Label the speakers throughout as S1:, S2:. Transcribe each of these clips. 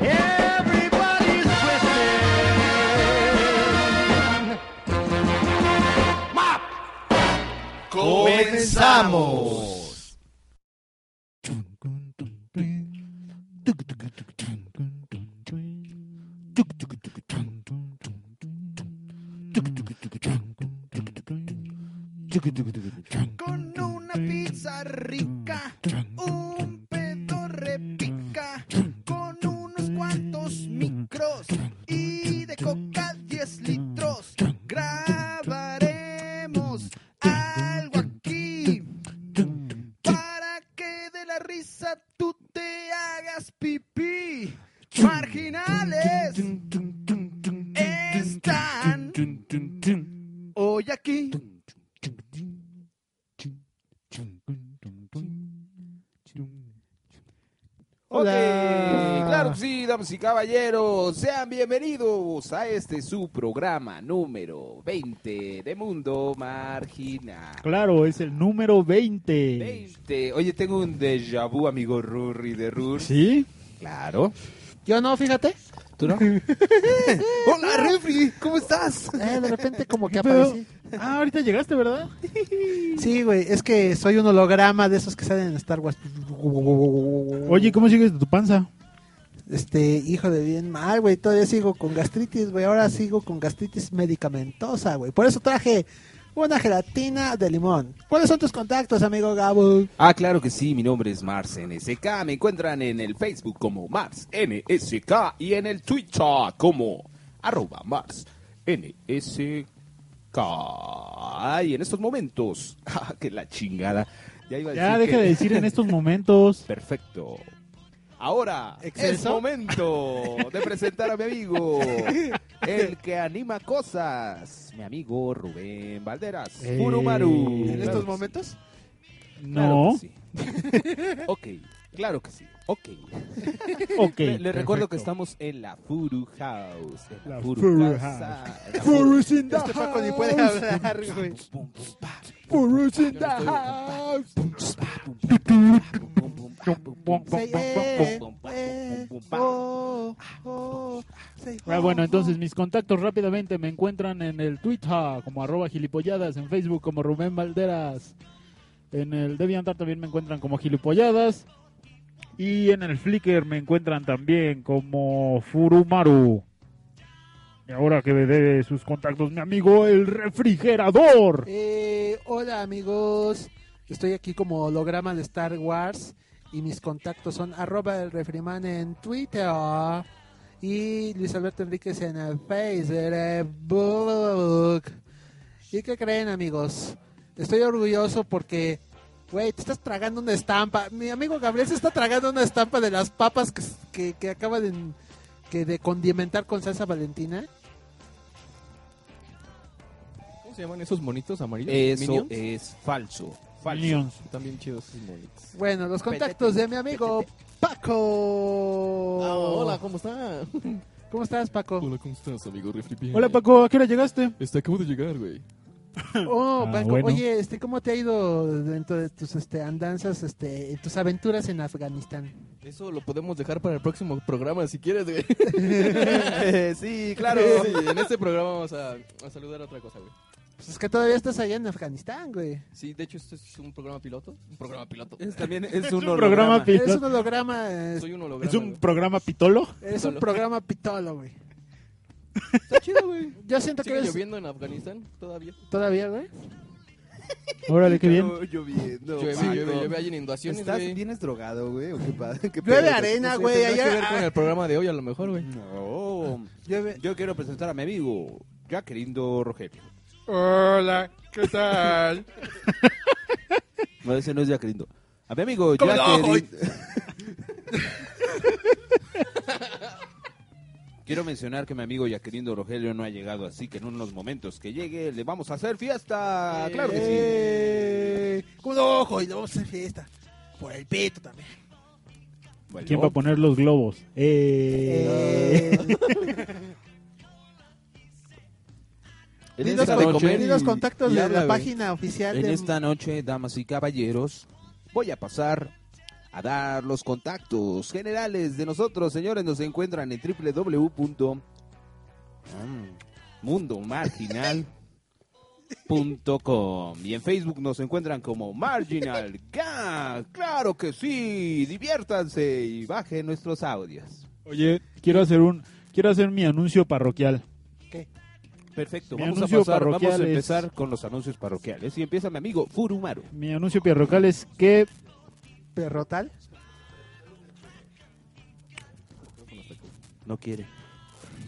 S1: Everybody's twisting. Mop!
S2: ¡Comenzamos!
S3: Con una pizza rica, un pedo repica, con unos cuantos micros y de coca 10 litros, grabaremos algo aquí para que de la risa tú te hagas pipí. Marginales están hoy aquí.
S4: Ok, claro que sí, damas y caballeros, sean bienvenidos a este su programa número 20 de Mundo Marginal.
S5: Claro, es el número 20.
S4: 20. Oye, tengo un déjà vu, amigo Rurri de Rur.
S5: ¿Sí?
S4: Claro.
S6: Yo no, fíjate.
S4: ¿Tú no? Hola, Refri, ¿cómo estás?
S6: Ah. Eh, de repente como que
S5: Pero-
S6: aparece.
S5: Ah, ahorita llegaste, ¿verdad?
S6: Sí, güey, es que soy un holograma de esos que salen en Star Wars.
S5: Oye, ¿cómo sigues de tu panza?
S6: Este, hijo de bien mal, güey. Todavía sigo con gastritis, güey. Ahora sigo con gastritis medicamentosa, güey. Por eso traje una gelatina de limón. ¿Cuáles son tus contactos, amigo Gabo?
S4: Ah, claro que sí, mi nombre es Mars NSK. Me encuentran en el Facebook como Mars NSK y en el Twitter como arroba Mars NSK. Y en estos momentos, ah, que la chingada. Ya, iba a
S5: Ya,
S4: decir
S5: deja
S4: que-
S5: de decir en estos momentos.
S4: Perfecto. Ahora es
S6: ¿Exceso?
S4: momento de presentar a mi amigo, el que anima cosas, mi amigo Rubén Valderas.
S5: Eh,
S4: Furumaru.
S5: ¿en estos
S4: Claro que sí.
S5: No.
S4: Claro que sí. ok, claro que sí. Ok.
S5: Ok.
S4: le le recuerdo que
S5: perfecto.
S4: estamos en la Furu House. En la,
S5: La
S4: Furu,
S5: Furu
S4: Casa,
S5: House.
S4: en la
S5: Furu's in the
S3: Este Paco ni
S5: house.
S3: puede hablar, güey.
S4: Pum, pum, pa,
S5: Furu's in the
S4: estoy-
S5: house.
S4: pum, pum, pa, pum, pum, pa, pum, pum, pum, pa, pum, pum,
S6: Say, eh, eh,
S4: pum, pa.
S6: oh, oh, say,
S5: Ah,
S6: oh,
S5: bueno,
S6: oh.
S5: entonces mis contactos rápidamente me encuentran en el Twitter ah, como arroba gilipolladas, en Facebook como Rubén Valderas, en el DeviantArt también me encuentran como gilipolladas y en el Flickr me encuentran también como Furumaru. Y ahora que me debe sus contactos mi amigo el refrigerador.
S6: Eh, hola, amigos. Estoy aquí como holograma de Star Wars. Y mis contactos son arroba el refriman en Twitter. Y Luis Alberto Enríquez en el Facebook. ¿Y qué creen, amigos? Estoy orgulloso porque, güey, te estás tragando una estampa. Mi amigo Gabriel se está tragando una estampa de las papas que, que, que acaba de, que de condimentar con salsa valentina.
S7: ¿Cómo se llaman esos monitos amarillos?
S4: Eso
S7: Minions.
S4: es falso. Falso.
S5: Minions.
S7: También chidos esos monitos.
S6: Bueno, los contactos de mi amigo Paco.
S7: Ah, hola, ¿cómo está?
S6: ¿Cómo estás, Paco?
S7: Hola, ¿cómo estás, amigo Reflipian?
S5: Hola Paco, ¿a qué hora llegaste?
S7: Este, acabo de llegar, güey.
S6: Oh,
S5: Ah,
S6: Paco,
S5: bueno.
S6: oye, este, ¿cómo te ha ido dentro de tus este, andanzas, este, tus aventuras en Afganistán?
S7: Eso lo podemos dejar para el próximo programa, si quieres, güey.
S4: Eh, Sí, claro.
S7: Sí, en este programa vamos a, a saludar a otra cosa, güey.
S6: Pues es que todavía estás allá en Afganistán, güey.
S7: Sí, de hecho, este es un programa piloto. Un programa piloto.
S4: Es, también es un,
S5: un programa
S4: holograma.
S5: pi-
S6: Eres un holograma, eh. es,
S7: Soy un holograma.
S5: ¿Es un
S7: güey.
S5: programa pitolo?
S6: eres un
S7: pitolo.
S6: programa pitolo, güey.
S7: Está chido, güey.
S6: Yo siento que
S7: ¿Sigue
S6: eres
S7: lloviendo en Afganistán todavía?
S6: todavía, güey.
S5: Órale, qué bien.
S4: Yo- lloviendo,
S7: Llueve,
S4: Paco.
S7: llueve, llueve. Hay inundaciones,
S4: ¿Estás,
S7: güey.
S4: ¿Vienes drogado, güey? ¿O qué pasa? ¿Qué
S6: Llueve
S4: pedo?
S6: arena,
S4: No sé,
S6: güey,
S4: tendrá
S6: allá-
S7: Tiene que ver con el programa de hoy, a lo mejor, güey.
S4: No.
S6: Llueve.
S4: Yo quiero presentar a mi amigo, Jaquerindo Rogelio.
S3: Hola, ¿qué tal?
S4: No, ese no es Jaquerindo. A mi amigo
S3: ¿Cómo no,
S4: Jaquerindo.
S3: güey?
S4: Quiero mencionar que mi amigo Yaquerindo Rogelio no ha llegado, así que en unos momentos que llegue le vamos a hacer fiesta. Claro que sí.
S6: Eh, ¿Cómo no, ojo? Y lo vamos a hacer fiesta. Por el pito también.
S4: Bueno,
S5: ¿Quién va a poner los globos? Eh.
S4: en
S6: Dinos
S4: esta
S6: con-
S4: noche-
S6: dinos contactos
S4: y
S6: de
S4: habla,
S6: la
S4: güey.
S6: página oficial
S4: En
S6: de
S4: esta noche, damas y caballeros, voy a pasar a dar los contactos generales de nosotros, señores. Nos encuentran en ah, www.mundomarginal.com y en Facebook nos encuentran como Marginal Gang. Claro que sí, diviértanse y bajen nuestros audios.
S5: Oye, quiero hacer un quiero hacer mi anuncio parroquial.
S4: Perfecto,
S5: Mi
S4: vamos a
S5: anuncio
S4: pasar, vamos a
S5: parroquial es-
S4: empezar con los anuncios parroquiales y empieza mi amigo Furumaru.
S5: Mi anuncio parroquial es que
S6: Perrotal.
S4: No quiere.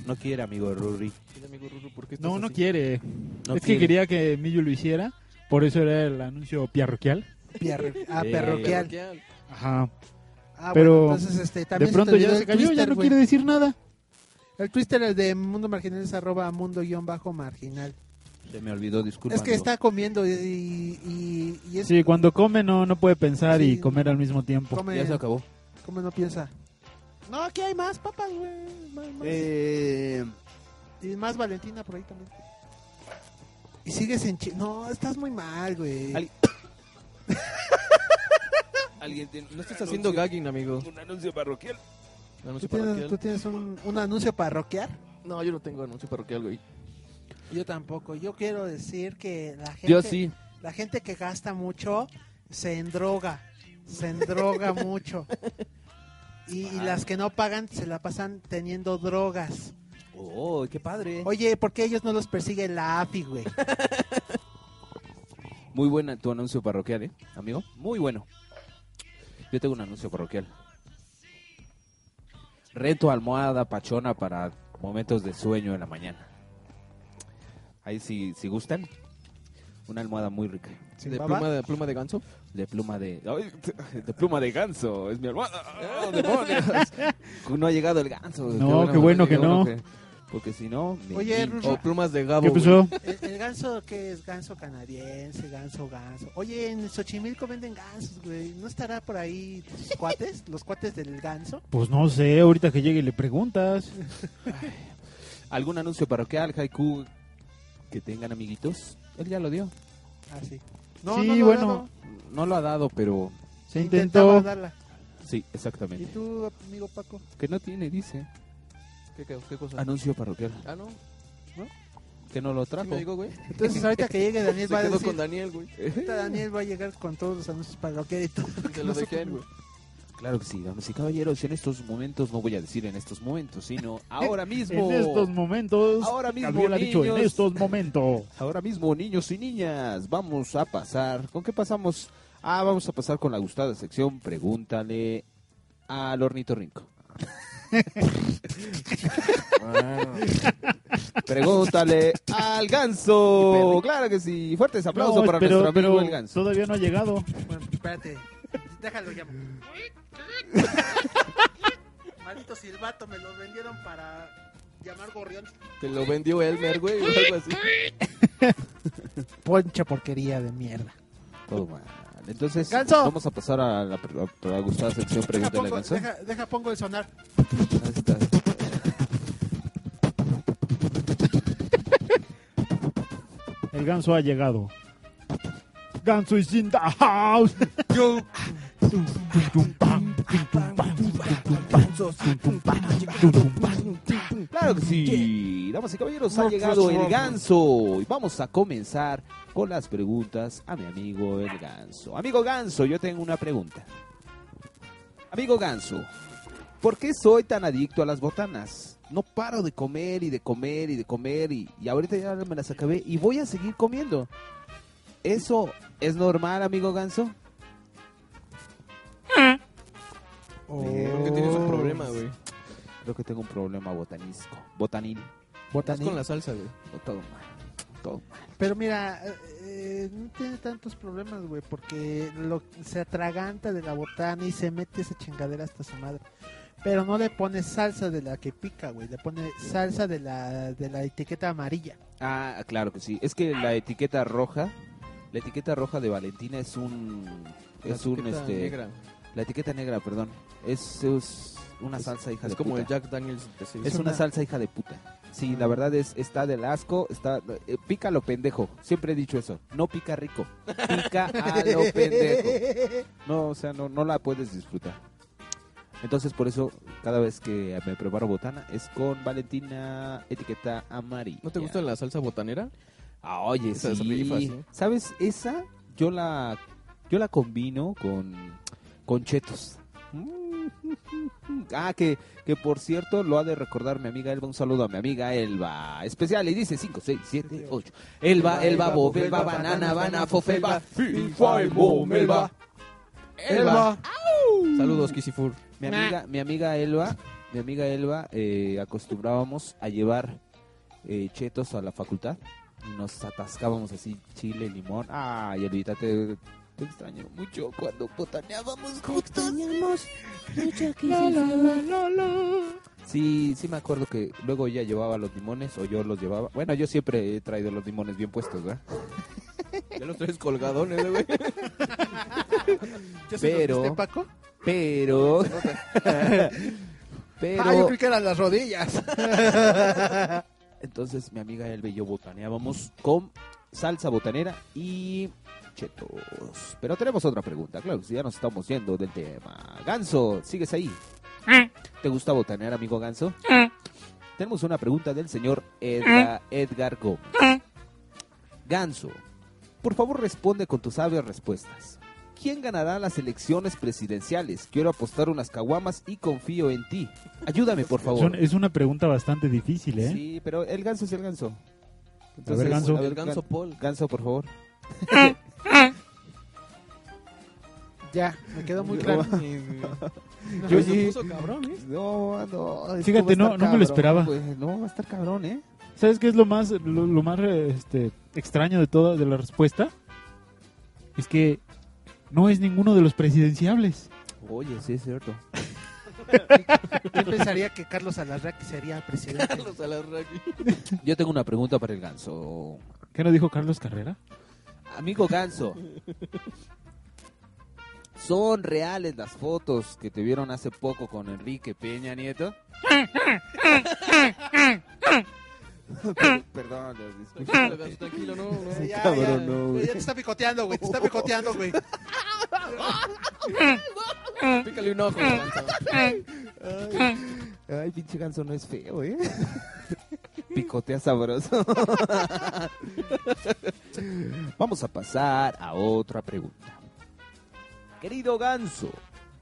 S4: No quiere, amigo Rurri.
S7: Amigo Ruru, ¿por qué estás
S5: no no
S7: así?
S5: quiere.
S4: No
S5: es que
S4: quiere.
S5: quería que Millo lo hiciera, por eso era el anuncio parroquial.
S6: Pierre, ah,
S4: Eh,
S6: perroquial.
S7: Parroquial.
S5: Ajá.
S6: Ah,
S5: Pero,
S6: bueno, entonces, este, también
S5: de pronto
S6: te
S5: ya
S6: olvidó
S5: se
S6: el
S5: cayó, ya
S6: Twitter,
S5: no
S6: güey.
S5: quiere decir nada.
S6: El Twitter el de Mundo Marginal es arroba mundo-marginal.
S4: Se me olvidó, disculpa.
S6: Es que está comiendo y, y, y es
S5: Sí, cuando come no no puede pensar y
S6: Sí.
S5: comer al mismo tiempo.
S6: come,
S4: Ya se acabó.
S6: come no piensa. No, aquí hay más papas, güey. más- más.
S8: Eh.
S6: Y más Valentina por ahí también. Y sigues en... chi- No, estás muy mal, güey.
S4: Al- Alguien tiene
S7: No estás haciendo gagging, amigo.
S4: un anuncio parroquial.
S7: Anuncio
S6: ¿Tú tienes, tú
S7: parroquial.
S6: tienes un, un anuncio parroquial?
S7: No, yo no tengo anuncio parroquial, güey.
S6: Yo tampoco. Yo quiero decir que la gente,
S7: Yo sí.
S6: la gente que gasta mucho se endroga. Se endroga mucho. Y, y las que no pagan se la pasan teniendo drogas.
S4: Oh, qué padre.
S6: Oye, ¿por qué ellos no los persigue la AFI, güey?
S4: Muy buena tu anuncio parroquial, ¿eh, amigo? Muy bueno. Yo tengo un anuncio parroquial. Reto almohada pachona para momentos de sueño en la mañana. Ahí si, si gustan. Una almohada muy rica.
S6: ¿Sin
S7: de,
S6: baba?
S7: pluma de pluma de ganso.
S4: De pluma de. ¡Ay! de pluma de ganso. Es mi almohada. ¡Oh, demonios! no ha llegado el ganso.
S5: No, qué bueno que
S4: llegó uno
S5: no.
S4: Porque si no. me
S6: Oye,
S4: hincho.
S7: O
S6: Rurro.
S7: plumas de gabo.
S5: ¿Qué
S7: güey.
S5: pasó?
S6: El, el ganso que es ganso canadiense, ganso, ganso. Oye, en Xochimilco venden gansos, güey. ¿No estará por ahí tus cuates? ¿Los cuates del ganso?
S5: Pues no sé, ahorita que llegue le preguntas.
S4: ¿Algún anuncio parroquial, haiku que tengan amiguitos? Él ya lo dio.
S6: Ah, sí. No,
S5: Sí,
S6: no, no,
S5: bueno,
S6: no.
S4: No lo ha dado, pero.
S5: Se
S6: Intentaba
S5: intentó.
S6: darla.
S4: Sí,
S6: ¿Y
S4: exactamente.
S6: tú, amigo Paco?
S4: Que no tiene, dice.
S7: ¿Qué, qué, qué cosa?
S4: Anuncio parroquial.
S7: Ah, no.
S4: Que no lo
S7: ¿Sí
S4: trajo.
S7: me digo, güey?
S6: Entonces, ahorita que llegue
S7: Se
S6: Daniel va a
S7: quedó
S6: decir...
S7: con Daniel, güey.
S6: ahorita Daniel va a llegar con todos los anuncios parroquiales y todo.
S7: Se lo dejé a él, güey.
S4: Claro que sí, damas y caballeros. En estos momentos, no voy a decir en estos momentos, sino ahora mismo.
S5: En estos momentos.
S4: Ahora mismo,
S5: Gabriel ha dicho en
S4: niños.
S5: estos momentos.
S4: Ahora mismo, niños y niñas, vamos a pasar. ¿Con qué pasamos? Ah, vamos a pasar con la gustada sección. Pregúntale al ornitorrinco. Pregúntale al ganso. Claro que sí. Fuertes aplausos
S5: No,
S4: para
S5: pero-
S4: nuestro amigo
S5: pero
S4: el ganso.
S5: Todavía no ha llegado.
S6: Bueno, espérate. Déjalo, llamo. Maldito silbato, me lo vendieron para llamar gorrión.
S7: Te lo vendió Elmer, güey, o algo así.
S6: Poncha porquería de mierda.
S4: Todo mal. Entonces,
S6: Ganso.
S4: vamos a pasar a la, a la gustada sección.
S6: Deja
S4: Pregúntale al
S6: pongo,
S4: ganso.
S6: deja, deja pongo el sonar.
S4: Ahí está.
S5: El ganso ha llegado. Ganso is in the house.
S4: Claro que sí, damas y caballeros, ha llegado el ganso. Y vamos a comenzar con las preguntas a mi amigo el ganso. Amigo ganso, yo tengo una pregunta. Amigo ganso, ¿por qué soy tan adicto a las botanas? No paro de comer y de comer y de comer y, y ahorita ya me las acabé y voy a seguir comiendo. ¿Eso es normal, amigo ganso?
S7: Ah. Oh. Creo que tienes un problema, güey.
S4: Creo que tengo un problema botanisco, botanil.
S7: Estás con la salsa, güey.
S4: Todo mal, todo mal.
S6: Pero mira, eh, eh, no tiene tantos problemas, güey, porque lo, se atraganta de la botana y se mete esa chingadera hasta su madre. Pero no le pone salsa de la que pica, güey. Le pone salsa de la, de la etiqueta amarilla.
S4: Ah, claro que sí. Es que la etiqueta roja, la etiqueta roja de Valentina es un
S7: La
S4: es un
S7: etiqueta
S4: este
S7: negra.
S4: la etiqueta negra, perdón. Es, es una salsa hija
S7: Es
S4: de
S7: como
S4: puta.
S7: el Jack Daniels. que se
S4: Es
S7: hizo. Mm.
S4: una salsa hija de puta. Sí, la verdad es, está del asco, está, eh, pica a lo pendejo. Siempre he dicho eso, no pica rico, pica a lo pendejo. No, o sea, no, no la puedes disfrutar. Entonces, por eso, cada vez que me preparo botana, es con Valentina etiqueta amarilla.
S7: ¿No te gusta la salsa botanera?
S4: Ah, oye,
S7: Esas
S4: sí.
S7: rifas, ¿no?
S4: ¿Sabes? Esa yo la, yo la combino con, con chetos. Ah, que, que por cierto lo ha de recordar mi amiga Elba. Un saludo a mi amiga Elba. Especial, y dice 5, 6, 7, 8. Elba, Elba, Bob, Elba, Banana, Bana, Fofelba. Elba.
S7: Elba. Saludos, Kisifur.
S4: Mi amiga, mi amiga Elba, mi amiga Elba, eh, acostumbrábamos a llevar eh, chetos a la facultad. y Nos atascábamos así, chile, limón. Ay, Elvita, te, te extraño mucho cuando botaneábamos juntos. Sí, sí me acuerdo que luego ella llevaba los limones o yo los llevaba. Bueno, yo siempre he traído los limones bien puestos, ¿verdad?
S7: Ya los traes colgadones, güey.
S6: ¿Ya
S4: se los Pero-
S7: este,
S4: diste,
S6: Paco?
S4: Pero... pero...
S6: Ah, yo creí que eran las rodillas.
S4: Entonces mi amiga Elba y yo botaneábamos con salsa botanera y chetos. Pero tenemos otra pregunta, claro, si ya nos estamos yendo del tema. Ganso, ¿sigues ahí? ¿Te gusta botanear, amigo Ganso? Tenemos una pregunta del señor Edgar, Edgar Gómez. Ganso, por favor responde con tus sabias respuestas. ¿Quién ganará las elecciones presidenciales? Quiero apostar unas caguamas y confío en ti. Ayúdame, por
S5: Es,
S4: favor.
S5: un- es una pregunta bastante difícil, ¿eh?
S4: Sí, pero el ganso es el ganso.
S5: ver, ganso.
S4: a ver,
S7: El ganso
S4: gan-
S7: Paul.
S4: Ganso, por favor.
S6: Ya, me quedó muy claro.
S4: Yo
S7: Pues se
S4: sí.
S7: puso cabrón, ¿eh?
S4: No, no. esto
S5: Fíjate,
S4: va a
S5: no-
S4: estar
S5: no me lo
S4: cabrón,
S5: esperaba.
S4: güey. No, va a estar cabrón, ¿eh?
S5: ¿Sabes qué es lo más, lo, lo más eh, este, extraño de toda de la respuesta? Es que no es ninguno de los presidenciables.
S4: Oye, sí es cierto.
S6: Yo pensaría que Carlos Alarraqui sería presidente.
S7: Carlos Alarraqui.
S4: Yo tengo una pregunta para el ganso.
S5: ¿Qué nos dijo Carlos Carrera?
S4: Amigo ganso. ¿Son reales las fotos que te vieron hace poco con Enrique Peña Nieto? Perdón, disculpa.
S7: Tranquilo, ganso, tranquilo, no, no.
S6: Ya, ya,
S4: cabrón, no, güey.
S6: ya te está picoteando, güey. Te está picoteando, güey.
S7: Pícale un ojo, ganso.
S4: Ay, pinche ganso no es feo, ¿eh? Picotea sabroso. Vamos a pasar a otra pregunta. Querido ganso,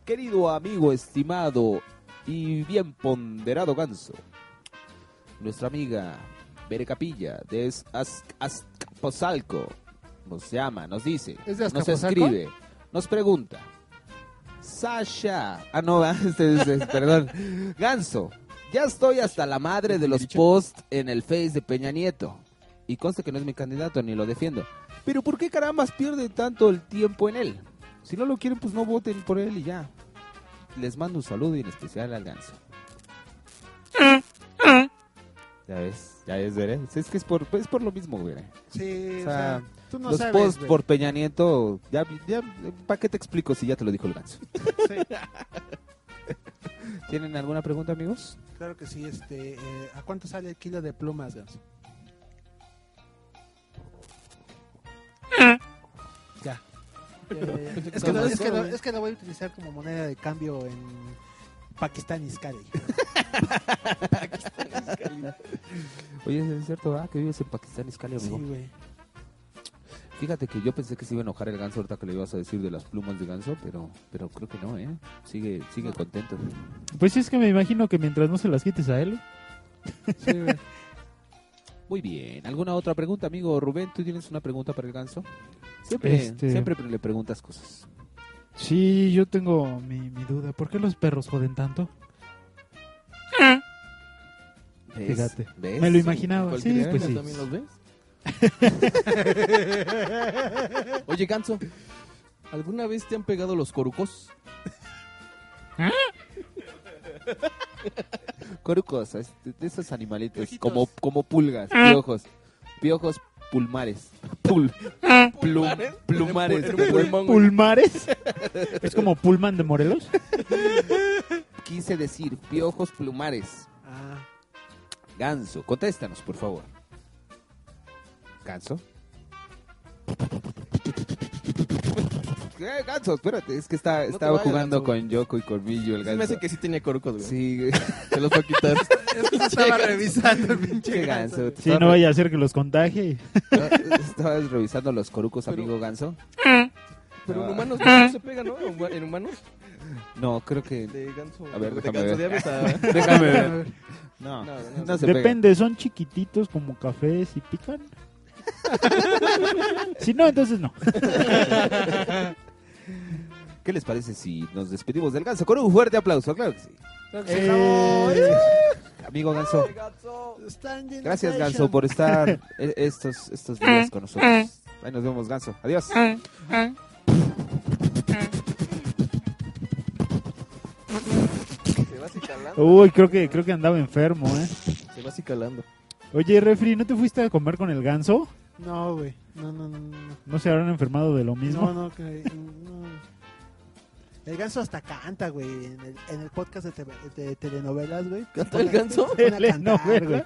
S4: querido amigo estimado y bien ponderado ganso, nuestra amiga Bere Capilla de Es- Az- Azcapotzalco nos llama, nos dice,
S6: ¿Es de
S4: nos
S6: Azcapotzalco?
S4: escribe, nos pregunta. Sasha, ah no, va, este, este, perdón, ganso, ya estoy hasta la madre de los posts en el Face de Peña Nieto. Y consta que no es mi candidato ni lo defiendo. Pero ¿por qué carambas pierden tanto el tiempo en él? Si no lo quieren, pues no voten por él y ya. Les mando un saludo y en especial al ganso. Ya ves, ya ves, veré. Es que es por, es por lo mismo, güey.
S6: Sí,
S4: O
S6: o
S4: sea,
S6: sea, tú no
S4: Los
S6: sabes.
S4: posts
S6: güey.
S4: por Peña Nieto, ya, ya, ¿para qué te explico si ya te lo dijo el ganso? ¿Tienen alguna pregunta, amigos?
S6: Claro que sí, este, eh, ¿a cuánto sale el kilo de plumas, Gans? Ya. Ya, ya, ya. Eh, Es, que lo, es, que lo, es que lo voy a utilizar como moneda de cambio en Pakistán y Skadi.
S4: Oye, es cierto, ¿verdad? Que vives en Pakistán, Iscali,
S6: Sí,
S4: amigo.
S6: güey.
S4: Fíjate que yo pensé que se iba a enojar el ganso ahorita que le ibas a decir de las plumas de ganso, pero, pero creo que no, ¿eh? Sigue, sigue contento.
S5: Pues es que me imagino que mientras no se las quites a él,
S4: Muy bien. ¿Alguna otra pregunta, amigo Rubén? ¿Tú tienes una pregunta para el ganso? Siempre,
S5: Este-
S4: siempre le preguntas cosas.
S5: Sí, yo tengo mi, mi duda. ¿Por qué los perros joden tanto?
S4: ¿Ves?
S5: Fíjate.
S4: ¿Ves?
S5: Me lo imaginaba. Sí,
S7: Cualquiera,
S5: pues sí.
S7: ¿También los ves? Oye, ganso. ¿Alguna vez te han pegado los corucos?
S4: Corucos, es- de esos animalitos,
S6: Piojitos.
S4: como, como pulgas,
S5: Ah.
S4: piojos, piojos pulmares, pul, plum- plumares,
S7: Era un pulmón, güey.
S5: Ah. ¿Pulmares? ¿Es como Pullman de Morelos?
S4: quise decir, piojos plumares.
S6: Ah,
S4: Ganso, contéstanos, por favor. ¿Ganso? Eh, Ganso, espérate, es que está,
S7: te
S4: estaba
S7: vayas,
S4: jugando
S7: Ganso.
S4: con Yoko y Cormillo el
S7: Se me
S4: ganso.
S7: hace que sí tenía corucos, güey.
S4: Sí,
S7: Se los voy a quitar.
S6: es que se estaba revisando el
S4: che
S6: pinche ganso.
S4: ganso.
S5: Sí, no vaya a ser que los contagie.
S4: Estabas revisando los corucos,
S7: Pero-
S4: amigo Ganso.
S7: Pero en
S4: Ah.
S7: humanos no se pega, ¿no? En huma- En humanos.
S4: No, creo que.
S7: De ganso.
S4: A ver,
S7: de
S4: déjame
S7: ganso
S4: ver.
S7: de aves a-
S4: Déjame ver.
S7: No,
S4: No,
S7: no,
S4: no se
S5: Depende, son chiquititos como cafés y pican. si no, entonces no.
S4: pega. ¿Qué les parece si nos despedimos del ganso con un fuerte aplauso? Claro que sí. Eh, Amigo ganso,
S6: Standing
S4: gracias
S6: ovation.
S4: ganso por estar e- estos, estos días con nosotros. Ahí nos vemos ganso. Adiós.
S7: Se va así calando.
S5: Uy, creo que, creo que andaba enfermo, ¿eh?
S7: Se va así calando.
S5: Oye, Refri, ¿no te fuiste a comer con el ganso?
S6: No, güey. No, no, no, no.
S5: ¿No se habrán enfermado de lo mismo?
S6: No, no, que- no. El ganso hasta canta, güey. En el, en el podcast de, te- de telenovelas, güey.
S7: ¿Cantó el ganso?
S6: Se pone a cantar,
S5: Telenovela.
S6: güey.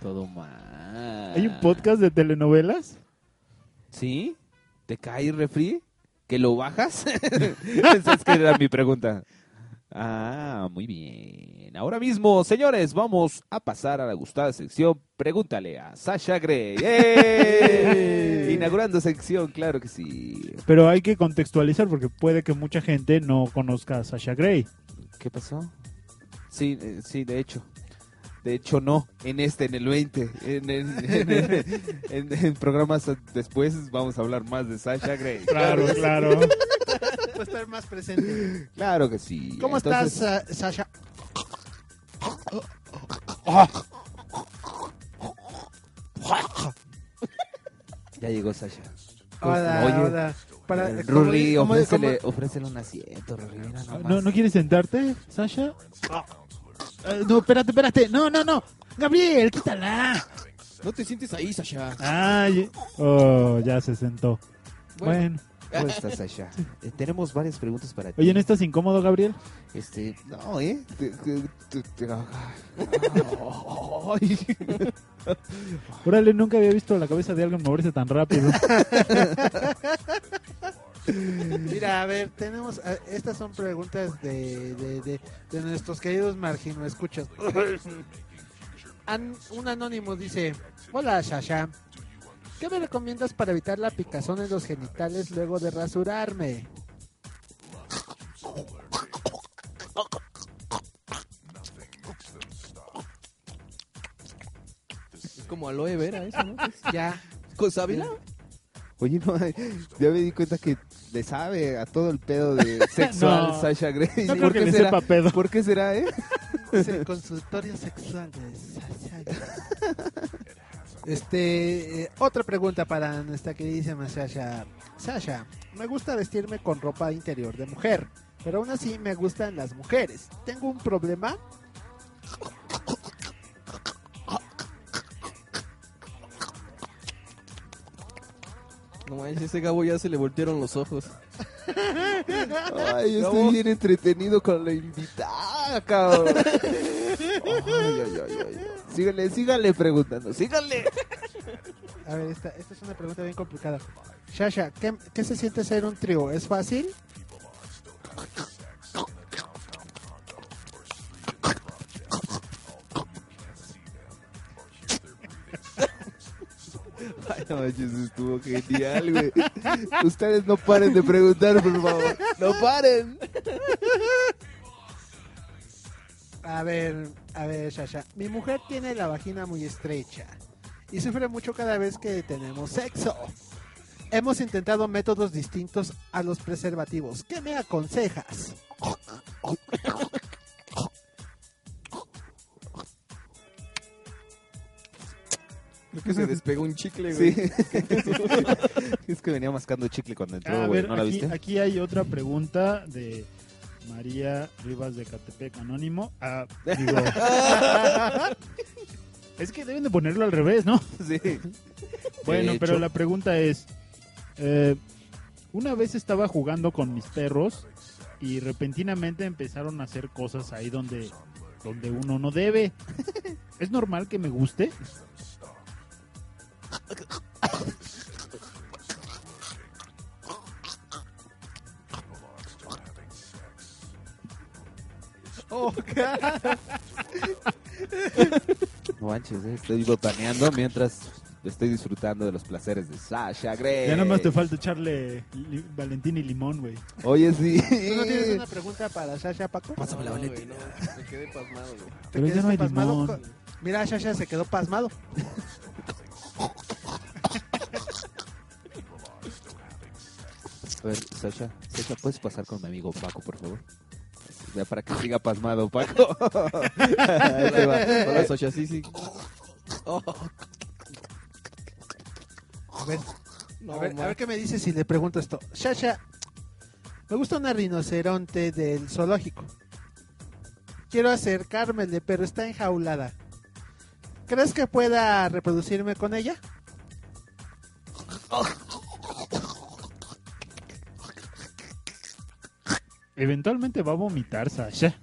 S4: Todo mal.
S5: ¿Hay un podcast de telenovelas?
S4: ¿Sí? ¿Te cae refri? ¿Que lo bajas? Esa es que era mi pregunta. Ah, muy bien. Ahora mismo, señores, vamos a pasar a la gustada sección. Pregúntale a Sasha Grey. ¡Eh! Inaugurando sección, claro que sí.
S5: Pero hay que contextualizar porque puede que mucha gente no conozca a Sasha Grey.
S4: ¿Qué pasó? Sí, eh, sí, de hecho. De hecho, no. En este, en el 20. En, en- en- en- en- en programas después vamos a hablar más de Sasha Grey.
S5: Claro, claro.
S6: Puede estar más presente.
S4: Claro que sí.
S6: ¿Cómo
S4: Entonces-
S6: estás, Sa- Sasha?
S4: Ya llegó Sasha.
S6: Hola,
S4: Oye,
S6: hola. Para,
S4: Eh,
S6: como
S4: Rurri,
S6: di- como di- como-
S4: ofrécele, ofrécele un asiento, Rurri. mira nomás.
S5: ¿No, ¿No quieres sentarte, Sasha? Eh, no, espérate, espérate. No, no, no. Gabriel, quítala.
S7: No te sientes ahí, Sasha.
S5: Ay. Oh, ya se sentó. Bueno.
S4: ¿Cómo estás, Sasha? Eh, tenemos varias preguntas para ti.
S5: Oye, ¿no estás incómodo, Gabriel?
S4: Este, no, ¿eh? Te- te- te- te-
S5: Órale, nunca había visto la cabeza de alguien moverse tan rápido.
S6: Mira, a ver, tenemos. a- Estas son preguntas de, de, de, de nuestros queridos margino. Escuchas. An- un anónimo dice: Eh, Hola, Sasha. ¿Qué me recomiendas para evitar la picazón en los genitales luego de rasurarme?
S7: Es como aloe vera eso, ¿no?
S6: Ya.
S7: ¿Con sábila?
S4: Oye, no, ya me di cuenta que le sabe a todo el pedo de sexual
S5: No.
S4: Sasha Grey.
S5: No creo
S4: ¿Por
S5: que
S4: qué
S5: le
S4: será?
S5: sepa pedo.
S4: ¿Por qué será, eh?
S6: Es el consultorio sexual de Sasha. Este, eh, otra pregunta para nuestra queridísima Sasha. Sasha, me gusta vestirme con ropa interior de mujer, pero aún así me gustan las mujeres. ¿Tengo un problema?
S7: No manches, ese Gabo ya se le voltearon los ojos.
S4: Ay, yo estoy
S7: ¿Cómo?
S4: bien entretenido con la invitada, cabrón. Ay, ay, ay, ay. Síganle, síganle preguntando, síganle.
S6: A ver, esta, esta es una pregunta bien complicada. Sasha, ¿qué, qué se siente ser un trío? ¿Es fácil?
S4: Ay, no manches, estuvo genial, güey. Ustedes no paren de preguntar, por favor. No paren.
S6: A ver, a ver, Sasha. Mi mujer tiene la vagina muy estrecha y sufre mucho cada vez que tenemos sexo. Hemos intentado métodos distintos a los preservativos. ¿Qué me aconsejas?
S7: Creo que se despegó un chicle, güey.
S4: Sí. Es que venía mascando chicle cuando entró,
S5: a
S4: güey.
S5: ver,
S4: ¿No la
S5: aquí,
S4: viste?
S5: aquí hay otra pregunta de, María Rivas de Catepec Anónimo. Ah, digo. es que deben de ponerlo al revés, ¿no?
S4: Sí.
S5: Bueno,
S4: De
S5: pero
S4: hecho.
S5: la pregunta es, eh, una vez estaba jugando con mis perros y repentinamente empezaron a hacer cosas ahí donde, donde uno no debe. ¿Es normal que me guste?
S7: Oh,
S4: No manches, eh, estoy botaneando mientras estoy disfrutando de los placeres de Sasha Grey.
S5: Ya nada más te falta echarle li- Valentín y limón, güey.
S4: Oye, sí.
S6: ¿Tú no tienes una pregunta para Sasha, Paco?
S7: Pásame la Valentina. Me quedé pasmado, güey.
S5: Pero ya
S6: ¿Quedaste
S5: no hay
S6: pasmado
S5: limón.
S6: con- Mira, Sasha se quedó pasmado.
S4: A ver, Sasha, Sasha, ¿puedes pasar con mi amigo Paco, por favor? Ya para que siga pasmado, Paco. Ahí te va.
S6: Eh,
S7: Hola, Sasha, sí, sí.
S6: a, ver, a ver qué me dices si le pregunto esto. Sasha, me gusta una rinoceronte del zoológico. Quiero acercármele, pero está enjaulada. ¿Crees que pueda reproducirme con ella?
S5: Eventualmente va a vomitar, Sasha.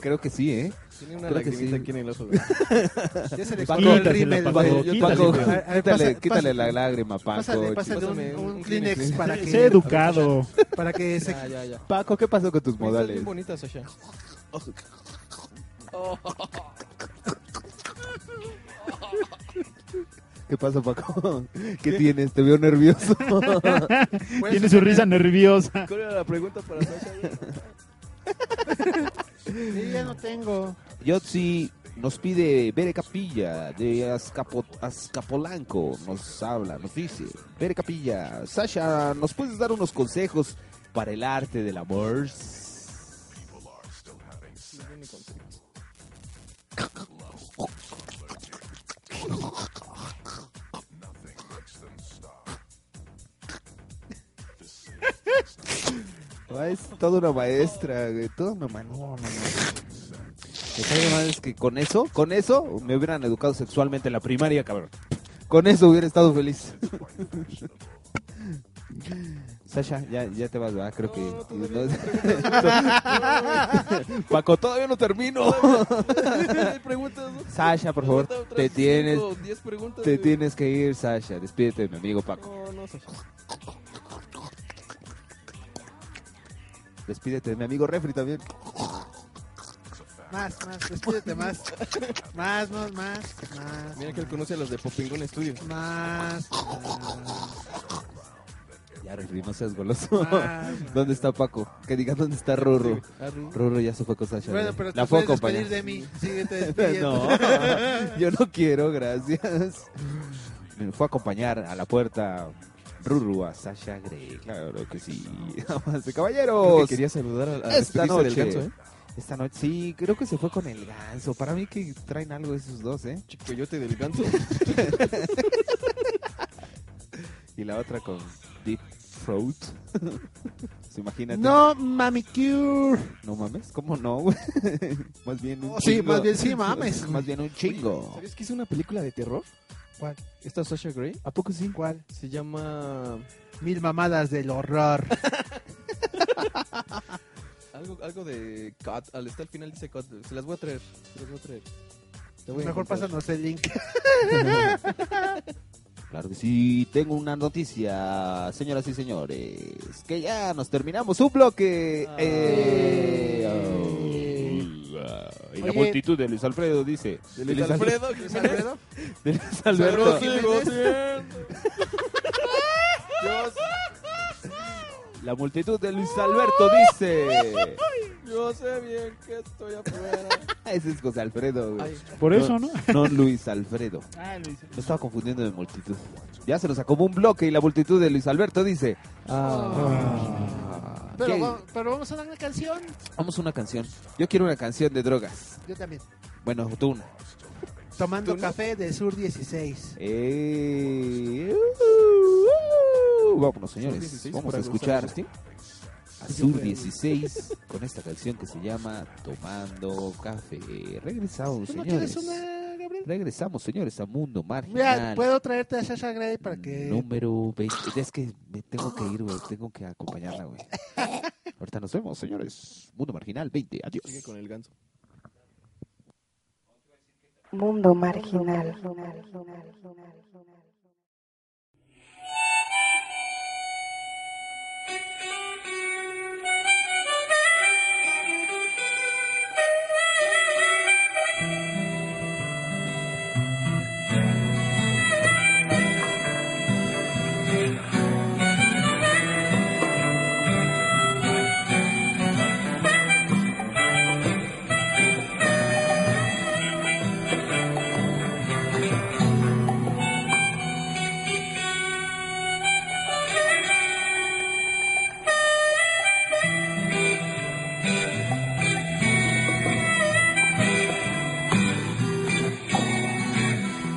S4: Creo que sí, ¿eh?
S7: Tiene una
S4: Creo que
S7: lagrimita
S4: sí.
S7: aquí en el ojo, güey.
S6: Ya se le
S4: Paco,
S6: quitó el
S5: quítasela,
S6: rímel,
S5: Paco,
S6: güey.
S4: Paco,
S5: quítale,
S4: Paco,
S5: güey.
S6: A ver, a ver,
S4: quítale,
S6: pasa-
S4: quítale
S6: pasa-
S4: la lágrima, Paco.
S6: Pásale, pásale un,
S7: Pásame
S6: un
S7: un
S6: Kleenex
S7: Kleenex.
S6: para que,
S5: Sé educado.
S6: para que se
S7: Ya, ya, ya.
S4: Paco, ¿qué pasó con tus
S7: Estás
S4: modales?
S7: bien bonita, Sasha.
S4: Oh. ¿Qué pasó, Paco? ¿Qué, tienes? Te veo nervioso.
S5: Tiene su risa nerviosa.
S7: ¿Cuál era la pregunta para Sasha? güey?
S6: Sí, ya no tengo.
S4: Yotzi nos pide Bere Capilla de Azcapo- Azcapolanco. Nos habla, nos dice. Bere Capilla, Sasha, ¿nos puedes dar unos consejos para el arte del amor? Ah, Es toda una maestra, güey, toda una mano. No, no, no. Lo que hay más es que con eso, con eso me hubieran educado sexualmente en la primaria, cabrón. Con eso hubiera estado feliz. Sasha, ya, ya te vas, ¿verdad? Creo que... Paco, todavía no termino.
S7: Hay preguntas, ¿no?
S4: Sasha, por favor,
S7: Otras
S4: te
S7: cinco,
S4: tienes,
S7: diez preguntas,
S4: te
S7: güey.
S4: tienes que ir, Sasha. Despídete de mi amigo Paco.
S7: No, no, Sasha.
S4: Despídete de mi amigo Refri también.
S6: Más, más, despídete más. Más, más, más, más.
S7: Mira que él conoce a los de Popingón Studios.
S6: Más,
S4: Ya, Refri, no seas goloso.
S6: más, más.
S4: ¿Dónde está Paco? Que diga dónde está Rorro. Rorro ya se fue con Sasha.
S6: Ah, Bueno,
S4: güey.
S6: pero
S4: eh. la
S6: te
S4: fue a
S6: puedes despedir
S4: acompañar.
S6: de mí. Síguete despidiendo.
S4: No, yo no quiero, gracias. Me fue a acompañar a la puerta Ruru a Sasha Grey, claro que sí. Damas y caballeros,
S7: quería saludar a, a
S4: esta
S7: despedirse del
S4: noche,
S7: ganso, ¿eh?
S4: esta noche, sí, creo que se fue con el ganso. Para mí que traen algo esos dos, ¿eh?
S7: Chicoyote del ganso.
S4: Y la otra con Deep Throat. Se imagínate.
S6: No, mami cure.
S4: No mames, ¿cómo no? güey? más bien un
S6: Oh, sí,
S4: chingo.
S6: más bien sí, mames.
S4: Más bien un chingo.
S7: ¿Sabes que es una película de terror?
S6: ¿Cuál?
S7: ¿Esta Sasha Grey?
S4: ¿A poco sí?
S6: ¿Cuál?
S7: Se llama...
S6: Mil mamadas del horror.
S7: Algo, algo de Cut. Al, está al final dice Cut. Se las voy a traer. Se las voy a traer. Te voy a
S6: Mejor
S7: encontrar.
S6: pásanos el link.
S4: Claro que sí, tengo una noticia, señoras y señores, que ya nos terminamos un bloque.
S7: Ah.
S4: Eh, Y la
S6: Oye.
S4: multitud de Luis Alfredo dice. De
S7: Luis Alfredo.
S6: ¿Es Alfredo?
S4: De Luis Alberto.
S7: Dios,
S4: La multitud de Luis Alberto dice.
S7: yo sé bien que estoy afuera.
S4: Ese es José Alfredo. güey.
S7: Ay,
S5: Por eso, ¿no?
S4: No Luis Alfredo.
S5: Ah, lo hice.
S4: Me estaba confundiendo de multitud. Ya se nos acabó un bloque y la multitud de Luis Alberto dice. Ah.
S6: Pero,
S4: ¿Qué?
S6: va- pero vamos a dar una canción.
S4: Vamos a una canción. Yo quiero una canción de drogas.
S6: Yo también.
S4: Bueno, tú una.
S6: Tomando café de Sur 16.
S4: Eh, uh, uh, vámonos,
S7: Son
S4: señores.
S7: 16
S4: Vamos a
S7: para
S4: escuchar
S7: San Agustín.
S4: Azur 16 con esta canción que se llama Tomando Café. Regresamos,
S6: ¿Tú Pues no
S4: Pues señores.
S6: quieres una, Gabriel?
S4: Regresamos, señores, a Mundo Marginal.
S6: Mira, puedo traerte a Sasha Grey para que.
S4: Número 20. Es que me tengo que ir, güey. Tengo que acompañarla, güey. Ahorita nos vemos, señores. Mundo Marginal 20. Adiós.
S7: Sigue con el ganso.
S9: Mundo marginal.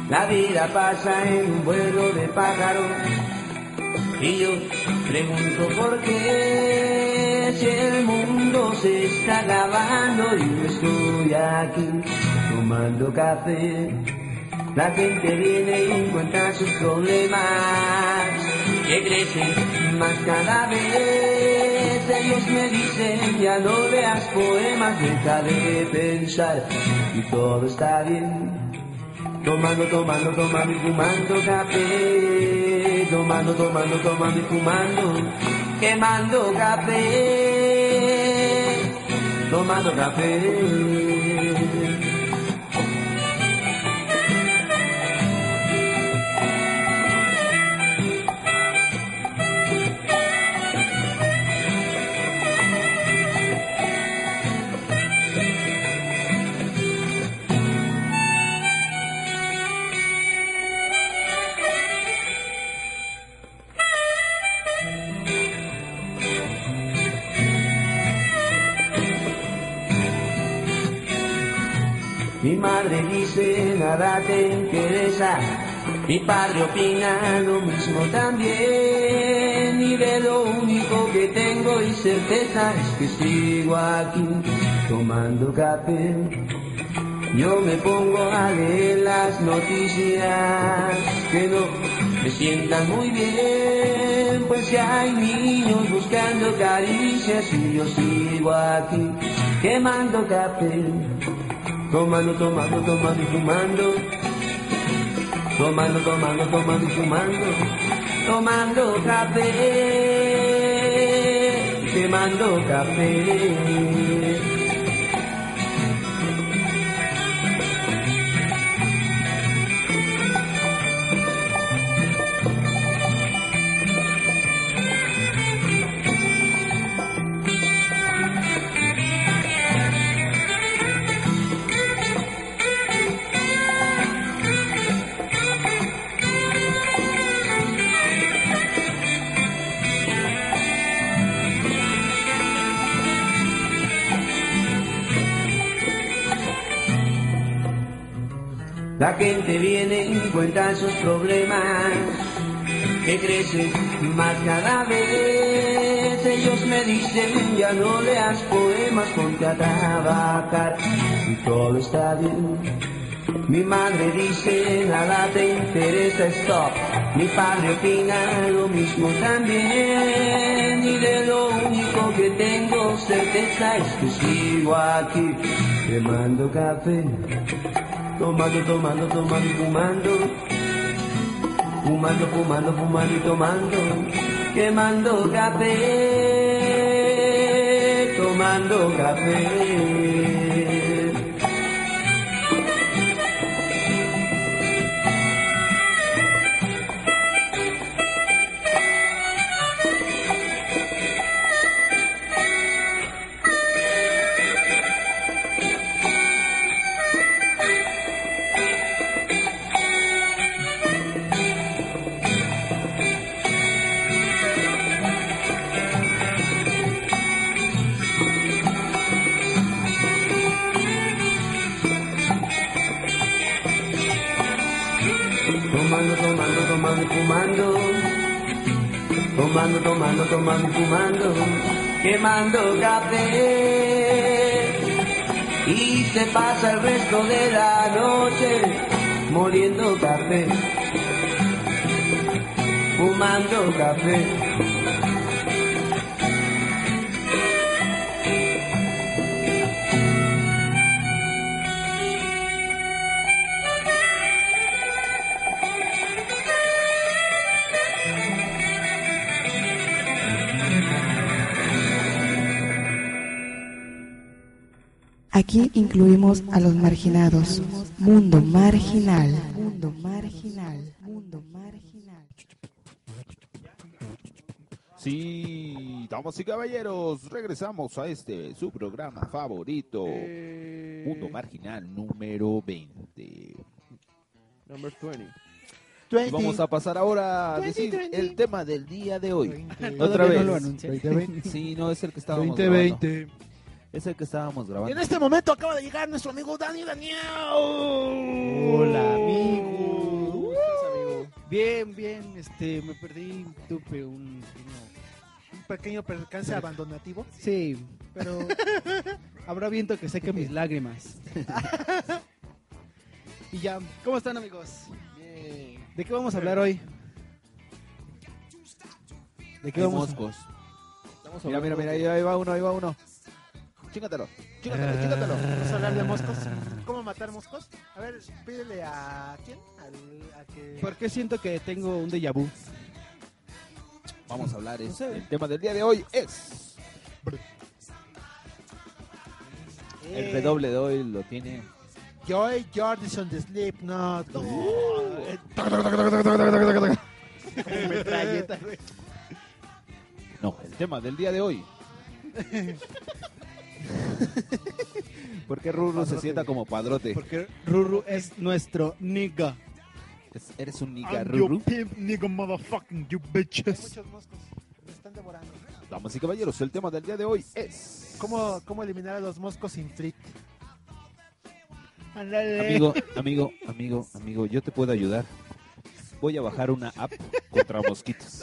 S10: La vida pasa en un vuelo de pájaros y yo pregunto por qué si el mundo se está acabando y yo estoy aquí tomando café. La gente viene y encuentra sus problemas que crecen más cada vez. Ellos me dicen ya no veas poemas, deja de pensar y todo está bien. Tomando, tomando, tomando y fumando café. Tomando, tomando, tomando y fumando. Quemando café. Tomando café. Mi madre dice nada te interesa, mi padre opina lo mismo también. Y de lo único que tengo y certeza es que sigo aquí tomando café. Yo me pongo a leer las noticias que no me sientan muy bien, pues si hay niños buscando caricias y yo sigo aquí quemando café. Tomando, tomando, tomando y fumando. Tomando, tomando, tomando y fumando. Tomando café. Quemando café. La gente viene y cuenta sus problemas que crecen más cada vez. Ellos me dicen ya no leas poemas, ponte a trabajar y todo está bien. Mi madre dice nada te interesa, stop. Mi padre opina lo mismo también. Y de lo único que tengo certeza es que sigo aquí quemando café tomando, tomando, tomando y fumando, fumando, fumando, fumando y tomando, quemando café, tomando café. Tomando, tomando, tomando y fumando. Tomando, tomando, tomando y fumando. quemando café y se pasa el resto de la noche moliendo café, fumando café.
S9: Aquí incluimos a los marginados. Mundo marginal.
S11: Mundo marginal. Mundo marginal.
S4: Sí, damas y caballeros, regresamos a este, su programa favorito, Mundo Marginal número 20.
S7: Number 20.
S4: Y vamos a pasar ahora a decir el tema del día de hoy. Otra
S7: Todavía
S4: vez.
S7: no lo anuncian. 20.
S4: Sí, no, es el que estábamos
S7: 20.
S4: grabando. Es el que estábamos
S6: Y en
S4: grabando.
S6: este momento acaba de llegar nuestro amigo Dani Daniel.
S12: Hola, amigo. ¿Cómo estás, amigo? Bien, bien, este, me perdí, tuve un...
S6: Un pequeño percance abandonativo.
S12: Sí, pero habrá viento que seque mis lágrimas. y ya, ¿cómo están, amigos? ¿De qué vamos a
S4: Eh,
S12: hablar hoy? ¿De qué
S4: Hay
S12: vamos a-
S4: moscos.
S12: Estamos
S4: Mira, mira,
S12: hablando
S4: mira,
S12: de-
S4: ahí ahí va uno, ahí va uno. Ah. Chígatelo, chígatelo, chígatelo.
S6: Vamos a hablar de moscos. ¿Cómo matar moscos? A ver, pídele a quién? Al, a que...
S12: ¿Por qué siento que tengo un déjà vu?
S4: Vamos a hablar, es- el tema del día de hoy
S6: Eh.
S4: es... El redoble de hoy lo tiene...
S6: Eh, Joy Jordison de Slipknot.
S4: Uh.
S6: Eh, Metralleta, güey.
S4: No, el tema del día de hoy. ¿Por qué Ruru se sienta como padrote?
S12: Porque Ruru es nuestro nigga.
S4: eres un nigga,
S12: niga,
S4: Ruru.
S12: pimp nigga motherfucking you bitches.
S4: Damas y caballeros, el tema del día de hoy es...
S6: ¿Cómo, ¿Cómo eliminar a los moscos sin frit?
S4: Amigo, amigo, amigo, amigo, yo te puedo ayudar. Voy a bajar una app contra mosquitos.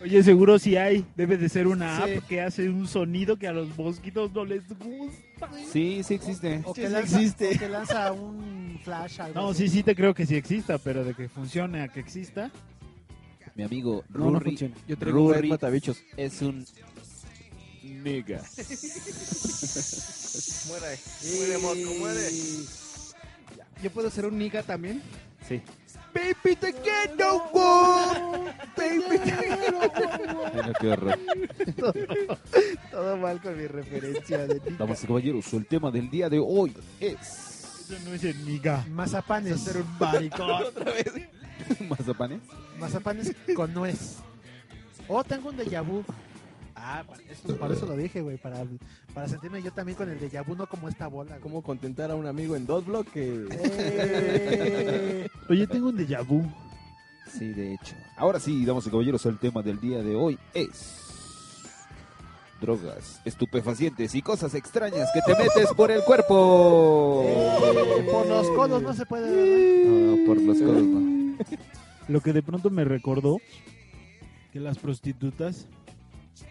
S5: Oye, seguro si hay. Debe de ser una app que hace un sonido que a los mosquitos no les gusta.
S4: Sí, sí existe.
S6: O que lanza, o que lanza un flash. Algo
S5: No,
S6: así.
S5: sí, sí te creo que sí exista, pero de que funcione a que exista.
S4: Mi amigo
S5: No, no
S4: Rurri,
S5: funciona. Yo traigo un
S4: Rurri
S5: red
S4: matabichos es un nigga.
S7: Muere, muere, mosco, muere.
S12: ¿Yo puedo ser un nigga también?
S4: Sí.
S12: Baby, te quiero, wow. Baby, te
S4: Bueno, qué horror.
S12: todo, todo mal con mi referencia de nigga.
S4: Damas y caballeros, el tema del día de hoy es
S5: Eso no es el niga.
S6: Mazapanes.
S12: Ser un
S6: maricón.
S4: mazapanes.
S6: Mazapanes con nuez. Oh, tengo un déjà vu. Ah, para eso, para eso lo dije, güey. Para, para sentirme yo también con el déjà vu, no como esta bola.
S7: ¿Cómo contentar a un amigo en dos bloques?
S6: Eh.
S5: Oye, tengo un déjà vu.
S4: Sí, de hecho. Ahora sí, damas y caballeros, el tema del día de hoy es drogas, estupefacientes y cosas extrañas que te metes por el cuerpo.
S6: Por los codos no se puede. ¿verdad?
S4: No, por los codos, no.
S5: Lo que de pronto me recordó que las prostitutas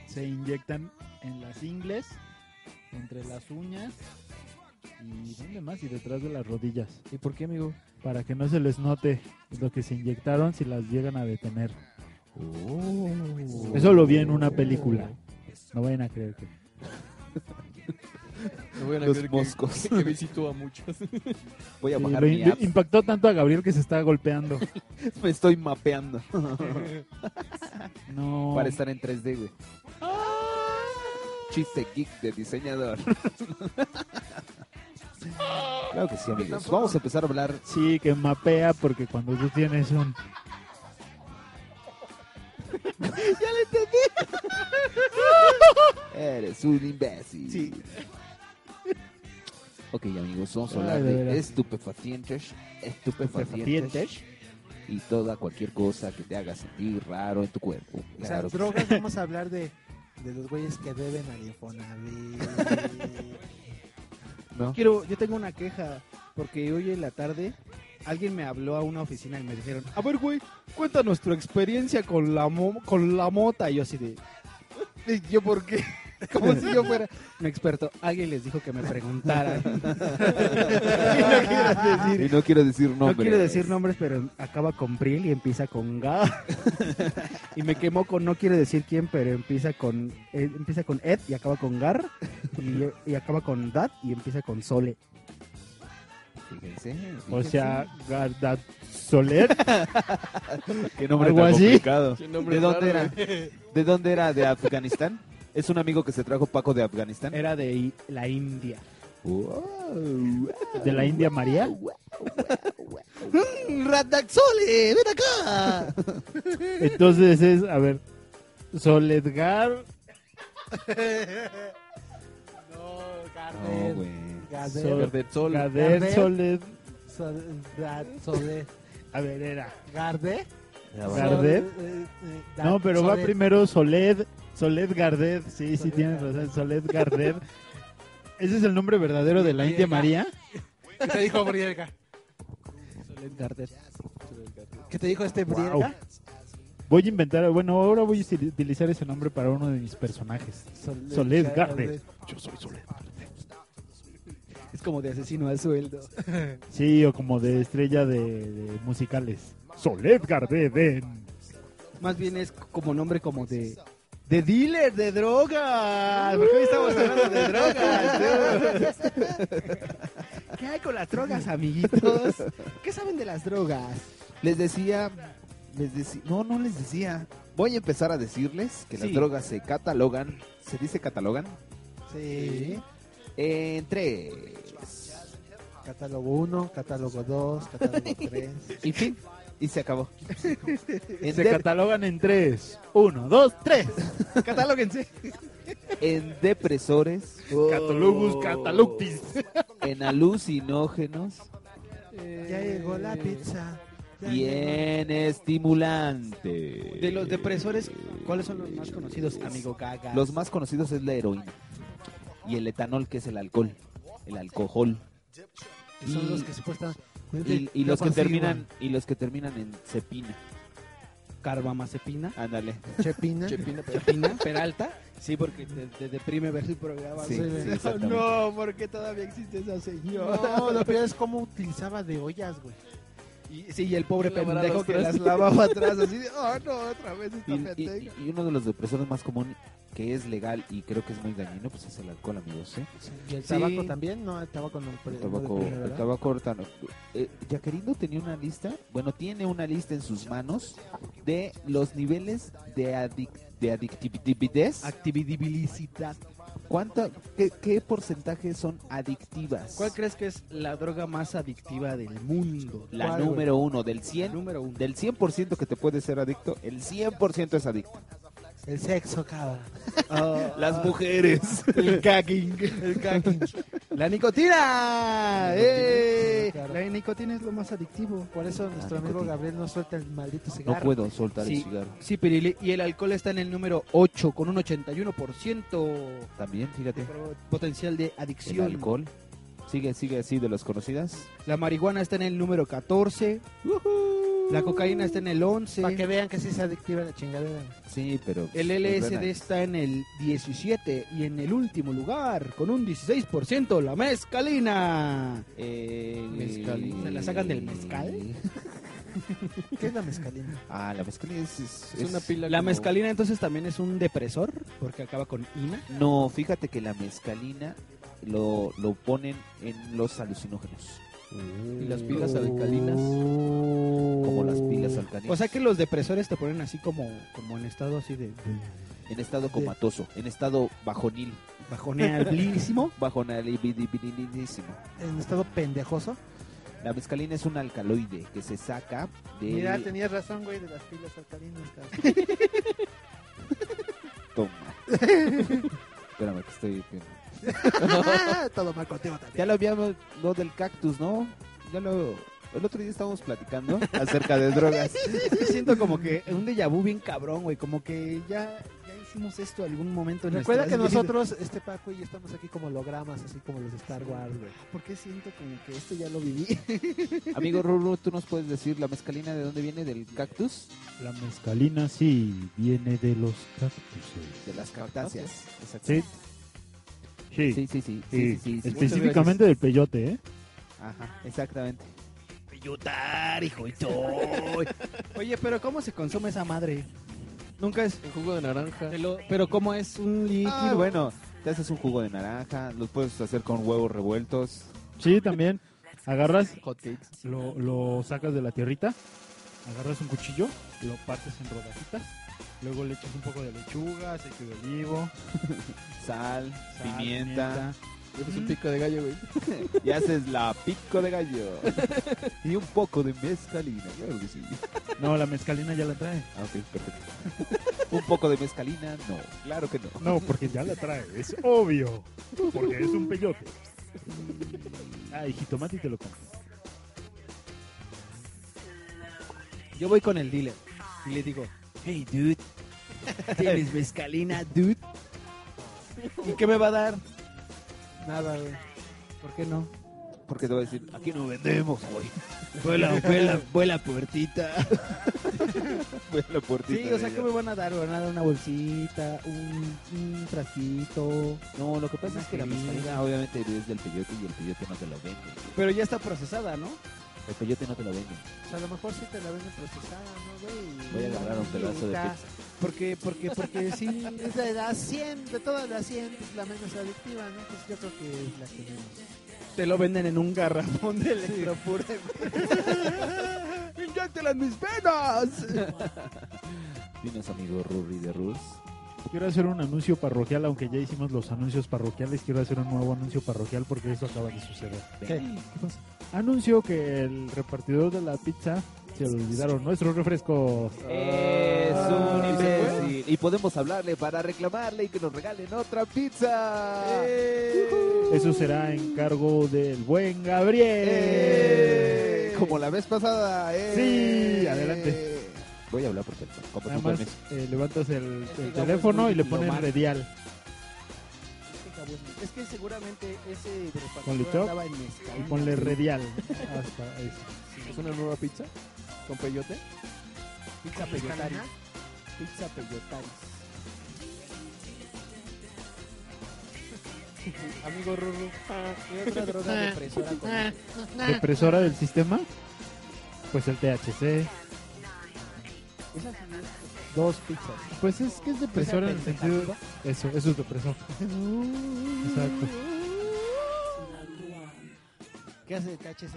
S5: se inyectan en las ingles, entre las uñas y dónde más y detrás de las rodillas.
S7: ¿Y por qué, amigo?
S5: Para que no se les note lo que se inyectaron si las llegan a detener. Eso lo vi en una película. No vayan a creer que.
S7: No voy a
S4: Los
S7: creer que-
S4: moscos.
S7: Que, visitó a muchos.
S4: Voy a
S5: Sí,
S4: bajar
S5: lo
S4: mi
S5: in-
S4: app.
S5: impactó tanto a Gabriel que se está golpeando.
S4: Me estoy mapeando.
S5: No.
S4: Para estar en 3D, güey. Chiste geek de diseñador. claro que sí, amigos. Vamos a empezar a hablar.
S5: Sí, que mapea porque cuando tú tienes un
S4: ¡Ya le entendí! Eres un imbécil. Sí. Ok, amigos, vamos a
S5: Ay,
S4: hablar
S5: de
S4: de,
S5: veras.
S4: estupefacientes, estupefacientes y toda cualquier cosa que te haga sentir raro en tu cuerpo.
S6: O sea,
S4: Claro que
S6: drogas, vamos a hablar de, de los güeyes que beben al Infonavit.
S12: Quiero, yo tengo una queja, porque hoy en la tarde
S8: alguien me habló a una oficina y me dijeron, a ver, güey, cuéntanos tu experiencia con la, mo- con la mota. Y yo así de, ¿y ¿yo por qué? Como si yo fuera un experto. Alguien les dijo que me preguntaran. y, no quiero decir,
S4: Y no quiero decir
S8: no quiero
S4: nombres.
S8: decir nombres, pero acaba con Pril y empieza con Ga. y me quemó con, no quiero decir quién, pero empieza con, eh, empieza con Ed y acaba con Gar. Y, y acaba con Dad y empieza con Sole.
S4: Fíjense,
S5: O
S4: fíjense.
S5: sea, Garda Soler.
S4: Qué nombre
S5: Algo
S4: tan
S5: así.
S4: complicado.
S5: Qué nombre
S4: ¿De dónde
S5: raro,
S4: era? ¿De dónde era? ¿De Afganistán? ¿Es un amigo que se trajo Paco de Afganistán? Oh.
S8: Era de la India.
S5: ¿De la India María?
S8: Radaxole, ven acá.
S5: Entonces es, a ver, Soledgar.
S6: No,
S4: No, güey.
S6: Gader.
S4: Gader Sol.
S5: Gader
S6: Gader.
S5: Soled.
S6: Soledad, Sole.
S5: A ver, era.
S6: Garde.
S4: Ya va.
S5: Gardet.
S6: Eh, eh, Dan-
S5: No, pero va
S6: Soledad.
S5: primero Soled. Soled Gardet. Sí, sí, tienes razón. Soled Gardet. ¿Ese es el nombre verdadero de la India María?
S6: ¿Qué te dijo Brielga? ¿Qué te dijo este Brielga?
S5: Wow. Voy a inventar, bueno, ahora voy a util- utilizar ese nombre para uno de mis personajes.
S8: Soledad
S5: Soled
S8: Gardet.
S5: Gardet.
S8: Yo soy Soledad. Es como de asesino al sueldo.
S5: Sí, o como de estrella de, de musicales. Soled Gardet en
S8: Más bien es como nombre como de... De dealer de drogas. Porque hoy estamos hablando de drogas. ¿no? ¿Qué hay con las drogas, amiguitos? ¿Qué saben de las drogas?
S4: Les decía, les decía, no, no les decía. Voy a empezar a decirles que las
S8: Sí.
S4: drogas se catalogan, se dice catalogan,
S6: Sí.
S4: en tres.
S6: Catálogo 1, catálogo 2, catálogo 3.
S4: Y fin, y se acabó. En
S5: Se
S4: dep-
S5: catalogan en tres. Uno, dos, tres.
S8: Catálóguense.
S4: en depresores,
S8: Oh.
S5: Catalogus cataluctis.
S4: en alucinógenos
S6: Ya llegó
S4: Eh,
S6: la pizza. ya
S4: y
S6: llegó.
S4: en estimulantes.
S8: De los depresores, ¿cuáles son los más conocidos, amigo Gaga?
S4: Los más conocidos es la heroína y el etanol, que es el alcohol, el alcohol.
S6: Que son
S4: Y-
S6: los que supuestamente.
S4: y, y
S6: lo
S4: los que
S6: consigo.
S4: terminan y los que terminan en cepina.
S8: carbamazepina,
S4: Ándale.
S6: Chepina.
S7: Chepina, pero-
S8: pina, Peralta. Sí, porque te, te deprime ver su programa.
S4: Sí,
S8: güey.
S4: sí, exactamente.
S8: no, porque todavía existe esa señora.
S6: No, lo peor es cómo utilizaba de ollas, güey.
S8: Y, sí, y el pobre
S7: Lavar a
S8: pendejo
S7: los
S8: que
S7: trastes.
S8: las lavaba atrás, así de, oh no, otra vez
S4: Y,
S8: esta
S4: y-
S8: pendeja.
S4: y uno de los depresores más común que es legal y creo que es muy dañino pues es el alcohol amigos ¿eh?
S6: Y el
S4: Sí.
S6: tabaco también, no, el tabaco no. pero-
S4: el tabaco
S6: pero-
S4: el tabaco ahorita no. Eh, Jaquerindo tenía una lista bueno tiene una lista en sus manos de los niveles de adic- de adictividad
S8: Actividibilicidad.
S4: cuánta qué, qué porcentaje son adictivas
S8: ¿Cuál crees que es la droga más adictiva del mundo?
S4: la
S8: ¿Cuál,
S4: número uno del
S8: güey?
S4: 100
S8: número uno.
S4: del 100% que te puede ser adicto el 100% es adicto
S6: El sexo, cabrón.
S4: las mujeres
S8: El cacking. El cacking. La nicotina. ¡Eh!
S6: claro.
S8: La nicotina es lo más adictivo.
S6: Por eso nuestro amigo
S4: nicotina.
S6: Gabriel no suelta el maldito cigarro.
S4: no puedo soltar el
S8: Sí,
S4: cigarro
S8: sí, Pirili. Y el alcohol está en el número 8, con un 81%
S4: También,
S8: de
S4: fíjate.
S8: pro- potencial de
S4: El
S8: adicción.
S4: alcohol. Sigue, sigue así de las conocidas.
S8: La marihuana está en el número 14. La cocaína está en el 11.
S6: Para que vean que sí es adictiva la chingadera.
S4: Sí, pero. pues,
S8: El LSD está en el 17 y en el último lugar, con un 16%, la mezcalina. eh,
S4: Eh,
S8: Mezcal. ¿Se la sacan del mezcal?
S6: ¿Qué es la mezcalina?
S4: Ah, la mezcalina es. es-
S7: Es una
S4: es-
S7: pila
S8: La
S7: como-
S8: mezcalina entonces también es un depresor, porque acaba con ina.
S4: No, fíjate que la mezcalina lo, lo ponen en los alucinógenos.
S7: Y las pilas alcalinas.
S4: Como las pilas alcalinas.
S8: Oh. O sea que los depresores te ponen así como, como en estado así de
S4: En estado comatoso, en estado bajonil.
S8: bajoneabilísimo.
S4: Bajonalibidibidinísimo.
S6: En estado pendejoso.
S4: La mezcalina es un alcaloide que se saca de.
S6: Mira, tenías razón, güey, de las pilas alcalinas. cabrón.
S4: Toma. Espérame, que estoy.
S6: Todo mal contigo también.
S4: Ya lo habíamos, lo del cactus, ¿no? Ya lo... El otro día estábamos platicando acerca de drogas.
S8: Siento como que un déjà vu bien cabrón, güey. Como que ya, ya
S13: hicimos esto algún momento en
S6: Recuerda que
S13: nuestras vidas?
S6: nosotros, este Paco y yo estamos aquí como hologramas, así como los de Star Wars, güey.
S13: ¿Por qué siento como que esto ya lo viví?
S4: Amigo Ruru, ¿tú nos puedes decir la mezcalina de dónde viene? ¿Del cactus?
S5: La mezcalina sí viene de los cactuses.
S4: De las cactáceas. Exacto.
S5: Sí. Sí.
S4: Sí, sí, sí, sí, sí, sí.
S5: Específicamente del peyote, ¿eh?
S4: Ajá, exactamente.
S8: Yutar, hijo y toy. Oye, pero ¿cómo se consume esa madre? Nunca es.
S7: En jugo de naranja.
S8: Pero ¿cómo es un líquido?
S4: Ah, bueno, te haces un jugo de naranja, los puedes hacer con huevos revueltos.
S5: Sí, también. Agarras, lo, lo sacas de la tierrita, agarras un cuchillo, lo partes en rodajitas, luego le echas un poco de lechuga, aceite de olivo, sal,
S4: Sal,
S5: Mm.
S4: pimienta.
S7: Es un pico de gallo, güey.
S4: Y haces la pico de gallo. Y un poco de mezcalina, claro que sí.
S5: pimienta. No, la mezcalina ya la trae.
S4: Ah, ok, perfecto. Un poco de mezcalina, no, claro que no.
S5: No, porque ya la trae, es obvio. Porque es un peyote. Ah, y jitomate y te lo compro.
S8: Yo voy con el dealer y le digo, hey dude, ¿tienes mezcalina, dude? ¿Y qué me va a dar? Nada, güey. ¿Por qué no?
S4: Porque te voy a decir, aquí no vendemos, güey.
S8: Vuela, vuela, vuela puertita.
S4: Vuela puertita
S8: Sí, o sea,
S4: de
S8: ¿qué
S4: ella.
S8: me van a dar? Me van a dar una bolsita, un, un frasquito.
S4: No, lo que pasa
S8: Una
S4: es que la
S8: jeringa.
S4: mezcalina obviamente es del peyote y el peyote no te lo venden.
S8: Pero ya está procesada, ¿no?
S4: El peyote no te lo venden.
S6: O sea, a lo mejor sí te la venden procesada, ¿no, güey?
S4: Voy a agarrar un pedazo de
S6: Está-
S4: pizza.
S8: Porque, porque, porque sí.
S6: Es de las 100, de todas las 100, pues, la menos adictiva, ¿no? Pues yo creo que es la que menos.
S8: Te lo venden en un garrafón de electropure. ¡Inyáctela en mis venas!
S4: Dinos, amigo Rurri de Rus.
S5: Quiero hacer un anuncio parroquial, aunque ya hicimos los anuncios parroquiales, quiero hacer un nuevo anuncio parroquial porque eso acaba de suceder. Anuncio que el repartidor de la pizza se le olvidaron nuestros refrescos. Ah,
S4: Es un imbécil. Y podemos hablarle para reclamarle y que nos regalen otra pizza.
S5: Eso será en cargo del buen Gabriel.
S4: ¡Eh! Como la vez pasada. ¡eh!
S5: Sí, adelante.
S4: Voy a hablar por teléfono. Como
S5: Nada
S4: tú
S5: más
S4: permiso.
S5: eh, levantas el, el
S8: digamos,
S5: teléfono
S8: muy
S5: y le pones
S8: diplomático.
S5: redial.
S8: Es que seguramente ese
S5: Ponle
S8: repartidor
S5: chop
S8: andaba en
S5: y
S8: mezcal.
S5: ponle redial. Hasta eso.
S7: ¿Es una nueva pizza? ¿Con peyote?
S8: Pizza peyotari. Pizza peyotari.
S7: Amigo Ah, Ruru.
S8: Y otra droga depresora con eso.
S5: Ah.
S4: Ah.
S5: Depresora del sistema, pues el THC.
S8: Esas son Dos pizzas.
S5: Pues es que es depresor en el
S6: este
S5: sentido. Eso, eso es depresor. Exacto.
S8: ¿Qué hace el THC?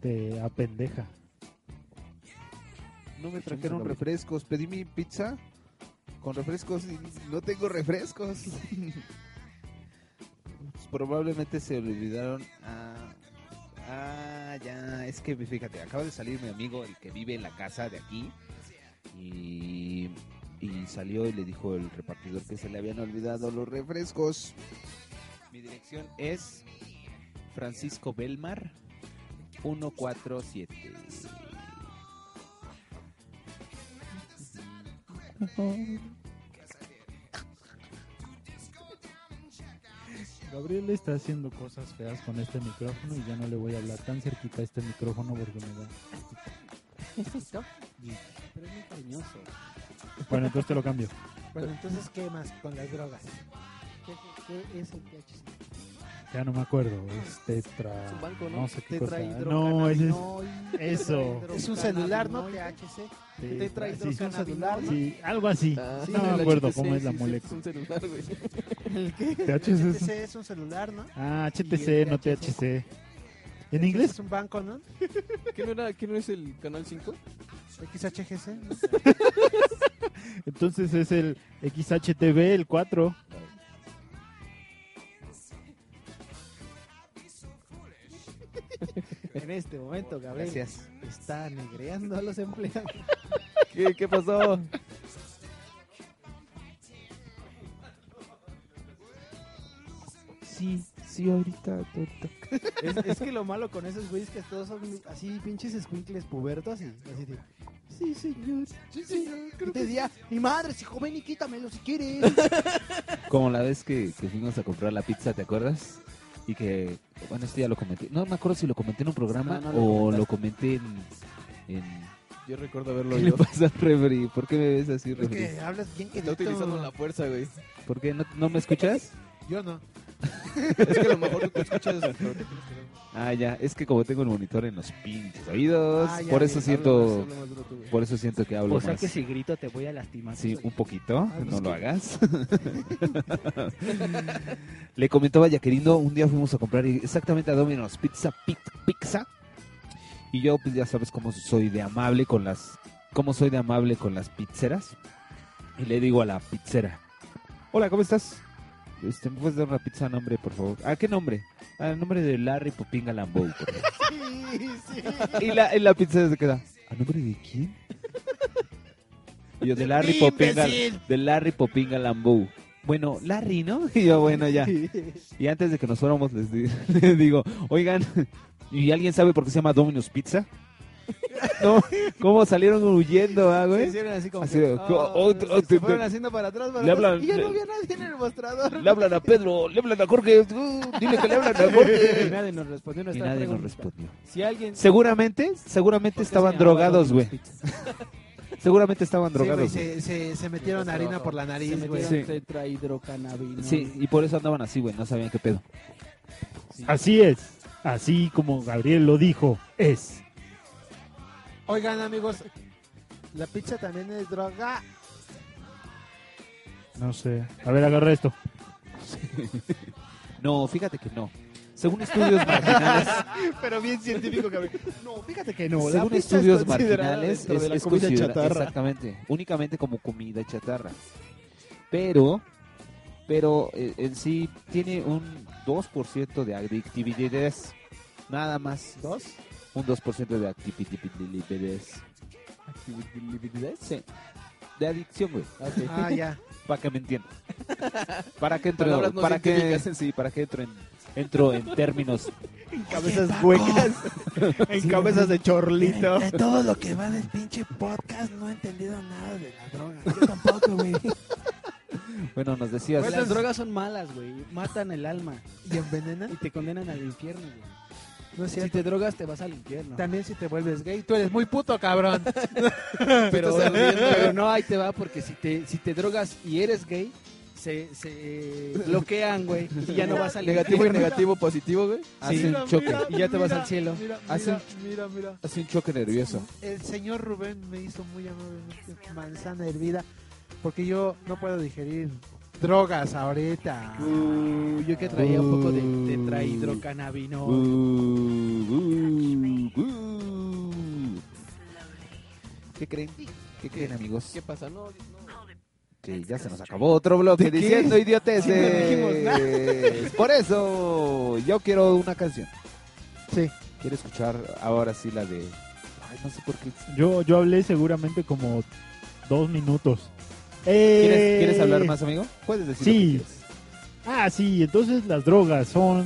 S5: Te apendeja.
S4: No me trajeron refrescos. Pedí mi pizza con refrescos y no tengo refrescos. Pues probablemente se olvidaron a... Ah, ya, es que fíjate, acaba de salir mi amigo, el que vive en la casa de aquí, y, y salió y le dijo el repartidor que se le habían olvidado los refrescos. Mi dirección es Francisco Belmar 147.
S5: Gabriel está haciendo cosas feas con este micrófono y ya no le voy a hablar tan cerquita a este micrófono porque me da.
S6: Pero es muy cariñoso.
S5: Bueno, entonces te lo cambio.
S6: Bueno, entonces, ¿qué más con las drogas? ¿Qué, qué es el THC?
S5: Ya no me acuerdo. Es tetra.
S7: Es un banco, ¿no?
S5: No sé qué cosa. No, ese es.
S7: Tetrahidrocannabinol.
S5: Eso.
S6: Es un celular, ¿no?
S7: Tetrahidrocannabinol.
S6: THC.
S5: Sí,
S7: Tetrahidrocannabinol.
S6: sí, es un celular, ¿no?
S5: Sí, algo así.
S7: Ah,
S5: no
S7: sí,
S5: me
S7: la
S5: acuerdo
S7: HTC,
S5: cómo es
S7: sí,
S5: la
S7: sí, Es
S5: molécula.
S7: un celular, güey.
S6: ¿El qué?
S5: THC es un-
S6: THC es un celular, ¿no?
S5: Ah,
S6: Y el
S5: HTC, no THC. ¿En
S6: Es
S5: inglés?
S6: un banco, ¿no?
S7: ¿Qué no, era, ¿Qué no es el canal 5?
S6: XHGC. ¿no?
S5: Entonces es el XHTV, el 4.
S8: En este momento, Gabriel
S4: Gracias.
S8: está negreando a los empleados.
S7: ¿Qué, ¿Qué pasó?
S8: Sí, sí, ahorita. Es, es que lo malo con esos güeyes que todos son así pinches escuincles pubertos y así de... Sí,
S12: Sí, señor. Sí, señor. Creo que diría, mi madre, si joven, y quítamelo si quieres.
S4: Como la vez que, que fuimos a comprar la pizza, ¿te acuerdas? Y que, bueno, esto ya lo comenté. No me acuerdo si lo comenté en un programa
S7: Ah, No, no lo
S4: o lo comenté en... en-
S7: Yo ah. recuerdo haberlo
S4: ¿Qué le
S7: oído.
S4: pasa al refri? ¿Por qué me ves así, refri?
S6: que hablas bien que
S7: Está utilizando la fuerza, güey.
S4: ¿Por qué? ¿No, no me escuchas?
S6: Yo no.
S7: es que a lo mejor tú escuchas. pero te-
S4: Ah, ya. Es que como tengo el monitor en los pinches oídos,
S8: Ah, ya,
S4: por
S8: ya.
S4: eso
S8: Habla
S4: siento...
S8: más, habla más duro tú, güey.
S4: por eso siento que hablo
S8: O sea
S4: más.
S8: que si grito te voy a lastimar.
S4: Sí, un poquito,
S8: pues
S4: no
S8: es
S4: lo
S8: que-
S4: hagas. Le comentaba a Yaquerino, un día fuimos a comprar exactamente a Domino's Pizza Pit- Pizza. Y yo, pues ya sabes cómo soy de amable con las. cómo soy de amable con las pizzeras. Y le digo a la pizzera. Hola, ¿cómo estás? Este, ¿Me puedes dar una pizza a nombre, por favor? ¿A qué nombre? Al nombre de Larry Popinga Lambeau, por favor". Y la, y la pizza se queda. ¿A nombre de quién? Y yo, de Larry Popinga,
S3: ¡Imbécil!
S4: de Larry Popinga Lambeau. Bueno, Larry, ¿no? Y yo, bueno, ya. Y antes de que nos fuéramos, les, di- les digo, oigan, ¿y alguien sabe por qué se llama Domino's Pizza? No, ¿cómo salieron huyendo, ah, güey?
S12: Se hicieron así como
S4: Así
S12: que,
S4: de,
S12: "Ah",
S4: oh, oh,
S12: Se
S4: te-
S12: fueron
S4: te-
S12: haciendo para atrás, para
S4: Le
S12: atrás,
S4: hablan-
S12: y ya
S4: le-
S12: no había nadie en el mostrador.
S4: Le hablan a Pedro, le hablan a Jorge, uh, dile que le hablan a Jorge.
S12: Y nadie nos respondió
S4: Y
S12: nuestra
S4: nadie nos
S12: pregunta.
S4: respondió.
S12: Si alguien...
S4: Seguramente, seguramente estaban
S12: llamaba
S4: drogados, güey. Seguramente estaban
S6: Sí, güey,
S4: drogados. güey.
S6: se, se, se metieron harina por la nariz, güey.
S4: metieron Sí. Sí, y por eso andaban así, güey, no sabían qué pedo.
S5: Así es. Así como Gabriel lo dijo, es.
S6: Oigan, amigos, la pizza también es droga.
S5: No sé. A ver, agarra esto.
S4: No, fíjate que no. Según estudios marginales,
S12: Pero bien científico, cabrón. No, fíjate que no. la
S4: según
S12: pizza es
S4: estudios
S12: considerada
S4: marginales,
S12: dentro
S4: es,
S12: de la
S4: es
S12: comida
S4: considera-
S12: chatarra.
S4: exactamente, únicamente como comida chatarra. Pero, pero eh, en sí tiene un 2% de adictividad, nada más. ¿Dos? Un 2% de actividad. Sí. De adicción, güey.
S6: Ah, ya.
S4: Para que me entiendan. Para que entro,
S7: Palabras no
S4: para que,
S7: científicas.
S4: sí, para que entro en, entro en términos
S12: En cabezas huecas. en cabezas de chorlito.
S6: De todo lo que va del pinche podcast no he entendido nada de la droga. Yo tampoco, güey.
S4: Bueno, nos decías.
S8: Las drogas son malas, güey. Matan el alma. ¿Y envenenan? Y te condenan al infierno, güey.
S6: No es
S8: Si
S6: cierto.
S8: te drogas, te vas al infierno.
S6: También si te vuelves gay, tú eres muy puto, cabrón.
S8: pero, pero no, ahí te va, porque si te, si te drogas y eres gay, se, se bloquean, güey. Y ya no vas al
S7: Negativo y
S8: infierno.
S7: negativo, positivo, güey.
S8: Hace un
S6: Mira,
S8: choque.
S6: mira,
S8: y ya te vas
S6: mira,
S8: al cielo.
S6: Mira,
S4: Hace
S6: mira, mira, mira.
S4: Hace un choque nervioso.
S6: El señor Rubén me hizo muy amablemente manzana hervida porque yo no puedo digerir drogas ahorita.
S8: yo que traía un poco de,
S4: Mm.
S8: de trahidrocannabinol.
S4: mm, ¿Qué creen? ¿Qué creen, amigos?
S7: ¿Qué pasa? No,
S4: Que ya se nos acabó otro bloque
S7: ¿De qué?
S4: diciendo
S7: Sí, no dijimos
S4: idioteces.
S7: nada.
S4: Por eso, yo quiero una canción.
S6: Sí.
S4: Quiero escuchar ahora sí la de. Ay, no sé por qué.
S5: Yo, yo hablé seguramente como dos minutos.
S4: ¿Quieres,
S5: ¡Eh!
S4: quieres hablar más, amigo? Puedes decir. lo que
S5: Sí. Ah, sí, entonces las drogas son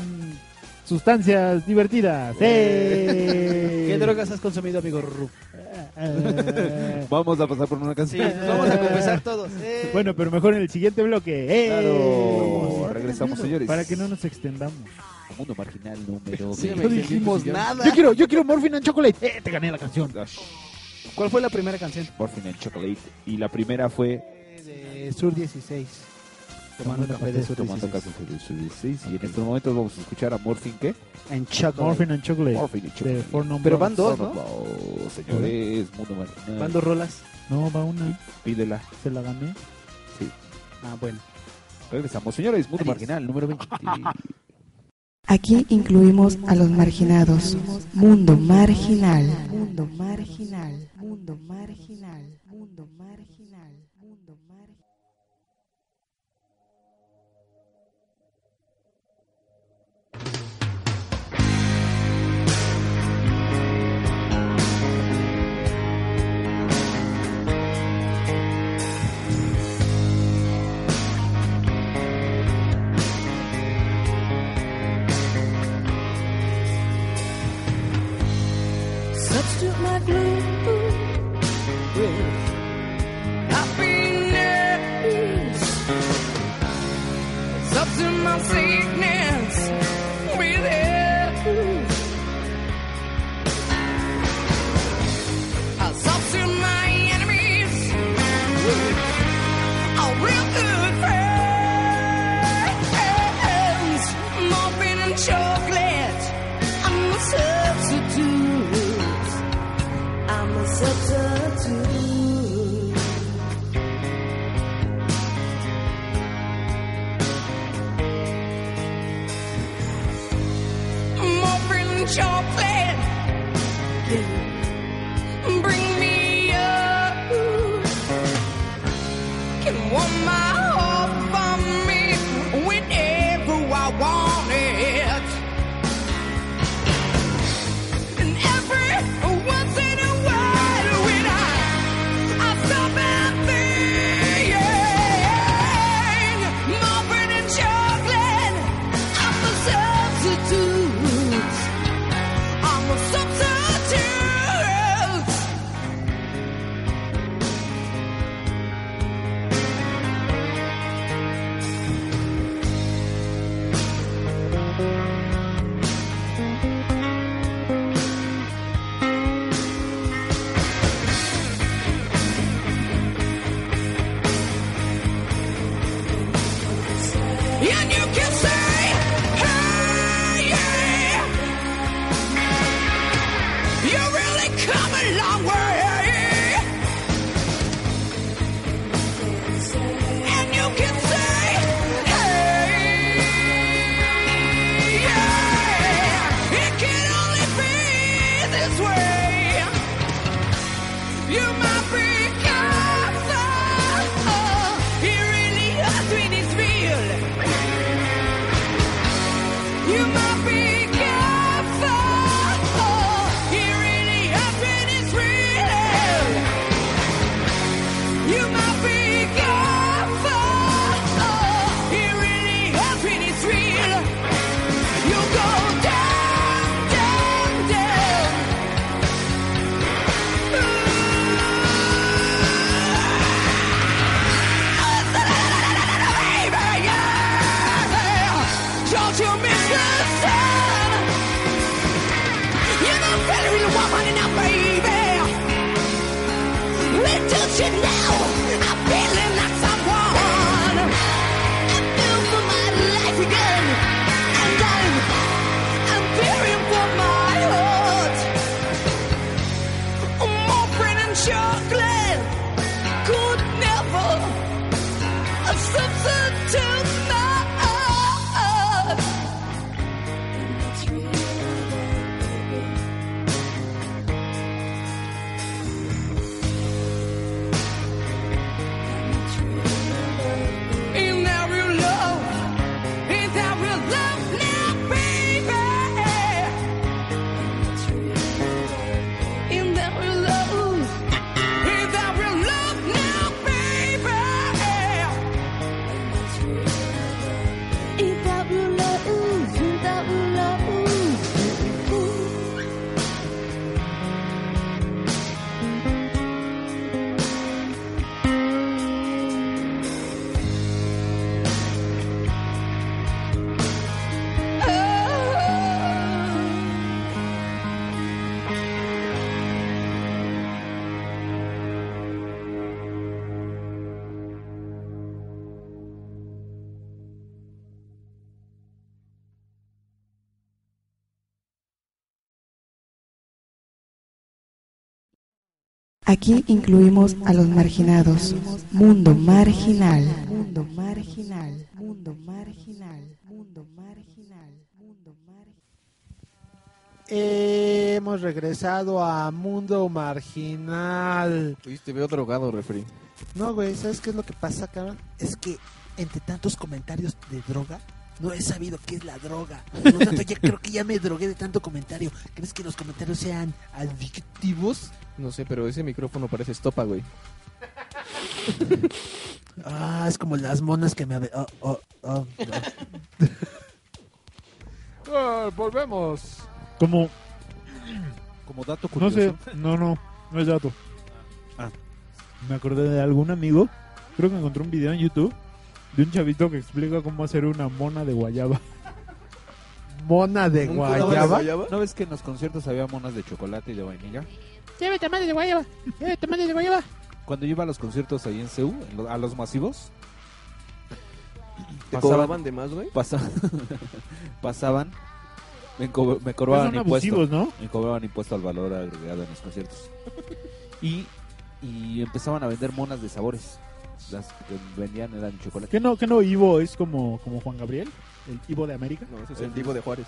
S5: sustancias divertidas. ¡Eh!
S8: ¿Qué drogas has consumido, amigo Ru?
S4: quieras. Vamos a pasar por una
S8: Sí,
S4: canción.
S8: nos vamos a confesar todos. Eh.
S5: Bueno, pero mejor en el siguiente bloque. ¡Eh!
S4: Claro, regresamos, señores.
S5: Para que no nos extendamos.
S4: Mundo marginal número.
S5: No dijimos nada. Yo quiero, yo quiero Morphine and Chocolate. ¡Eh! Te gané la canción.
S8: ¿Cuál fue la primera canción?
S4: Morphine and Chocolate. Y la primera fue
S6: De Sur 16. Tomando café de Sur
S4: Tomando
S6: 16.
S4: Café de Sur 16. Y en estos momentos vamos a escuchar a Morphine, ¿qué?
S8: En Chocolate.
S5: Morphine and Chocolate.
S4: Morphine and Chocolate.
S5: De Four Non
S4: Pero van
S5: Blondes.
S4: dos, ¿no? Oh, señores, Mundo marginal.
S8: ¿Van dos rolas?
S5: No, va una.
S4: Pídela.
S5: Se la gané.
S4: Sí.
S8: Ah, bueno.
S4: Regresamos, señores. Mundo marginal número 20.
S9: Aquí incluimos a los marginados. Mundo marginal. Mundo marginal.
S11: Mundo marginal. Mundo marginal. Mundo marginal.
S14: Substitute my glue some sickness. Be there. I talk to my enemies. A real good friends. Muffin and chocolate. I'm a substitute. I'm a substitute. Muffin and chocolate. Bring me up. Can warm my heart for me whenever I want it. And every once in a while when I, I stop and think, muffin and chocolate, I'm a substitute. I'm a substitute. And you can say, hey, yeah, you really come a long way. And you can say, hey, yeah, it can only be this way. You might be cancer. He really hurts when it's real. You might be careful. He really hurts when it's real. You might be careful. He really hurts when it's real. You go down, down, down. Don't you miss the sun? You're the very real woman now, baby. Little you know, I'm feeling like someone. I'm new for my life again. And I'm, I'm fearing for my heart. More bread and chocolate could never a substitute love. In that real love, in that real love now, baby. In that real love, in that real love now, baby.
S9: Aquí incluimos a los marginados. Mundo marginal. Mundo marginal. Mundo marginal. Mundo marginal. Mundo marginal.
S6: Hemos regresado a Mundo Marginal.
S7: Uy, te veo drogado, refri.
S6: No, güey, ¿sabes qué es lo que pasa, cabrón? Es que entre tantos comentarios de droga, no he sabido qué es la droga. Por lo tanto, ya creo que ya me drogué de tanto comentario. ¿Crees que los comentarios sean adictivos?
S7: No sé, pero ese micrófono parece estopa, güey.
S6: Ah, es como las monas que me... ave- oh, oh, oh, no.
S3: Ah, volvemos.
S5: Como,
S3: Como dato
S5: no sé, no, no, no es dato. Me acordé de algún amigo, creo que encontré un video en YouTube de un chavito que explica cómo hacer una mona de guayaba.
S6: ¿Mona de guayaba?
S4: ¿No ves que en los conciertos había monas de chocolate y de vainilla?
S6: Llévate tamales de guayaba. Llévate tamales de guayaba.
S4: Cuando yo iba a los conciertos ahí en CEU, en lo- a los masivos,
S7: ¿Te
S4: Pasaban-
S7: cobraban de más, güey?
S4: pasa- pasaban, me, co- me cobraban
S5: Son
S4: impuesto.
S5: abusivos, ¿no?
S4: Me cobraban impuesto al valor agregado en los conciertos. Y, y empezaban a vender monas de sabores. Las que vendían eran chocolate.
S5: ¿Qué no, qué no Ivo es como, como Juan Gabriel? ¿El Ivo de América?
S7: No, ese es el Divo de Juárez.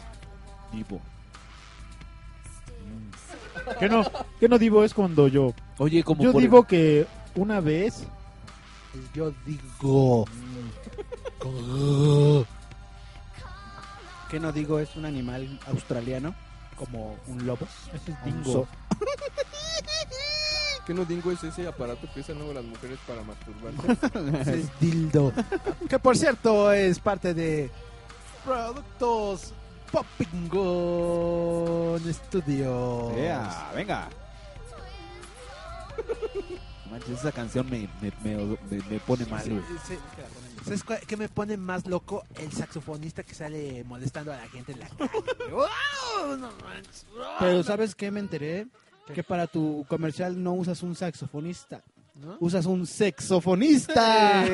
S4: Divo.
S5: ¿Qué Mm. no, qué no Divo es cuando yo...
S4: Oye, como
S5: Yo
S4: por-
S5: digo que una vez...
S6: Yo digo...
S8: Que no digo es un animal australiano, como un lobo.
S5: es
S8: un
S5: dingo.
S8: zoo.
S7: ¿Qué no dingo es ese aparato que usan luego las mujeres para masturbarse?
S6: Es dildo. que por cierto es parte de Productos Poppingon Studios.
S4: Oh. Ea, venga. No Manches, esa canción me, me, me- me- me pone mal.
S6: Sí,
S4: güey.
S6: sí. ¿Sabes cuál- qué me pone más loco? El saxofonista que sale molestando a la gente en la calle. ¡Wow! No manches.
S8: Pero ¿sabes qué me enteré? Que para tu comercial no usas un saxofonista, usas un sexofonista.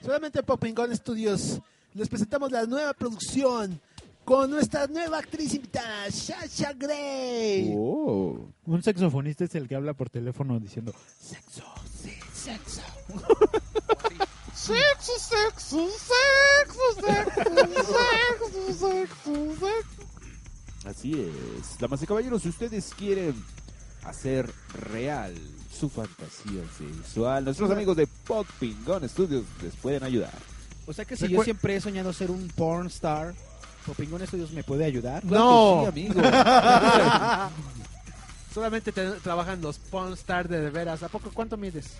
S6: Solamente Poppingon Studios les presentamos la nueva producción con nuestra nueva actriz invitada, Sasha Gray.
S5: Un saxofonista es el que habla por teléfono diciendo...
S6: Sexo, sí, sexo.
S14: Sexo, sexo, sexo, sexo, sexo, sexo, sexo.
S4: Así es. Damas y caballeros, si ustedes quieren hacer real su fantasía sexual, nuestros amigos de Pop Pingón Studios les pueden ayudar.
S8: O sea que si
S4: Recuer-
S8: yo siempre he soñado ser un porn star, Popingón Estudios me puede ayudar.
S6: No.
S8: Claro que sí, amigo.
S6: Solamente te- trabajan los porn stars de, de veras. ¿A poco cuánto mides?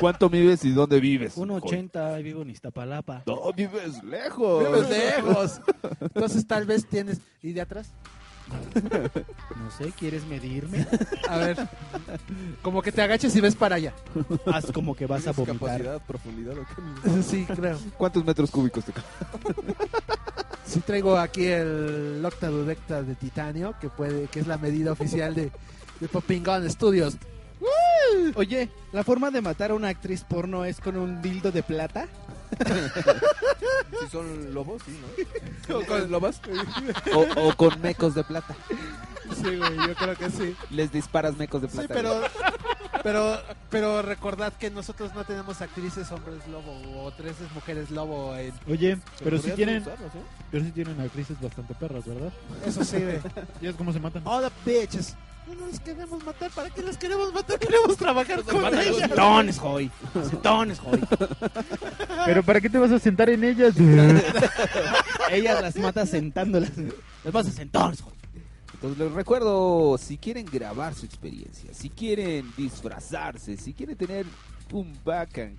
S4: ¿Cuánto vives y dónde vives?
S8: 1.80 y vivo en Iztapalapa.
S4: No, vives lejos.
S6: Vives lejos. Entonces tal vez tienes... ¿Y de atrás?
S8: No sé, ¿quieres medirme?
S6: A ver. Como que te agaches y ves para allá.
S8: Haz como que vas a
S7: ¿Tienes
S8: vomitar.
S7: capacidad, profundidad o qué? amigo?
S6: Sí, creo.
S4: ¿Cuántos metros cúbicos te caen?
S6: Sí traigo aquí el octadudecta de titanio, que puede que es la medida oficial de, de Popingon Studios.
S8: Oye, ¿la forma de matar a una actriz porno es con un dildo de plata?
S7: Si son lobos, sí, ¿no? ¿Con lobas?
S4: O, o con mecos de plata.
S6: Sí, güey, yo creo que sí.
S4: Les disparas mecos de
S6: Sí,
S4: plata.
S6: pero,
S4: güey.
S6: pero, pero recordad que nosotros no tenemos actrices hombres lobo o tres mujeres lobo. en-
S5: Oye, pero si
S6: podrían
S5: tienen...
S6: usarlos, ¿eh?
S5: Pero si tienen actrices bastante perras, ¿verdad?
S6: Eso sí, güey.
S5: ¿Ya es cómo se matan?
S6: Hola, bitches. No nos queremos matar. ¿Para qué las queremos matar? Queremos trabajar con ellas.
S8: Tones, hoy. Tones, hoy.
S5: ¿Pero para qué te vas a sentar en ellas?
S8: Ellas las mata sentándolas. Las vas a sentar, hijo.
S4: Entonces les recuerdo, si quieren grabar su experiencia, si quieren disfrazarse, si quieren tener un bacán,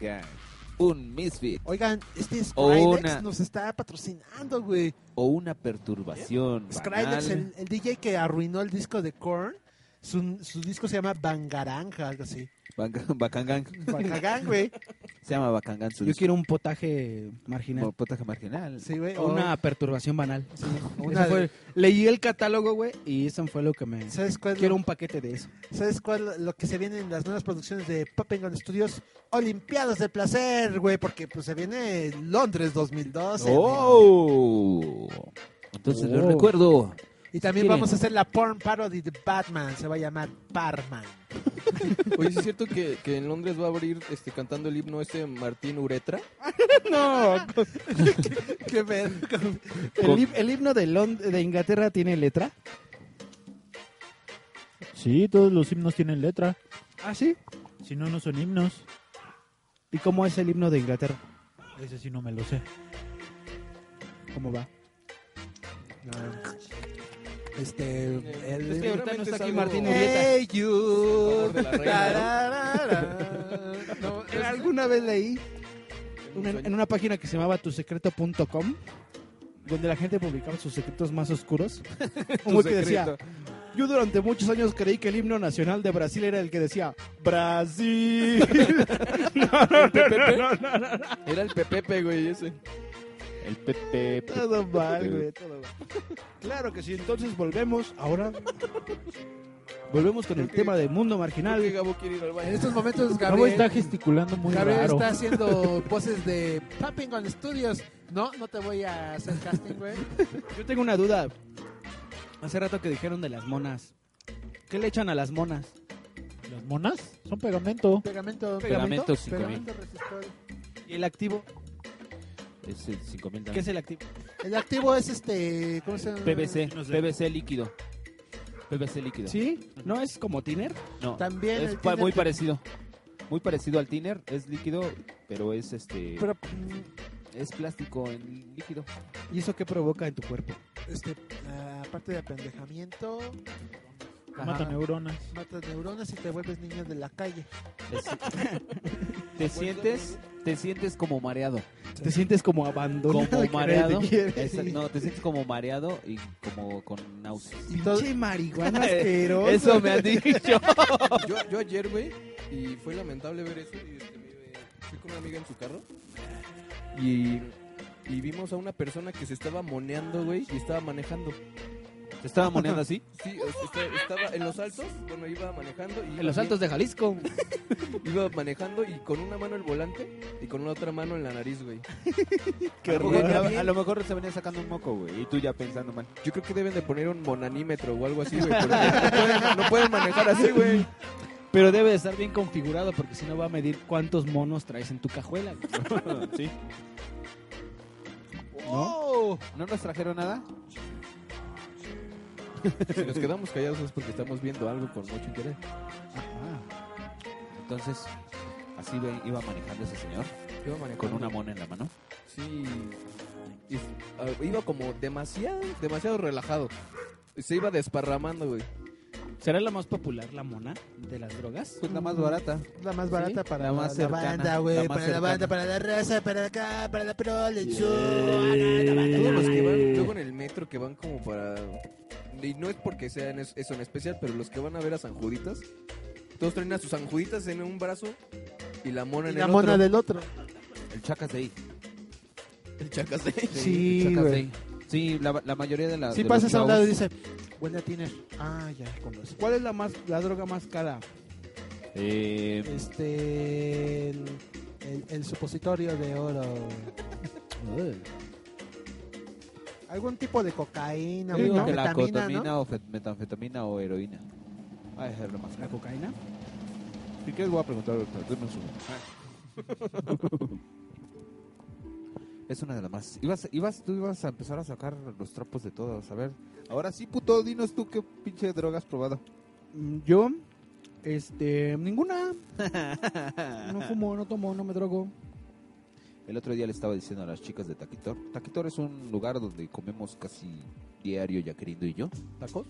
S4: un misfit
S6: Oigan, este
S4: Una.
S6: Skrillex nos está patrocinando, güey.
S4: o una perturbación
S8: Eh,
S6: Skrillex,
S4: banal,
S6: el, el DJ que arruinó el disco de Korn. Su, su disco se llama Bangaranja, algo así.
S4: Banga- Bacangang.
S6: Bacagán, güey.
S4: Se llama Bacangang su
S5: Pues,
S8: Yo
S4: disco.
S8: quiero un potaje marginal.
S4: Por potaje marginal.
S6: Sí, güey.
S8: O una perturbación banal.
S6: Una
S8: Eso fue-
S6: de-
S8: leí el catálogo, güey, y eso fue lo que me...
S6: ¿Sabes cuál?
S8: Quiero un paquete de eso.
S6: ¿Sabes cuál? Lo que se viene en las nuevas producciones de Poppingon Studios. Olimpiadas de placer, güey. Porque pues se viene Londres 2012. güey.
S4: ¡Oh! Entonces les
S8: Oh.
S4: recuerdo,
S6: Y también
S4: ¿Quieren?
S6: vamos a hacer la porn parody de Batman. Se va a llamar Parman.
S7: Oye, ¿sí es cierto que, que en Londres va a abrir este, cantando el himno ese Martín Uretra.
S8: No,
S6: Qué verga.
S8: el, hip- el himno de, Lond- de Inglaterra tiene letra.
S5: Sí, todos los himnos tienen letra.
S8: Ah, sí.
S5: Si no, no son himnos.
S8: ¿Y cómo es el himno de Inglaterra?
S5: Ese sí no me lo sé.
S8: ¿Cómo va?
S6: Este. El...
S8: que ahorita no está aquí
S7: es algo-
S8: Martín Urieta.
S6: Hey, you.
S7: favor de la
S3: Ah,
S7: reina,
S6: No,
S8: Eh, Alguna vez leí una- en una página que se llamaba tuSecreto.com donde la gente publicaba sus secretos más oscuros. Un güey que decía,
S7: secreto.
S8: Yo durante muchos años creí que el himno nacional de Brasil era el que decía Brasil. no, no,
S7: ¿El Pepepe?
S8: no, no, no, no.
S7: Era el Pepepe, güey, ese.
S4: El Pepe.
S8: Todo mal, güey, todo mal. Claro que sí, entonces volvemos ahora. Volvemos con el tema de mundo marginal.
S6: En estos momentos,
S5: Gabo
S6: Gabriel,
S5: está gesticulando muy
S6: Gabriel
S5: raro.
S6: está haciendo poses de Tapping on Studios. No, no te voy a hacer casting, güey.
S8: Yo tengo una duda. Hace rato que dijeron de las monas. ¿Qué le echan a las monas?
S5: ¿Las monas? Son pegamento.
S6: Pegamento.
S4: Pegamento 5000.
S6: Pegamento resistor.
S8: ¿Y el activo?
S4: Es el 5000
S8: ¿Qué
S4: también.
S8: es el activo?
S6: El activo es este. ¿Cómo se llama?
S4: PVC, PVC líquido. PVC líquido.
S8: ¿Sí? ¿No es como tiner?
S4: No.
S6: También
S4: es
S6: el
S4: pa-
S6: tiner
S4: muy
S6: te-
S4: parecido. Muy parecido al tiner, es líquido, pero es este
S6: Pero,
S4: es plástico en líquido.
S8: ¿Y eso qué provoca en tu cuerpo?
S6: este, ah, aparte de apendejamiento,
S5: Ajá. Mata neuronas.
S6: matas neuronas y te vuelves niño de la calle. Pues
S4: Te sientes te sientes como mareado,
S8: ¿Te sientes como abandonado?
S4: como
S8: que nadie
S4: mareado.
S8: te quiere?
S4: Esa- no, te sientes como mareado y como con náuseas.
S8: Pinche marihuana asqueroso.
S4: Eso me han dicho.
S7: Yo, yo ayer, güey, y fue lamentable ver eso. Y este, me- fui con una amiga en su carro y, y vimos a una persona que se estaba moneando, güey, y estaba manejando.
S4: ¿Te estaba moneando así?
S7: Sí, o sea, esta- estaba en los altos, bueno, iba manejando. Y
S14: En los altos de Jalisco.
S7: Iba manejando y con una mano el volante y con la otra mano en la nariz, güey.
S4: A lo,
S7: horror.
S4: mejor, a- a lo mejor se venía sacando un moco, güey, y tú ya pensando mal.
S7: Yo creo que deben de poner un monanímetro o algo así, güey, porque no pueden, no pueden manejar así, güey.
S8: Pero debe de estar bien configurado porque si no va a medir cuántos monos traes en tu cajuela. güey.
S4: Sí. ¿No nos trajeron nada?
S7: Si nos quedamos callados es porque estamos viendo algo con mucho interés.
S4: Ah, Entonces, así ve- iba manejando ese señor
S7: Iba manejando.
S4: con una mona en la mano.
S7: Sí. Y es- a- iba como demasiado, demasiado relajado. Se iba desparramando, güey.
S8: ¿Será la más popular, la mona de las drogas?
S4: pues la más barata.
S6: Pues Mm, La más barata para
S4: La
S6: la,
S4: más cercana,
S6: banda, güey,
S4: la más
S6: para la
S4: cercana.
S6: banda, para la raza, para acá, para la prole,
S7: Todos los que van luego
S6: chula.
S7: en el metro que van como para... Y no es porque sean es- eso en especial, pero los que van a ver a San Juditas, todos traen a sus San Juditas en un brazo y la mona
S6: Y
S7: en
S6: la
S7: el
S6: mona
S7: otro.
S6: del otro.
S4: El chacas de ahí.
S7: El chacas de-
S6: Sí,
S4: el chacas de
S6: güey.
S4: ahí. Sí, la, la mayoría de las.
S6: Si
S4: de
S6: pasas
S4: los
S6: a un lado y
S4: chavos-
S6: dice, buena tienes. Ah, ya, con los.
S8: ¿Cuál es la más la droga más cara?
S4: Eh,
S6: Este. El, el- el supositorio de oro. Algún tipo de cocaína,
S4: yo digo que la
S6: metanfetamina, ¿no?
S4: cotamina o fet- metanfetamina o heroína. Ay, es lo más
S8: ¿La
S4: caro.
S8: cocaína?
S4: Si quieres, voy a preguntar ahorita. Deme un segundo.
S8: Ah.
S4: Es una de las más. Ibas, ibas, tú ibas a empezar a sacar los trapos de todos. A ver, ahora sí, puto, dinos tú qué pinche droga has probado.
S8: Mm, Yo, este, ninguna. No fumo, no tomo, no me drogo.
S4: El otro día le estaba diciendo a las chicas de Taquitor. Taquitor es un lugar donde comemos casi diario, ya querido y yo.
S7: ¿Tacos?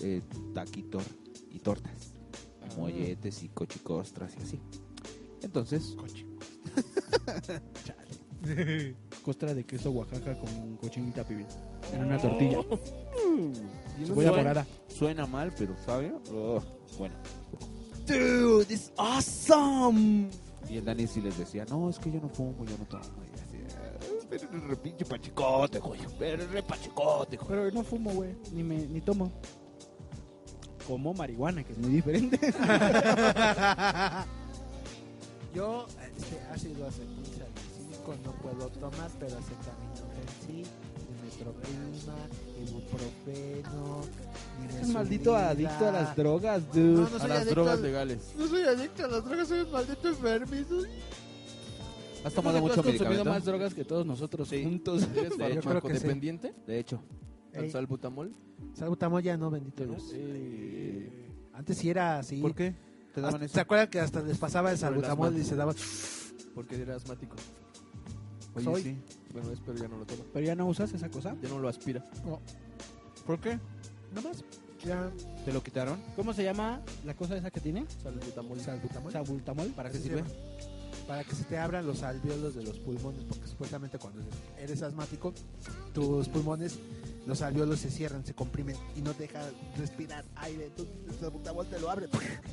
S4: eh, taquitor y tortas.
S7: Ah.
S4: Molletes y cochicostras y así. Entonces,
S8: Costra de queso Oaxaca con cochinita pibil. En una tortilla.
S4: voy
S8: Voy
S4: a
S8: a
S4: morada.
S8: morada.
S4: suena mal, pero sabe. oh, bueno.
S8: Dude, it's awesome.
S4: Y el Dani sí les decía, no, es que yo no fumo, yo no tomo. Y así, "Ah, pero eres re pinche pachicote, joyo. Pero eres re pachicote, joyo".
S8: Pero no fumo, güey. Ni, me, ni tomo. Como marihuana, que es muy diferente.
S6: Yo, este, ácido acetilsalicílico no puedo tomar, pero acetaminofén sí, dimetroprima, ibuprofeno,
S8: Es maldito
S6: nimesulida.
S8: adicto a las drogas,
S6: No,
S8: dude.
S6: no
S7: A
S6: soy
S7: las
S6: adicto
S7: drogas
S6: a-
S7: legales.
S6: No soy adicto a las drogas, soy un maldito enfermizo.
S4: ¿Has
S8: ¿Tú
S4: tomado
S8: has
S4: mucho medicamento?
S8: consumido más drogas que todos nosotros juntos.
S7: ¿Eres
S4: De hecho,
S7: farmacodependiente? dependiente?
S4: De hecho,
S7: ¿Al salbutamol?
S6: Salbutamol ya no, bendito Dios. Antes sí era así.
S7: ¿Por qué?
S4: te
S6: Hasta-
S4: daban
S6: ¿Se
S4: eso.
S6: acuerdan que hasta les pasaba el
S7: Sobre las
S6: salbutamol y
S7: manos.
S6: se daban?
S7: Porque era asmático.
S4: Oye,
S6: soy-
S4: sí.
S7: Bueno, espero ya no lo toma.
S8: Pero ya no usas esa cosa.
S7: Ya no lo aspira.
S6: No.
S7: ¿Por qué?
S6: Nada más.
S15: Ya.
S4: ¿Te lo quitaron?
S15: ¿Cómo se llama la cosa esa que tiene?
S6: Salbutamol. Salbutamol.
S15: Salbutamol.
S6: ¿Para qué sirve? Para que se te abran los alvéolos de los pulmones, porque supuestamente cuando eres asmático, tus pulmones, los alvéolos se cierran, se comprimen y no te deja respirar aire. Tú, el salbutamol te lo abre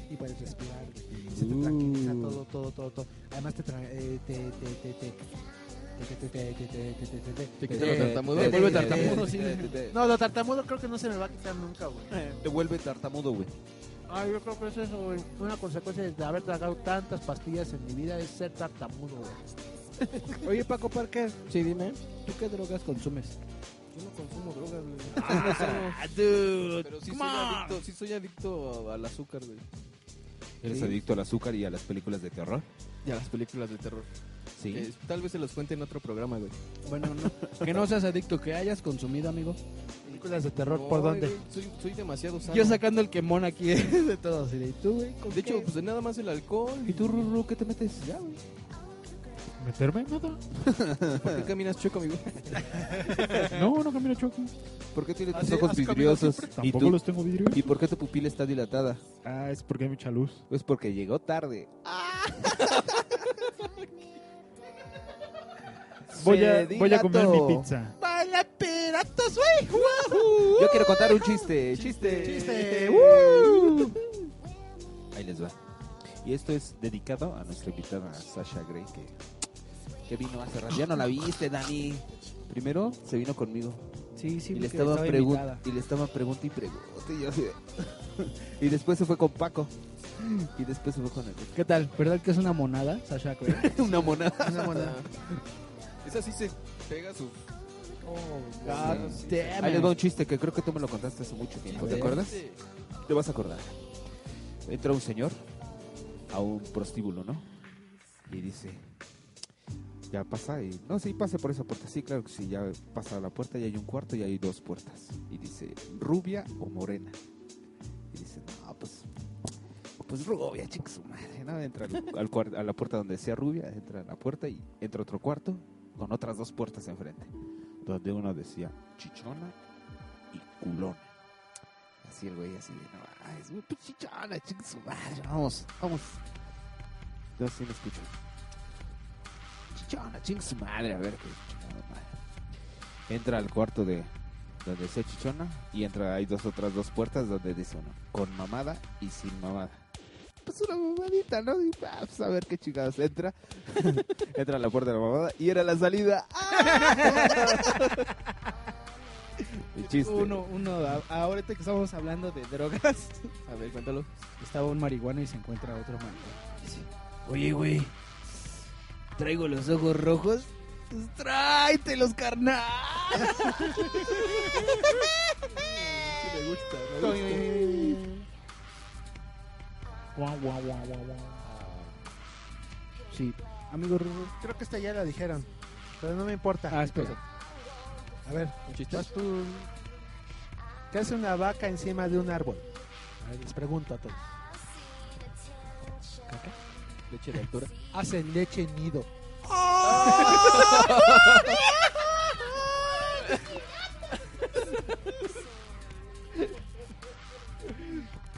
S6: y puedes respirar. güey. Se te tranquiliza
S7: Uh.
S6: todo, todo, todo, todo. Además te, tra- eh, te, te, te, te te
S7: quita lo tartamudo? ¿Te vuelve tartamudo? Sí.
S6: No, lo tartamudo creo que no se me va a quitar nunca, güey.
S4: Te vuelve tartamudo, güey.
S6: Ah, yo creo que eso es güey, una consecuencia de haber tragado tantas pastillas en mi vida, es ser tartamudo, güey.
S15: Oye, Paco Parker. Sí, dime. ¿Tú qué drogas consumes?
S7: Yo no consumo drogas, güey.
S15: Ah,
S7: Ah,
S15: dude,
S7: Pero sí
S15: come
S7: soy,
S15: on.
S7: adicto, sí soy adicto a- al azúcar, güey.
S4: ¿Eres
S7: Sí.
S4: adicto al azúcar y a las películas de terror?
S7: Y a las películas de terror.
S4: Sí.
S7: Eh, tal vez se los cuente en otro programa, güey.
S15: Bueno, no. Que no seas adicto, que hayas consumido, amigo.
S6: Películas de terror,
S7: No,
S15: ¿por
S7: güey,
S15: dónde?
S7: güey, Soy, soy demasiado sano.
S15: Yo sacando el quemón aquí eh, de todos. Y de, ¿y tú, güey? ¿Con
S7: De
S15: qué?
S7: hecho, pues nada más el alcohol. ¿Y tú,
S4: Ruru, qué te metes? Ya, güey.
S5: ¿Meterme en nada?
S7: ¿Por qué caminas choco, amigo?
S5: No, no camino choco.
S4: ¿Por qué tiene
S5: ¿Ah,
S4: tus
S5: sí?
S4: ojos
S5: ¿Has comido
S4: vidriosos?
S5: siempre?
S4: y
S5: Tampoco los tengo vidrios.
S4: ¿Y por qué tu pupila está dilatada?
S5: Ah, es porque hay mucha luz.
S4: Pues porque llegó tarde.
S5: Voy a,
S4: Se
S5: voy a comer mi
S4: dilató.
S5: pizza.
S14: ¡Baila piratas, güey! ¡Wahoo!
S4: Yo quiero contar un
S5: Uh,
S4: chiste, chiste.
S14: Chiste.
S4: ¡Woo! Ahí les va. Y esto es dedicado a nuestra invitada Sasha Grey, que, que vino hace rato. Ya no la viste, Dani. Primero se vino conmigo.
S15: Sí, sí,
S4: y le
S15: porque
S4: estaba,
S15: estaba
S4: pregun-
S15: invitada.
S4: y le estaba pregunta y pregunta. Y, yo así de- Y después se fue con Paco. Y después se fue con el.
S15: ¿Qué tal? ¿Verdad que es una monada, Sasha? Grey?
S4: Una monada.
S15: Una monada.
S7: Esa sí se pega su. Oh, Este,
S4: Ahí les va un chiste que creo que tú me lo contaste hace mucho tiempo.
S7: A
S4: ¿Te
S7: ver.
S4: acuerdas? Te vas a acordar. Entra un señor a un prostíbulo, ¿no? Y dice, ya pasa. Y, no, sí, pase por esa puerta. Sí, claro que sí, ya pasa a la puerta y hay un cuarto y hay dos puertas. Y dice, ¿rubia o morena? Y dice, no, pues, pues rubia, chicos, su madre. ¿no? Entra al, al cuar- a la puerta donde sea rubia, entra a la puerta y entra a otro cuarto con otras dos puertas enfrente. Donde uno decía, chichona y culona. Así el güey, así de, no, ah, es muy chichona, chicos, su madre. Vamos, vamos. Yo así lo escucho. Chichona, chingue su madre, a ver qué chingada madre. Entra al cuarto de donde sea chichona y entra, hay dos otras dos puertas donde dice uno, con mamada y sin mamada. Pues una mamadita, ¿no? Y, ah, pues, a ver qué chingados entra. entra a la puerta de la mamada y era la salida. Ah, El chiste.
S8: Uno, uno, a- ahorita que estamos hablando de drogas.
S7: A ver, cuéntalo.
S8: Estaba un marihuana y se encuentra otro marihuana. Dice,
S15: Oye, güey. Traigo los ojos rojos. Pues tráetelos, carnal.
S7: me gusta,
S5: Guau, guau, guau, guau, guau.
S15: Sí. Amigo Rubio.
S6: Creo que esta ya la dijeron, pero no me importa.
S15: Ah, espera.
S6: A ver, vas tú. ¿Qué hace una vaca encima de un árbol? A ver, les pregunto a todos. ¿Caca?
S7: Leche de altura.
S6: Hacen leche nido.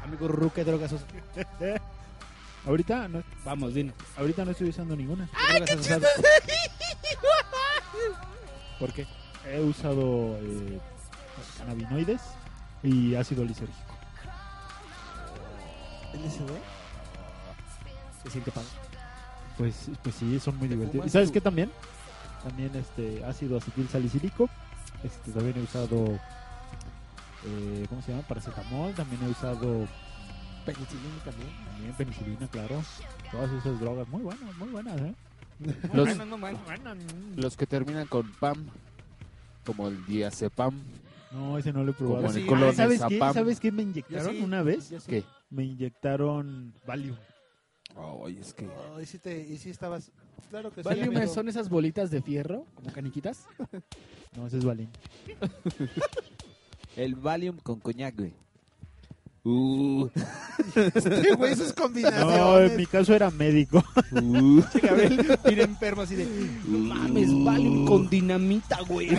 S15: Amigo Rubio, ¿qué drogas usas?
S5: Ahorita no. Vamos, dino. Ahorita no estoy usando ninguna. ¿Por qué? He usado eh, cannabinoides y ácido lisérgico.
S6: ¿LSD?
S15: Se siente padre.
S5: Pues, pues sí, son muy divertidos. ¿Y
S15: fumas
S5: sabes
S15: tu-
S5: qué también? También este ácido acetil salicílico. Este, también he usado. eh, ¿Cómo se llama? Paracetamol. También he usado. mm,
S6: Penicilina también.
S5: También penicilina, claro. Todas esas drogas. Muy buenas, muy buenas, ¿eh?
S4: Los-
S5: buenas, no buenas, buenas.
S4: Los que terminan con PAM, como el diazepam.
S5: No, ese no lo he probado.
S4: Como el colon
S5: Ah, ¿sabes,
S4: de
S5: qué?
S4: Zapam.
S5: ¿Sabes qué me inyectaron
S6: Yo sí,
S5: una vez?
S6: yo sí.
S4: ¿Qué?
S5: Me inyectaron Valium.
S4: Ay, es que...
S6: Oh, y si te, y si estabas. Claro que sí.
S15: Valium
S6: amigo.
S15: son esas bolitas de fierro, como caniquitas.
S5: No, ese es Valium.
S4: El Valium con coñac, güey. Uh.
S6: Este güey, sus combinaciones.
S5: No, en mi caso era médico.
S4: Uh.
S15: Che, Gabriel, mira enfermo así de. No mames, valen con dinamita, güey.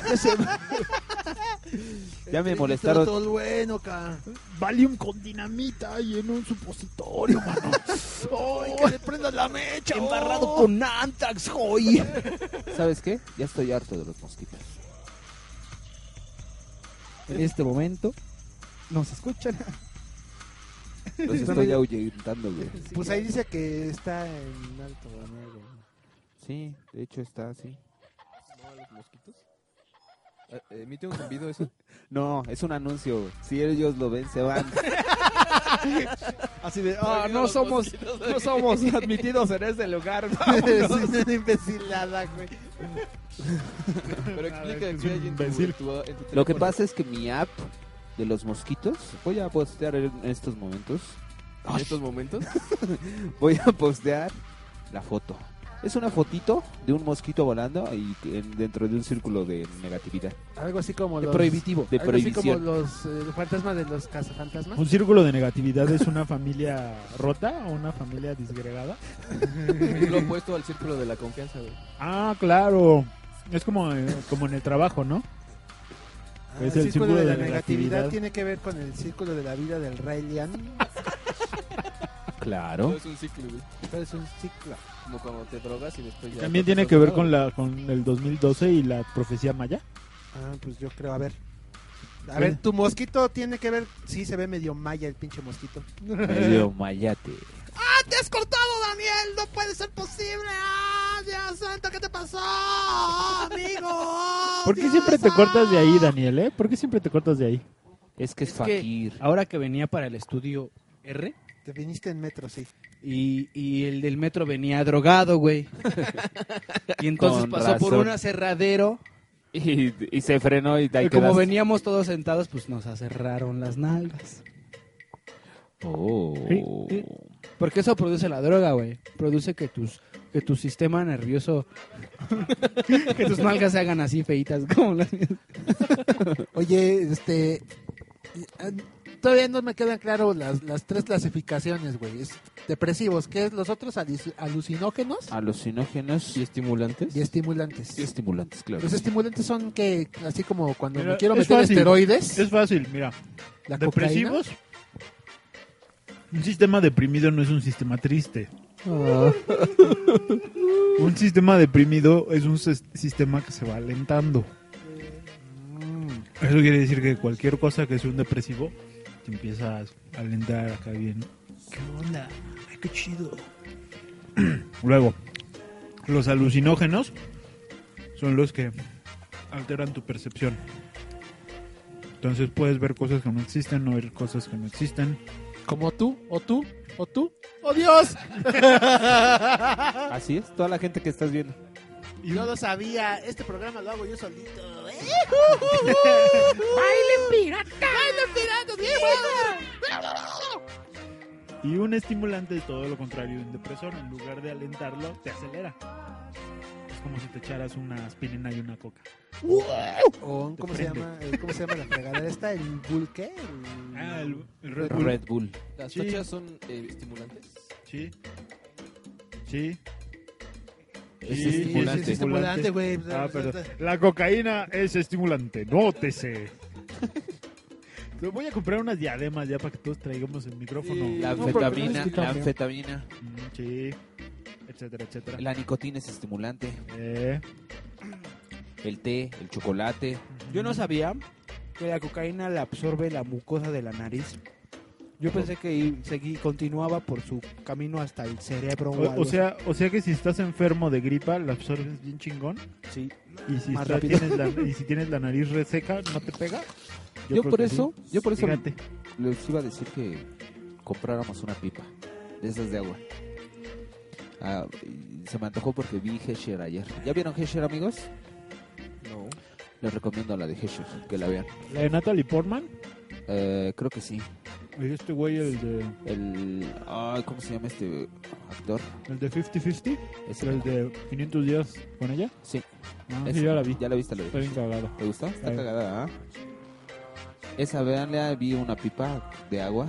S4: Ya me
S6: Todo
S4: molestaron.
S6: el bueno, ca.
S5: Valium con dinamita y en un supositorio, mano.
S15: ¡Ay, que le prendas la mecha! Embarrado
S14: Oh.
S15: con Antax, joy.
S4: ¿Sabes qué? Ya estoy harto de los mosquitos.
S8: En este momento nos escuchan.
S4: Los estoy ahuyentando, güey.
S6: Pues ahí dice que está en alto, amigo.
S4: Sí, de hecho está así.
S7: No, los mosquitos. Ah, ¿Emite un zumbido eso?
S4: No, es un anuncio. güey. Si ellos lo ven, se van.
S8: Así de, ah, no
S7: Los
S8: somos,
S7: mosquitos,
S8: no
S7: güey.
S8: somos admitidos en este lugar.
S6: Es una imbecilada, güey.
S7: Pero explica el que hay en tu, en tu- en tu
S4: Lo que
S7: teléfono.
S4: pasa es que mi app de los mosquitos, voy a postear en estos momentos,
S7: ¿En estos momentos?
S4: voy a postear la foto. Es una fotito de un mosquito volando y en- dentro de un círculo de negatividad.
S6: Algo así como
S4: De
S6: los...
S4: prohibitivo. De
S6: algo así
S4: prohibición.
S6: como los eh, fantasmas de los cazafantasmas.
S5: Un círculo de negatividad es una familia rota o una familia disgregada.
S7: Lo opuesto al círculo de la confianza, güey.
S5: Ah, claro. Es como, eh, como en el trabajo, ¿no?
S6: Ah, el círculo de la negatividad tiene que ver con el círculo de la vida del Rey León.
S7: Todo
S4: Claro.
S7: es un ciclo, güey.
S6: Pero es un ciclo.
S7: Como cuando te drogas y después ya...
S5: También
S7: no
S5: tiene
S7: estás
S5: que ver
S7: drogado.
S5: con la con el 2012 y la profecía maya.
S6: Ah, pues yo creo, a ver.
S5: ¿Eh?
S6: A ver, tu mosquito tiene que ver. Sí, se ve medio maya el pinche mosquito.
S4: Medio mayate.
S14: ¡Ah, te has cortado, Daniel! ¡No puede ser posible! ¡Ah, Dios santo, qué te pasó, amigo! ¡Ah,
S5: ¿Por qué
S14: Dios!
S5: siempre te cortas de ahí, Daniel? Eh? ¿Por qué siempre te cortas de ahí?
S4: Es que es,
S8: que
S4: fakir.
S8: ahora que venía para el estudio R
S6: Te viniste en metro, sí.
S8: y, y el del metro venía drogado, güey. Y entonces
S4: Con
S8: pasó por
S4: razón.
S8: un aserradero
S4: Y, y se frenó y de ahí
S8: y como
S4: quedaste.
S8: veníamos todos sentados, pues nos aserraron las nalgas.
S4: Oh.
S8: Sí, sí. Porque eso produce la droga, güey. Produce que tus que tu sistema nervioso que tus nalgas se hagan así feitas como las mías.
S6: Oye, este. eh, Todavía no me quedan claras las, las tres clasificaciones, güey. Es depresivos, ¿qué es los otros Alu- alucinógenos
S4: Alucinógenos
S7: ¿Y
S4: y
S7: estimulantes?
S6: y estimulantes?
S4: estimulantes, claro.
S6: Los estimulantes son que, así como cuando
S5: Mira,
S6: me quiero
S5: es
S6: meter
S5: fácil.
S6: esteroides,
S5: Es fácil, mira.
S6: la
S5: ¿Depresivos? Un sistema deprimido no es un sistema triste.
S6: Ah.
S5: Un sistema deprimido es un sis- sistema que se va alentando.
S6: Mm,
S5: Eso quiere decir que cualquier cosa que sea un depresivo, te empiezas a alentar acá bien. ¿Qué onda? Ay, qué chido. Luego, los alucinógenos son los que alteran tu percepción. Entonces puedes ver cosas que no existen, oír cosas que no existen.
S6: Como tú, o tú, o tú, ¡oh Dios!
S4: Así es, toda la gente que estás viendo.
S6: No lo sabía, este programa lo hago yo solito. ¿eh?
S14: ¡Bailen pirata! ¡Bailen pirata!
S5: Y un estimulante es todo lo contrario de un depresor. En lugar de alentarlo, te acelera. Es como si te echaras una aspirina y una coca.
S6: O un- ¿cómo se
S5: Depende.
S6: llama? Eh, ¿Cómo se llama la fregadera esta? ¿El Bull qué? El-
S5: Ah, el, el Red Bull.
S4: Red Bull.
S7: ¿Las
S5: Sí.
S7: tochas son eh, estimulantes?
S5: Sí. Sí.
S4: Es
S5: Sí,
S4: estimulante.
S6: es estimulante, güey.
S5: Ah, perdón. La cocaína es estimulante, nótese. Yo Voy a comprar unas diademas ya para que todos traigamos el micrófono.
S7: Sí.
S4: La
S7: No, porque no
S4: anfetamina,
S5: escuchan
S4: la
S5: bien.
S4: anfetamina,
S5: Mm, Sí, etcétera, etcétera.
S4: la nicotina es estimulante,
S5: Eh,
S4: el té, el chocolate,
S8: Yo no sabía que la cocaína la absorbe la mucosa de la nariz. Yo pensé que i- seguí, continuaba por su camino hasta el cerebro. o
S5: o,
S8: algo
S5: o sea, o sea que si estás enfermo de gripa, la absorbes bien chingón.
S8: así.
S5: Y si,
S8: Más
S5: está-
S8: rápido.
S5: tienes la, y si tienes la nariz reseca, ¿no te pega?
S4: Yo,
S5: creo
S4: por
S5: que
S4: eso,
S5: sí.
S4: yo por eso
S5: Fíjate.
S4: les iba a decir que compráramos una pipa de esas de agua. Ah, y se me antojó porque vi Hesher ayer. ¿Ya vieron Hesher, amigos?
S7: No.
S4: Les recomiendo la de Hesher, que la vean.
S5: La de Natalie Portman.
S4: Eh, creo que sí.
S5: y Este güey, el de,
S4: El. ay, ¿Cómo se llama este actor?
S5: el de 50-50.
S4: Ese
S5: El de 500 días con ella.
S4: Sí,
S5: Ah,
S4: ese.
S5: sí, ya la vi.
S4: Ya la viste, la de
S5: Está bien
S4: Hesher.
S5: cagado.
S4: ¿Te gustó? Está
S5: Ahí.
S4: cagada, ¿ah? Esa, veanla, vi una pipa de agua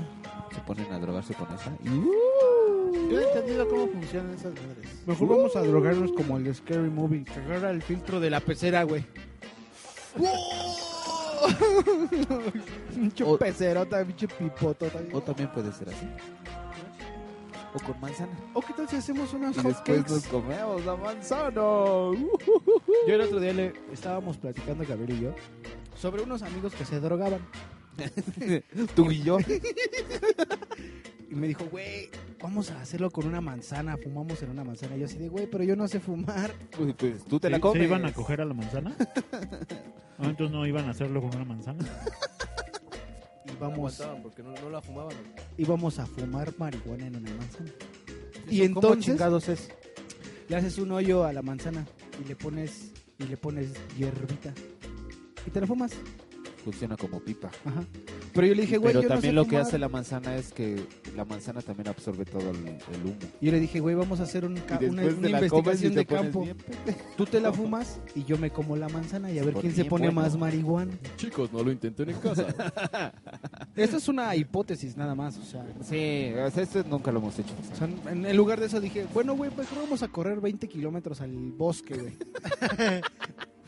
S4: se ponen a drogarse con esa. Y, uh,
S6: Yo he entendido cómo funcionan esas madres.
S8: Mejor vamos a drogarnos como el Scary Movie. Que agarra el filtro de la pecera, güey. Pinche pecerota, pinche pipotota.
S4: O también puede ser así. O con manzana.
S8: ¿O qué tal si hacemos unas
S4: Y
S8: hot
S4: después nos
S8: cakes?
S4: comemos la manzana.
S8: Yo el otro día le estábamos platicando, Gabriel y yo, sobre unos amigos que se drogaban.
S4: Tú y yo.
S8: Y me dijo, güey, vamos a hacerlo con una manzana, fumamos en una manzana. Y yo así de, güey, pero yo no sé fumar.
S4: Pues, pues, tú te la
S5: ¿Se-
S4: comes.
S5: ¿Se iban a coger a la manzana? Ah, entonces no iban a hacerlo con una manzana.
S8: Y
S7: No
S8: vamos,
S7: aguantaban porque no, no la fumaban. güey.
S8: y vamos a fumar marihuana en una manzana.
S6: ¿Eso
S8: Y
S6: cómo
S8: entonces
S6: chingados es?
S8: le haces un hoyo a la manzana y le pones, y le pones hierbita. Y te la fumas.
S4: Funciona como pipa.
S8: Ajá. Pero yo le dije, güey,
S4: Pero
S8: yo no
S4: también
S8: sé
S4: lo que
S8: fumar.
S4: hace la manzana es que la manzana también absorbe todo el, el humo.
S8: Y yo le dije, güey, vamos a hacer un ca-
S4: Y
S8: una,
S4: después te
S8: una
S4: la comes y
S8: investigación
S4: te
S8: de
S4: pones
S8: campo.
S4: bien
S8: Tú te la fumas y yo me como la manzana y a ver
S7: Por
S8: quién se
S7: bien
S8: pone
S7: bueno.
S8: más marihuana.
S7: Chicos, no lo intenten en casa.
S8: Esto es una hipótesis nada más, o sea.
S4: Sí, o sea, esto nunca lo hemos hecho.
S8: o sea, en en lugar de eso dije, bueno, güey, pues vamos a correr 20 kilómetros al bosque, güey.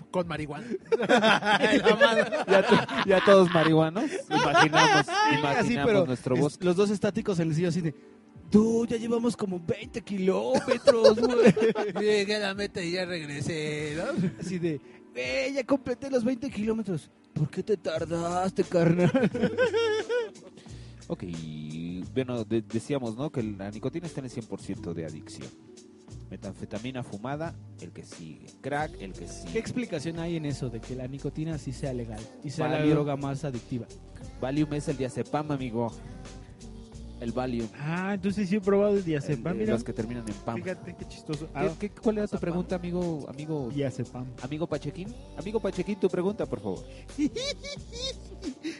S6: Con marihuana.
S4: ya, to- ya todos marihuanos. Imaginamos, imaginamos
S8: Así, pero
S4: nuestro
S8: es-
S4: bosque.
S8: los dos estáticos en el sillón así de, tú, ya llevamos como 20 kilómetros, güey.
S6: Llegué a la meta y ya regresé, ¿no?
S8: Así de, güey, ya completé los 20 kilómetros. ¿Por qué te tardaste, carnal?
S4: Ok, bueno, de- decíamos, ¿no? Que la nicotina está en el 100% de adicción. Metanfetamina fumada, el que sigue. Crack, el que
S8: ¿Qué
S4: sigue.
S8: explicación hay en eso de que la nicotina sí sea legal y sea la
S4: Válido.
S8: droga más adictiva?
S4: Valium es el diazepam, amigo. El Valium.
S5: Ah, entonces sí he probado el diazepam,
S4: El-
S5: mira.
S4: Los que terminan en pam.
S5: Fíjate qué chistoso. Ah,
S4: ¿Qué- qué- cuál era tu pregunta, amigo, amigo,
S5: diazepam.
S4: amigo Pachequín? Amigo Pachequín, tu pregunta, por favor.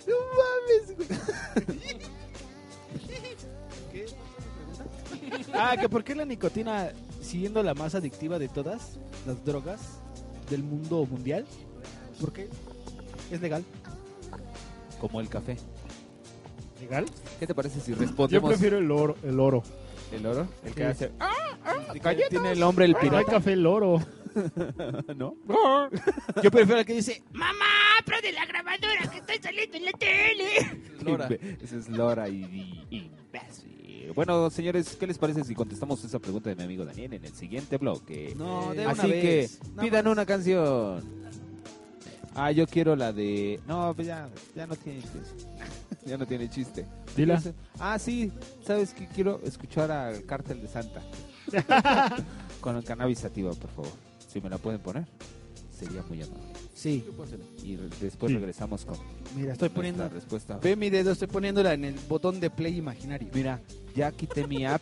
S14: No mames, güey.
S8: Ah, que por qué la nicotina, siguiendo la más adictiva de todas las drogas del mundo mundial, ¿por qué es legal?
S4: Como el café.
S5: ¿Legal?
S4: ¿Qué te parece si
S5: Yo
S4: respondemos
S5: prefiero el oro. El oro.
S4: el oro? El que
S5: Sí.
S4: hace...
S5: ah,
S4: Tiene el hombre el
S5: No hay
S4: pirata.
S5: café el oro.
S4: ¿No?
S8: Yo prefiero el que dice,
S14: Mamá, pro de la grabadora que estoy saliendo en la tele.
S4: Lora. Esa es Lora y, y- imbécil. Bueno, señores, ¿qué les parece si contestamos esa pregunta de mi amigo Daniel en el siguiente bloque? Eh,
S8: No, de una
S4: Así
S8: vez.
S4: que
S8: Nada
S4: pidan una canción. Ah, yo quiero la de. No, pues ya, ya no tiene chiste. ya no tiene chiste.
S5: Dila.
S4: Ah, sí, ¿sabes qué? Quiero escuchar al Cártel de Santa. Con el cannabis sativa, por favor. Si me la pueden poner, sería muy amable.
S8: sí,
S4: Y re- después regresamos con
S8: mira, estoy
S4: la
S8: poniendo,
S4: respuesta.
S8: ve mi dedo, estoy poniéndola en el botón de play imaginario.
S4: Mira, ya quité mi app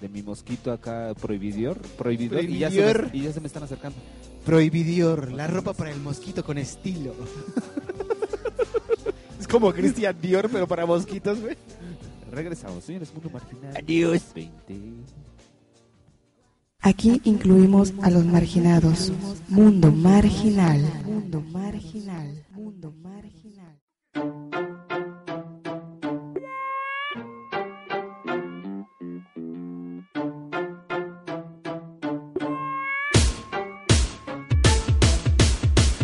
S4: de mi mosquito acá prohibidor, prohibidor, Y, ya se me,
S8: Prohibidor.
S4: y ya se me están acercando.
S8: Prohibidior, la ropa para el mosquito con estilo. es como Christian Dior, pero para mosquitos, güey.
S4: Regresamos, señores, mundo marginal.
S8: Adiós.
S4: 20.
S11: Aquí incluimos a los marginados. Mundo marginal. Mundo marginal. Mundo marginal.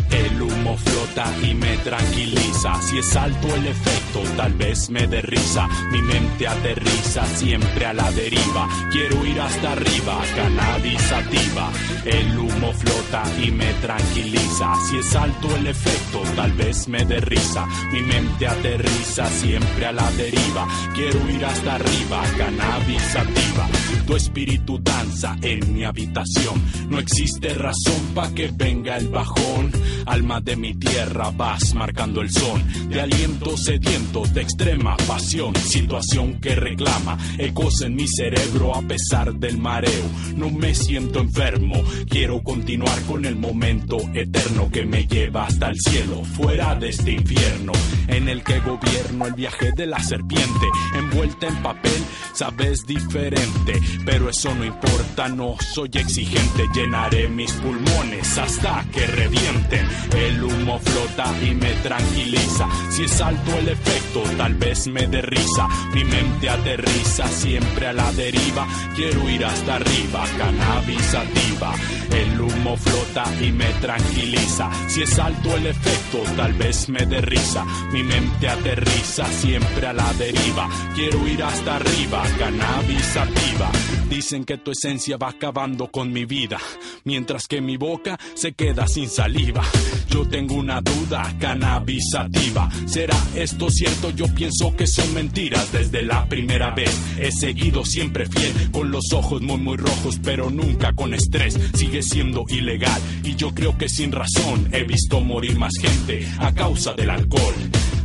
S16: El humo flota y me tranquiliza. Si es alto el efecto, tal vez me derriza. Mi mente aterriza siempre a la deriva. Quiero ir hasta arriba, cannabis sativa. El humo flota y me tranquiliza. Si es alto el efecto, tal vez me derriza. Mi mente aterriza siempre a la deriva. Quiero ir hasta arriba, cannabis sativa. Tu espíritu danza en mi habitación. No existe razón pa' que venga el bajón. Alma de mi tierra, vas marcando el son. De aliento sediento, de extrema pasión. Situación que reclama ecos en mi cerebro a pesar del mareo. No me siento enfermo. Quiero continuar con el momento eterno que me lleva hasta el cielo, fuera de este infierno. En el que gobierno el viaje de la serpiente. Envuelta en papel, sabes diferente. Pero eso no importa, no soy exigente. Llenaré mis pulmones hasta que revienten. El humo flota explota y me tranquiliza. Si es alto el efecto, tal vez me dé risa. Mi mente aterriza siempre a la deriva. Quiero ir hasta arriba, cannabis activa. El humo flota y me tranquiliza. Si es alto el efecto, tal vez me dé risa. Mi mente aterriza siempre a la deriva. Quiero ir hasta arriba, cannabis activa. Dicen que tu esencia va acabando con mi vida, mientras que mi boca se queda sin saliva. Yo tengo una duda, cannabis activa. ¿Será esto cierto? Yo pienso que son mentiras desde la primera vez. He seguido siempre fiel, con los ojos muy muy rojos, pero nunca con estrés. Sigue siendo ilegal y yo creo que sin razón he visto morir más gente a causa del alcohol.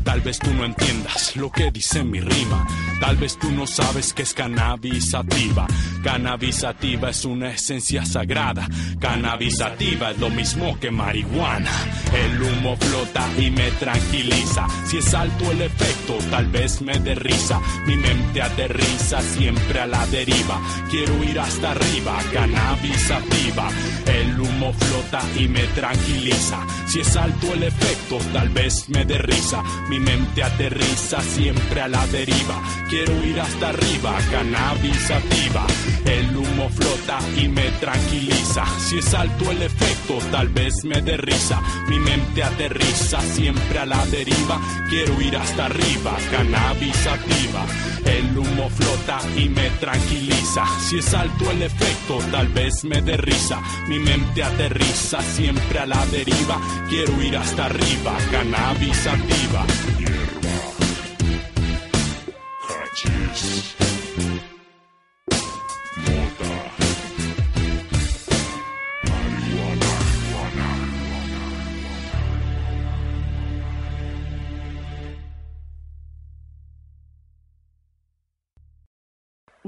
S16: Tal vez tú no entiendas lo que dice mi rima. Tal vez tú no sabes que es cannabis sativa. Cannabis sativa es una esencia sagrada. Cannabis sativa es lo mismo que marihuana. El humo flota y me tranquiliza. Si es alto el efecto, tal vez me derriza. Mi mente aterriza siempre a la deriva. Quiero ir hasta arriba, cannabis sativa. El humo flota y me tranquiliza. Si es alto el efecto, tal vez me derriza. Mi mente aterriza siempre a la deriva. Quiero ir hasta arriba, cannabis activa. El humo flota y me tranquiliza. Si es alto el efecto, tal vez me derriza. Mi mente aterriza siempre a la deriva. Quiero ir hasta arriba, cannabis activa. El humo flota y me tranquiliza. Si es alto el efecto, tal vez me derriza. Mi mente aterriza siempre a la deriva. Quiero ir hasta arriba, cannabis activa. Hachís. Mota. Marihuana.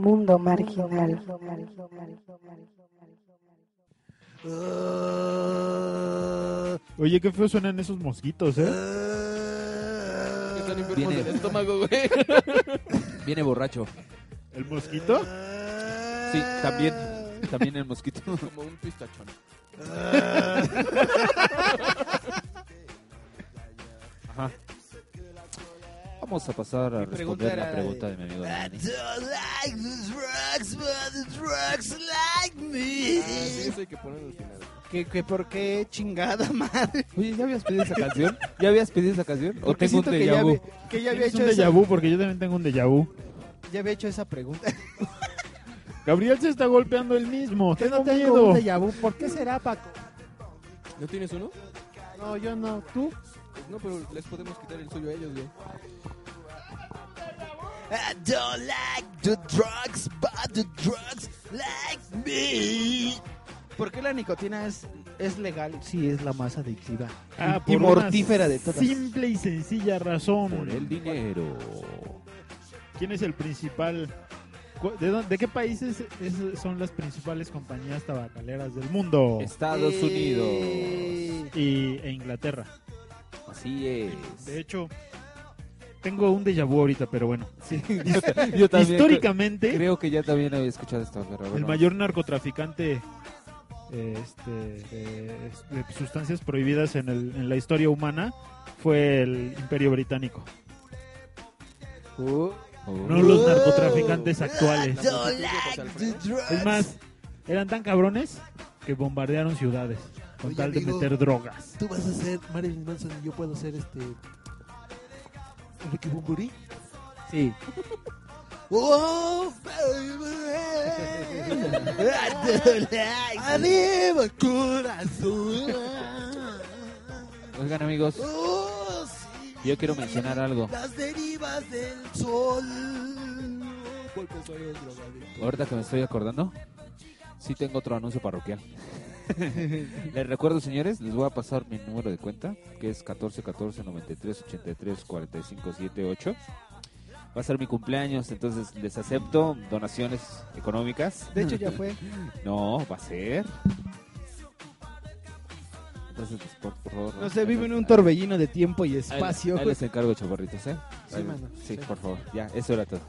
S11: Mundo marginal.
S5: Oye, qué feo suenan esos mosquitos, ¿eh?
S7: Están enfermos
S4: Viene-
S7: del estómago, güey.
S4: Viene borracho.
S5: ¿El mosquito?
S4: Sí, también. También el mosquito.
S7: Como un pistachón.
S4: Ajá. Vamos a pasar a responder la pregunta de mi amigo Dani.
S14: like these rocks, but these rocks like me.
S15: Ah,
S7: que ponen al final.
S8: ¿Qué, qué, ¿Por qué chingada madre?
S4: Oye, ¿ya habías pedido esa canción? ¿Ya habías pedido esa canción? ¿O
S8: Porque
S4: tengo un
S8: siento que ya
S4: déjà vu?
S8: había- que ya había
S5: Es un
S8: hecho
S5: déjà
S8: esa-
S5: vu, porque yo también tengo un déjà vu.
S8: Ya había hecho esa pregunta.
S5: Gabriel se está golpeando él mismo.
S6: Yo
S5: Tengo
S6: no tengo
S5: miedo.
S6: un déjà vu. ¿Por qué será, Paco?
S7: ¿No tienes uno?
S6: No, yo no. ¿Tú?
S7: Pues no, pero les podemos quitar el suyo a ellos, güey.
S14: I don't like the drugs, but the drugs like me.
S8: ¿Por qué la nicotina es, es legal si es la más adictiva?
S5: Ah,
S8: y
S5: por una
S8: mortífera de todas.
S5: Simple y sencilla razón.
S4: Por el dinero.
S5: ¿Quién es el principal? cu- ¿De, dónde- de qué países es- son las principales compañías tabacaleras del
S4: Oh.
S5: mundo?
S4: Estados Eh,
S5: Unidos. Y, e Inglaterra.
S4: Así es.
S5: De hecho, tengo un déjà vu ahorita, pero bueno.
S4: Yo también
S5: Históricamente,
S4: cre- Creo que ya también había escuchado esta, pero bueno.
S5: el mayor narcotraficante eh, este, de, de sustancias prohibidas en, el- en la historia humana fue el Imperio Británico. No los narcotraficantes actuales.
S14: I don't like the drugs.
S5: Es más, eran tan cabrones que bombardearon ciudades con
S6: Oye,
S5: tal de
S6: amigo,
S5: meter drogas.
S6: Tú vas a ser Marilyn Manson y yo puedo ser este. Ricky Bumburi.
S8: Sí.
S14: Oh, baby. I don't like Arriba el corazón.
S4: Oigan, amigos,
S14: Oh, sí,
S4: yo quiero mencionar algo.
S14: las derivas del sol.
S7: Porque soy el drogadicto.
S4: Ahorita que me estoy acordando, sí tengo otro anuncio parroquial. les recuerdo, señores, les voy a pasar mi número de cuenta, que es 1414 93 83 45 78. Va a ser mi cumpleaños, entonces les acepto donaciones económicas.
S8: De hecho, ya fue.
S4: No, va a ser. Entonces, pues, por, por favor.
S8: No sé, vive en un
S4: torneo
S8: torbellino de tiempo y espacio.
S4: Ahí, ahí les encargo, chaparritos, ¿eh?
S8: Sí,
S4: Ahí-
S8: mano,
S4: Sí,
S8: sí.
S4: por favor. Ya, eso era todo.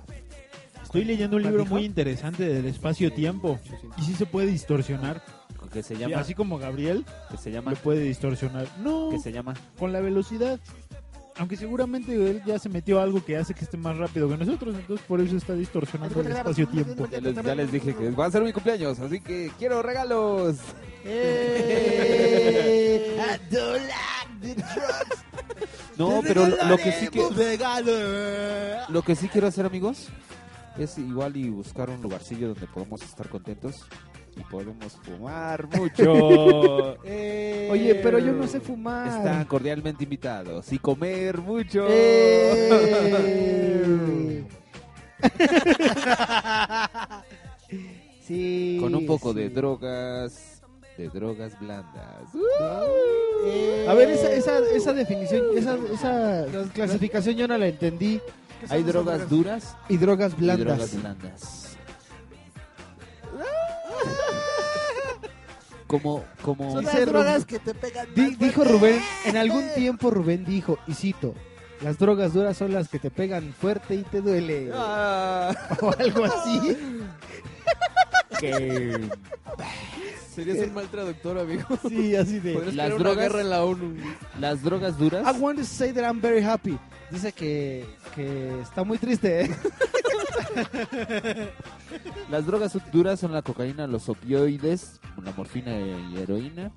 S5: Estoy leyendo un libro muy interesante del espacio-tiempo y sí se puede distorsionar.
S4: que se
S5: Y
S4: llama.
S5: así como Gabriel,
S4: que se llama.
S5: lo puede distorsionar. No.
S4: Que se llama.
S5: Con la velocidad. Aunque seguramente él ya se metió a algo que hace que esté más rápido que nosotros, entonces por eso está distorsionando el espacio-tiempo.
S4: Ya les, ya les dije que va a ser mi cumpleaños, así que quiero regalos. Eh,
S14: I don't like the drugs.
S4: No,
S14: Te
S4: pero lo que sí que
S14: regalaremos regalos.
S4: lo que sí quiero hacer, amigos, es igual y buscar un lugarcillo donde podamos estar contentos y podemos fumar mucho. ¡Eh!
S8: Oye, pero yo no sé fumar.
S4: Están cordialmente invitados y comer mucho. Eh,
S8: sí.
S4: Con un poco de drogas, de drogas blandas.
S6: Eh.
S8: A ver, esa, esa, esa definición, esa, esa clasificación yo no la entendí.
S4: ¿Qué son Hay esas drogas drogas? duras
S8: y drogas
S4: y
S8: blandas.
S4: drogas blandas. Como, como.
S8: Son las drogas
S6: que te pegan.
S8: Di- dijo Rubén, en algún tiempo Rubén dijo, y cito, las drogas duras son las que te pegan fuerte y te duele.
S7: Ah.
S8: O algo así.
S7: Serías un mal traductor, amigo.
S8: Sí, así de-
S7: Podrías
S8: Las
S7: crear una
S8: drogas-
S7: guerra en la ONU.
S4: Las drogas duras.
S8: I want to say that I'm very happy. Dice que, que está muy triste. ¿eh?
S4: Las drogas duras son la cocaína, los opioides, la morfina y heroína,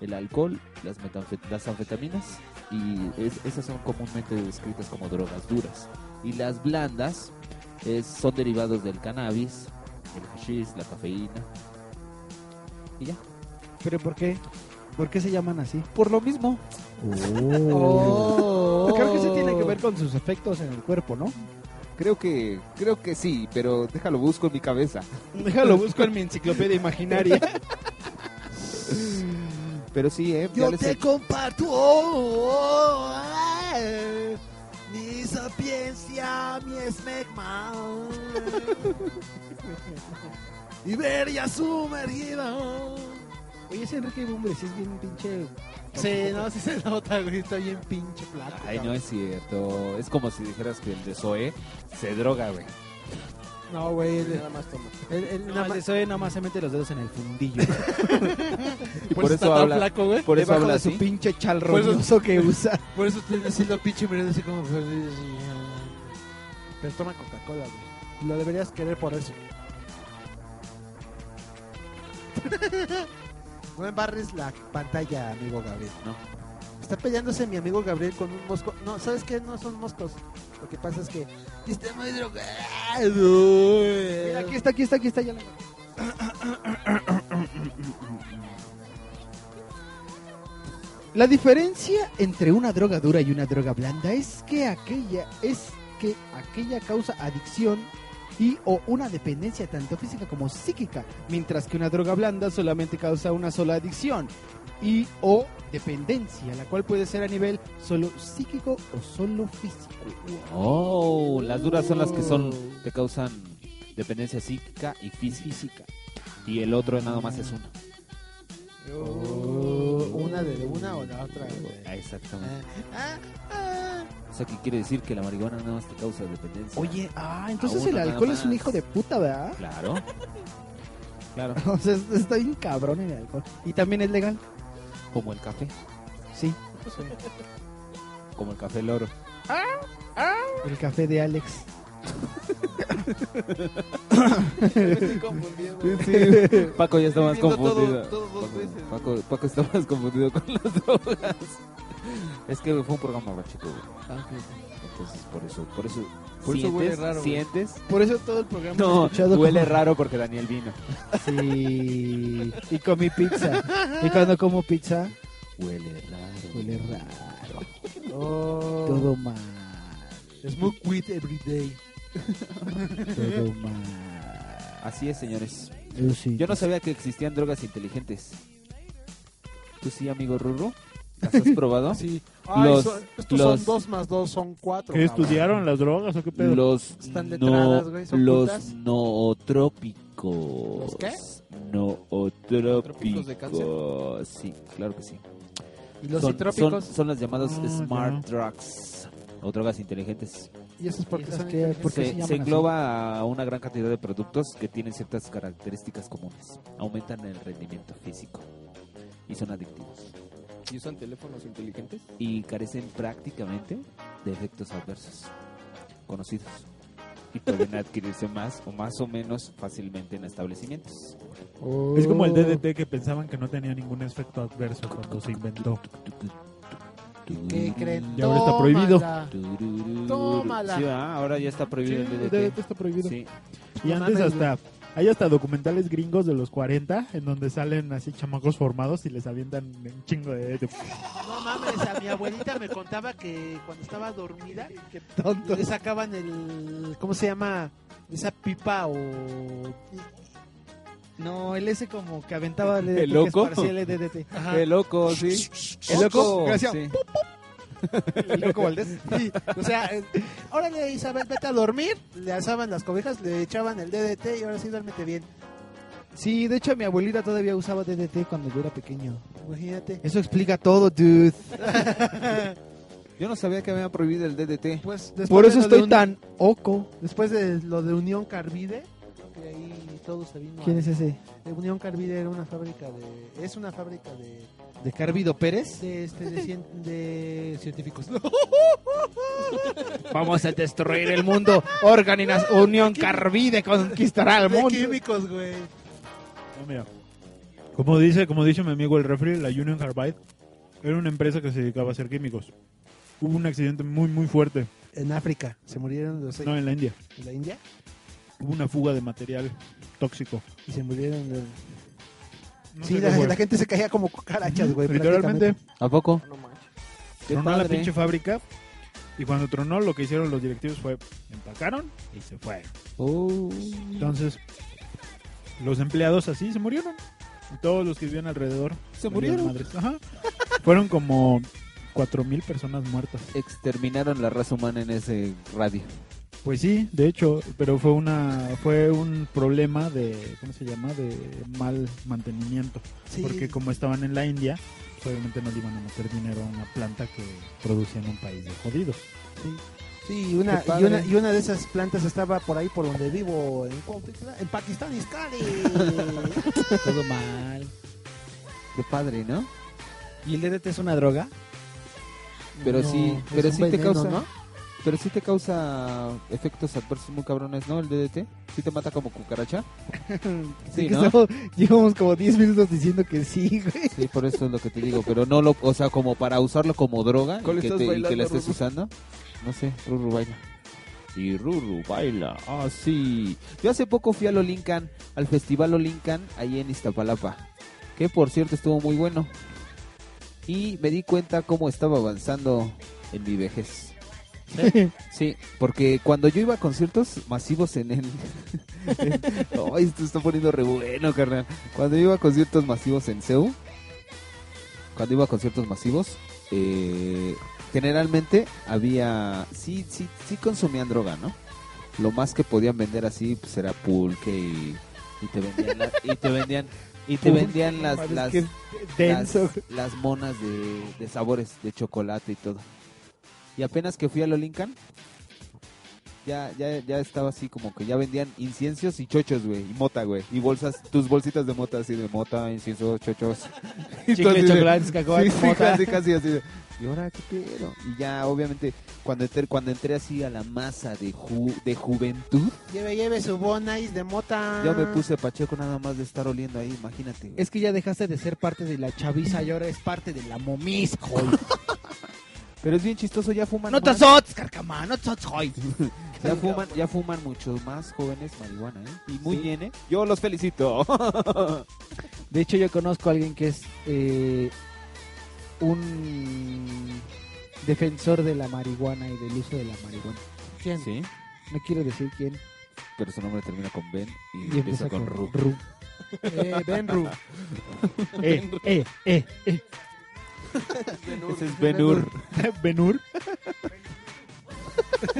S4: el alcohol, las, metanfe- las anfetaminas, y es- esas son comúnmente descritas como drogas duras. Y las blandas es- son derivados del cannabis, el hashish, la cafeína. Y ya.
S8: Pero ¿por qué? ¿Por qué se llaman así?
S4: Por lo mismo.
S8: Oh. Creo que eso tiene que ver con sus efectos en el cuerpo, ¿no?
S4: Creo que, creo que sí, pero déjalo busco en mi cabeza.
S8: Déjalo, busco en mi enciclopedia imaginaria.
S4: Pero sí, eh. ya
S14: Yo
S4: les
S14: te
S4: he-
S14: comparto oh, ah, eh, mi sapiencia, mi esmegma. Iberia sumergida.
S8: Oye, ese Enrique Bumbre sí es bien pinche.
S6: Sí, no, sí se nota, güey. Está bien pinche flaco.
S4: Ay,
S6: cabrón.
S4: no es cierto. Es como si dijeras que el de Zoe se droga, güey.
S6: No, güey. el-
S7: Nada más toma.
S8: Él, él nada más, eso, él nada más se mete los dedos en el fundillo.
S4: Y por eso habla- por eso
S8: Debajo
S4: habla
S8: de su
S4: así.
S8: pinche chal
S6: Por eso-
S8: roñoso que usa.
S6: Por eso estoy diciendo pinche mirando así como. pues, Pero toma Coca-Cola, güey. Lo deberías querer por eso. No embarres la pantalla, amigo Gabriel.
S4: No.
S6: Está peleándose mi amigo Gabriel con un mosco. No, ¿sabes qué? No son moscos. Lo que pasa es que. Está muy drogado.
S8: Mira, aquí está, aquí está, aquí está. Ya la- La diferencia entre una droga dura y una droga blanda es que aquella es que aquella causa adicción y o una dependencia tanto física como psíquica, mientras que una droga blanda solamente causa una sola adicción y o dependencia, la cual puede ser a nivel solo psíquico o solo físico.
S4: Oh, las duras son las que son
S8: Oh.
S4: te causan dependencia psíquica y física. Y el otro nada más es una.
S6: Oh, Una de una o la otra.
S4: Ah, exactamente.
S8: Ah,
S4: O sea, que quiere decir que la marihuana nada más te causa dependencia.
S8: Oye, ah,
S4: A
S8: entonces
S4: uno
S8: el
S4: nada
S8: alcohol es un
S4: más.
S8: hijo de puta, ¿verdad?
S4: Claro. Claro.
S8: O sea, es- está bien cabrón el alcohol. ¿Y también es legal?
S4: Como el café.
S8: Sí.
S4: Como el café loro.
S8: El café de Alex.
S7: Estoy confundido.
S4: Sí, Paco ya está
S7: Estoy viendo
S4: más
S7: todo-
S4: confundido.
S7: todo dos
S4: Paco-
S7: veces.
S4: Paco, Paco está más confundido con las drogas. Es que fue un programa bachico. Entonces, por eso, por eso.
S7: Por eso huele
S4: ¿Sientes?
S7: raro, güey.
S4: ¿Sientes?
S8: Por eso todo el programa
S4: No,
S8: escuchado
S4: huele
S8: como-
S4: raro porque Daniel vino.
S8: Sí. Y comí pizza. Y cuando como pizza,
S4: Huele raro.
S8: huele raro. Todo mal.
S6: Smoke weed every day.
S8: Todo mal.
S4: Así es, señores.
S8: Yo sí.
S4: Yo no sabía que existían drogas inteligentes. ¿Tú sí, amigo Rurro? ¿Las has probado?
S6: sí. Ay,
S4: Los,
S6: son- estos
S4: los,
S6: son dos más dos, son cuatro.
S5: ¿Qué
S6: cabrón.
S5: estudiaron las drogas o qué pedo?
S4: los
S6: Están letradas,
S4: no,
S6: güey, son
S4: los
S6: putas.
S4: nootrópicos.
S6: ¿Los qué?
S4: Nootrópicos.
S7: ¿Trópicos de cáncer?
S4: Sí, claro que sí.
S6: ¿Y los
S4: son,
S6: sintrópicos?
S4: son- son las llamadas
S5: Ah,
S4: smart drugs o drogas inteligentes.
S6: Y eso es porque son
S4: se,
S6: inteligentes.
S4: se engloba a una gran cantidad de productos que tienen ciertas características comunes. Aumentan el rendimiento físico y son adictivos.
S7: ¿Y usan teléfonos inteligentes?
S4: Y carecen prácticamente de efectos adversos conocidos. Y pueden adquirirse más o más o menos fácilmente en establecimientos.
S6: Oh.
S5: Es como el DDT que pensaban que no tenía ningún efecto adverso cuando se inventó.
S6: ¿Qué creen?
S5: Y ahora está prohibido.
S6: Tómala. Tómala.
S4: Sí, ¿verdad? ahora ya está prohibido
S5: Sí,
S4: el
S5: el
S4: DDT.
S5: DDT está prohibido.
S4: Sí.
S5: Y
S4: No
S5: antes
S4: mames,
S5: hasta... Hay hasta documentales gringos de los 40 en donde salen así chamacos formados y les avientan un chingo de... de-
S6: No mames, a mi abuelita me contaba que cuando estaba dormida, que
S8: tonto.
S6: le sacaban el. ¿Cómo se llama? Esa pipa o.
S8: No, el ese como que aventaba el,
S4: ¿El loco?
S8: el DDT.
S4: Qué loco, sí.
S8: El loco,
S4: Gracias.
S8: gracias.
S6: El loco Valdés. Sí, o sea, eh, órale Isabel, vete a dormir. Le alzaban las cobijas, le echaban el DDT y ahora sí duérmete bien.
S8: Sí, de hecho mi abuelita todavía usaba DDT cuando yo era pequeño.
S6: Imagínate.
S8: Eso explica todo, dude.
S4: Yo no sabía que había prohibido el DDT.
S6: Pues, Después
S8: Por
S6: de
S8: eso
S6: lo de
S8: estoy
S6: un-
S8: tan oco.
S6: Después de lo de Unión Carbide, que ahí todo se vino.
S8: ¿Quién
S6: a-
S8: es ese?
S6: Eh, Unión Carbide era una fábrica de. Es una fábrica de.
S8: ¿De Carbido Pérez?
S6: De, este, de, cien- de científicos.
S8: Vamos a destruir el mundo. Organinas Unión Carbide conquistará el
S6: de
S8: mundo.
S6: químicos, güey.
S5: No, mira. Como dice, como dice mi amigo el refri, la Union Carbide era una empresa que se dedicaba a hacer químicos. Hubo un accidente muy muy fuerte.
S6: En África, se murieron los
S5: No, en la India.
S6: ¿En la India?
S5: Hubo una fuga de material tóxico.
S6: Y se murieron. de-
S5: No
S6: sí,
S5: sé
S6: la,
S5: cómo.
S6: la gente se caía como cucarachas, güey.
S5: Literalmente.
S4: ¿A poco? Qué
S5: Tronó la
S4: padre.
S5: pinche fábrica. Y cuando tronó, lo que hicieron los directivos fue empacaron y se fueron.
S4: Oh.
S5: Entonces, los empleados así se murieron. Y todos los que vivían alrededor
S4: Se
S5: valieron
S4: murieron.
S5: madres. Ajá. Fueron como 4.000 personas muertas.
S4: Exterminaron la raza humana en ese radio.
S5: Pues sí, de hecho, pero fue una fue un problema de ¿cómo se llama? de mal mantenimiento,
S6: Sí.
S5: porque como estaban en la India, pues obviamente no le iban a meter dinero a una planta que producía en un país de jodidos.
S6: Sí, y una,
S5: Qué padre.
S6: y, una, y una de esas plantas estaba por ahí por donde vivo, en, Cuautitlán- en Pakistán, Iscali.
S8: Todo mal.
S4: Qué padre, ¿no?
S8: ¿Y el DDT es una droga?
S4: Pero
S8: No,
S4: sí,
S8: es
S4: pero
S8: un
S4: sí te
S8: veneno,
S4: causa,
S8: ¿no?
S4: pero sí te causa efectos adversos muy cabrones, ¿no? El DDT, sí te mata como cucaracha.
S8: Sí,
S4: Sí,
S8: que
S4: ¿no?
S8: estamos- llevamos como 10 minutos diciendo que sí, güey.
S4: Sí, por eso es lo que te digo, pero no lo, o sea, como para usarlo como droga y
S7: ¿Cuál
S4: que,
S7: estás
S4: te- y que la
S7: bailando,
S4: estés
S7: Ruru?
S4: usando. No sé, Ruru baila. Y Ruru baila, ah sí. Yo hace poco fui al Olincan, al Festival Olincan, ahí en Iztapalapa, que por cierto estuvo muy bueno. Y me di cuenta cómo estaba avanzando en mi vejez. Sí, porque cuando yo iba a conciertos masivos en el... Ay, esto está poniendo re bueno, carnal. Cuando yo iba a conciertos masivos en CEU, cuando iba a conciertos masivos, eh, generalmente había, sí, sí, sí consumían droga, ¿no? Lo más que podían vender así, pues era pulque y, y te vendían, la- y te vendían, y te
S8: Pulque,
S4: vendían
S8: no
S4: las,
S8: mames,
S4: las,
S8: qué
S4: las,
S8: denso.
S4: las monas de, de sabores, de chocolate y todo. Y apenas que fui a Lolincan, ya, ya, ya estaba así como que ya vendían inciencios y chochos, güey, y mota, güey, y bolsas, tus bolsitas de mota así de mota, inciensos, chochos. Y tú
S8: Chicle,
S4: así de-
S8: chocolates, cacahuates,
S4: sí, sí,
S8: mota.
S4: casi, casi así de, ¿y ahora qué pedo? Y ya, obviamente, cuando entré, cuando entré así a la masa de, ju- de juventud,
S6: lleve, lleve su bonais de mota.
S4: yo me puse pacheco nada más de estar oliendo ahí, imagínate, güey.
S8: Es que ya dejaste de ser parte de la chaviza y ahora es parte de la momisco.
S4: Pero es bien chistoso, ya fuman
S8: no te
S4: más.
S8: azotes, carcamán, no te azotes, joy.
S4: Ya fuman, ya fuman muchos más jóvenes marihuana, ¿eh? Y muy bien, ¿eh? Yo los felicito.
S8: De hecho, yo conozco a alguien que es eh, un defensor de la marihuana y del uso de la marihuana.
S6: ¿Quién?
S4: Sí,
S8: No quiero decir quién.
S4: pero su nombre termina con Ben y,
S8: Y empieza con
S4: Ru.
S8: Ru.
S6: Eh, Benru.
S5: Eh, eh, eh, eh.
S4: Ese es Benur.
S5: Benur.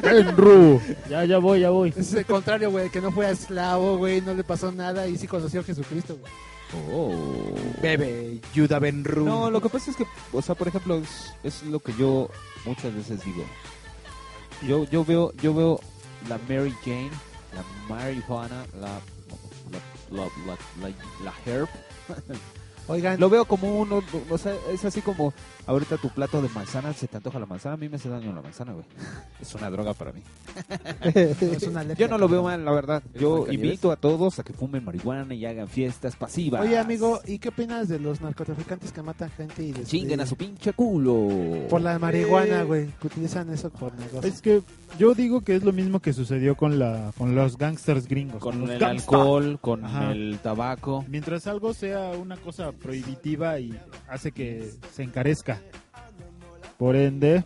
S5: Benru. Ya, ya voy, ya voy.
S6: Es el contrario, güey, que no fue esclavo, güey, no le pasó nada y sí conoció a Jesucristo, güey.
S4: Oh,
S8: Bebe, Yuda Benru.
S4: No, lo que pasa es que, o sea, por ejemplo, es, es lo que yo muchas veces digo. Yo, yo veo, yo veo la Mary Jane, la marihuana, la la, la, la, la- la herb. Oigan, lo veo como uno, o sea, es así como ahorita tu plato de manzana se te antoja la manzana, a mí me hace daño la manzana, güey. Es una droga para mí. yo no lo veo mal, la verdad. Yo
S6: Blancanieves?
S4: invito a todos a que fumen marihuana y hagan fiestas pasivas.
S6: Oye, amigo, ¿y qué opinas de los narcotraficantes que matan gente y les
S4: Chinguen a su pinche culo.
S6: Por la marihuana, güey, que utilizan eso por negocio.
S5: Es que yo digo que es lo mismo que sucedió con la con los gangsters gringos.
S4: Con
S5: los
S4: el
S5: gangsta.
S4: alcohol, con
S5: Ajá.
S4: el tabaco.
S5: Mientras algo sea una cosa prohibitiva y hace que se encarezca. Por ende,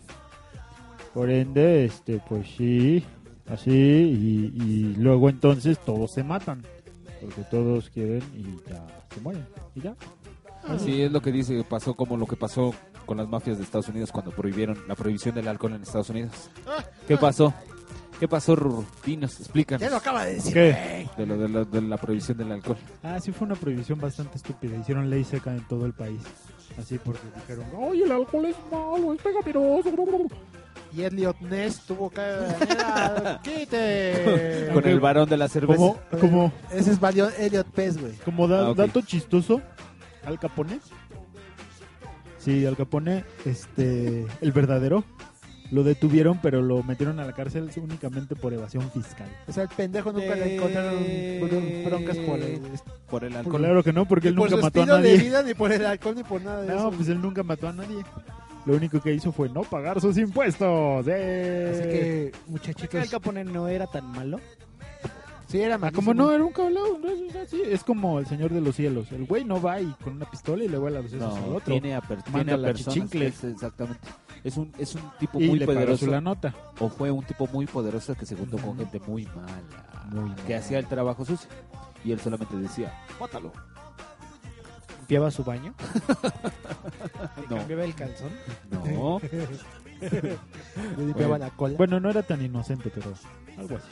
S5: por ende, este, pues sí, así, y, y luego entonces todos se matan. Porque todos quieren y ya se mueren. Y ya.
S4: Sí, es lo que dice, pasó como lo que pasó con las mafias de Estados Unidos cuando prohibieron la prohibición del alcohol en Estados Unidos. ¿Qué pasó? ¿Qué pasó, Ruru? Dinos, explícanos.
S5: Ah. Ya lo acaba de decir,
S4: ¿Qué? De, lo- de lo- de la prohibición del alcohol.
S5: Ah, sí, fue una prohibición bastante estúpida. Hicieron ley seca en todo el país. Así porque dijeron, ¡Ay, el alcohol es malo! ¡Es pegamiroso!
S6: Y Elliot Ness tuvo que venir a- ¡Quite!
S4: Con el varón de la cerveza.
S5: Eh, ¿Cómo? ¿Cómo?
S6: Ese es Valio Elliot Pez, güey.
S5: Como da-
S4: Ah, ok.
S5: dato chistoso, Al Capone. Sí, Al Capone, este, el verdadero, lo detuvieron, pero lo metieron a la cárcel únicamente por evasión fiscal.
S6: O sea, el pendejo nunca
S5: Eh,
S6: le encontraron bron- broncas por el...
S4: Por el
S5: alcohol. Claro que no, porque él
S6: Ni por
S5: nunca
S6: su
S5: mató a
S6: estilo
S5: nadie.
S6: De vida, ni por el alcohol, ni por nada de
S5: No,
S6: eso.
S5: pues él nunca mató a nadie. Lo único que hizo fue no pagar sus impuestos. ¡Eh!
S6: Así que,
S17: muchachitos. El Capone no era tan malo.
S6: Sí, era malísimo.
S5: Ah, Como no, era un cabrón, no es así. Es como el señor de los cielos. El güey no va y con una pistola y le vuela los sesos al
S4: No,
S5: otro.
S4: tiene a, per- tiene
S5: Manda
S4: a personas.
S5: chichincles.
S4: es- exactamente. Es un, es un tipo
S5: Y
S4: muy
S5: le pagó
S4: poderoso.
S5: su la nota.
S4: O fue un tipo muy poderoso que se juntó con gente muy mala. que hacía el trabajo sucio. Y él solamente decía, mátalo.
S17: ¿Limpiaba su baño?
S4: No.
S17: ¿Cambiaba el calzón?
S4: No.
S5: Le
S17: limpiaba la cola.
S5: Bueno, no era tan inocente, pero algo así.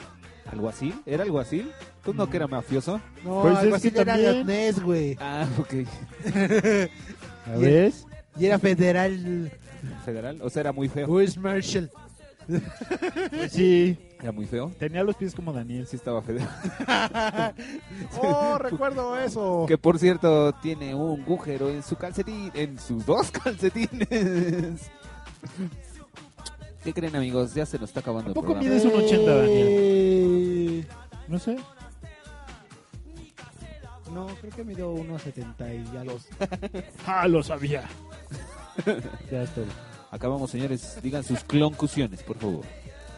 S4: ¿Alguacil? ¿Era alguacil? ¿Tú no que era mafioso?
S6: No,
S5: Pues es
S6: algo
S5: que
S6: así era
S5: también-
S6: Elliot Ness, güey.
S4: Ah, ok.
S5: ¿Ya ves?
S6: Y era federal.
S4: ¿Federal? O sea, era muy feo.
S6: Luis
S4: Pues
S6: Marshall.
S5: sí.
S4: ¿Era muy feo?
S5: Tenía los pies como Daniel.
S4: Sí estaba federal.
S6: oh, recuerdo eso.
S4: Que por cierto, tiene un agujero en su calcetín, en sus dos calcetines. ¿Qué creen, amigos? Ya se nos está acabando el
S5: poco
S4: programa.
S5: mides un 80, Daniel? No sé.
S17: No, creo que me dio unos 70 y algo.
S5: ¡Ah, lo sabía! ya estoy.
S4: Acabamos, señores. Digan sus cloncusiones, por favor.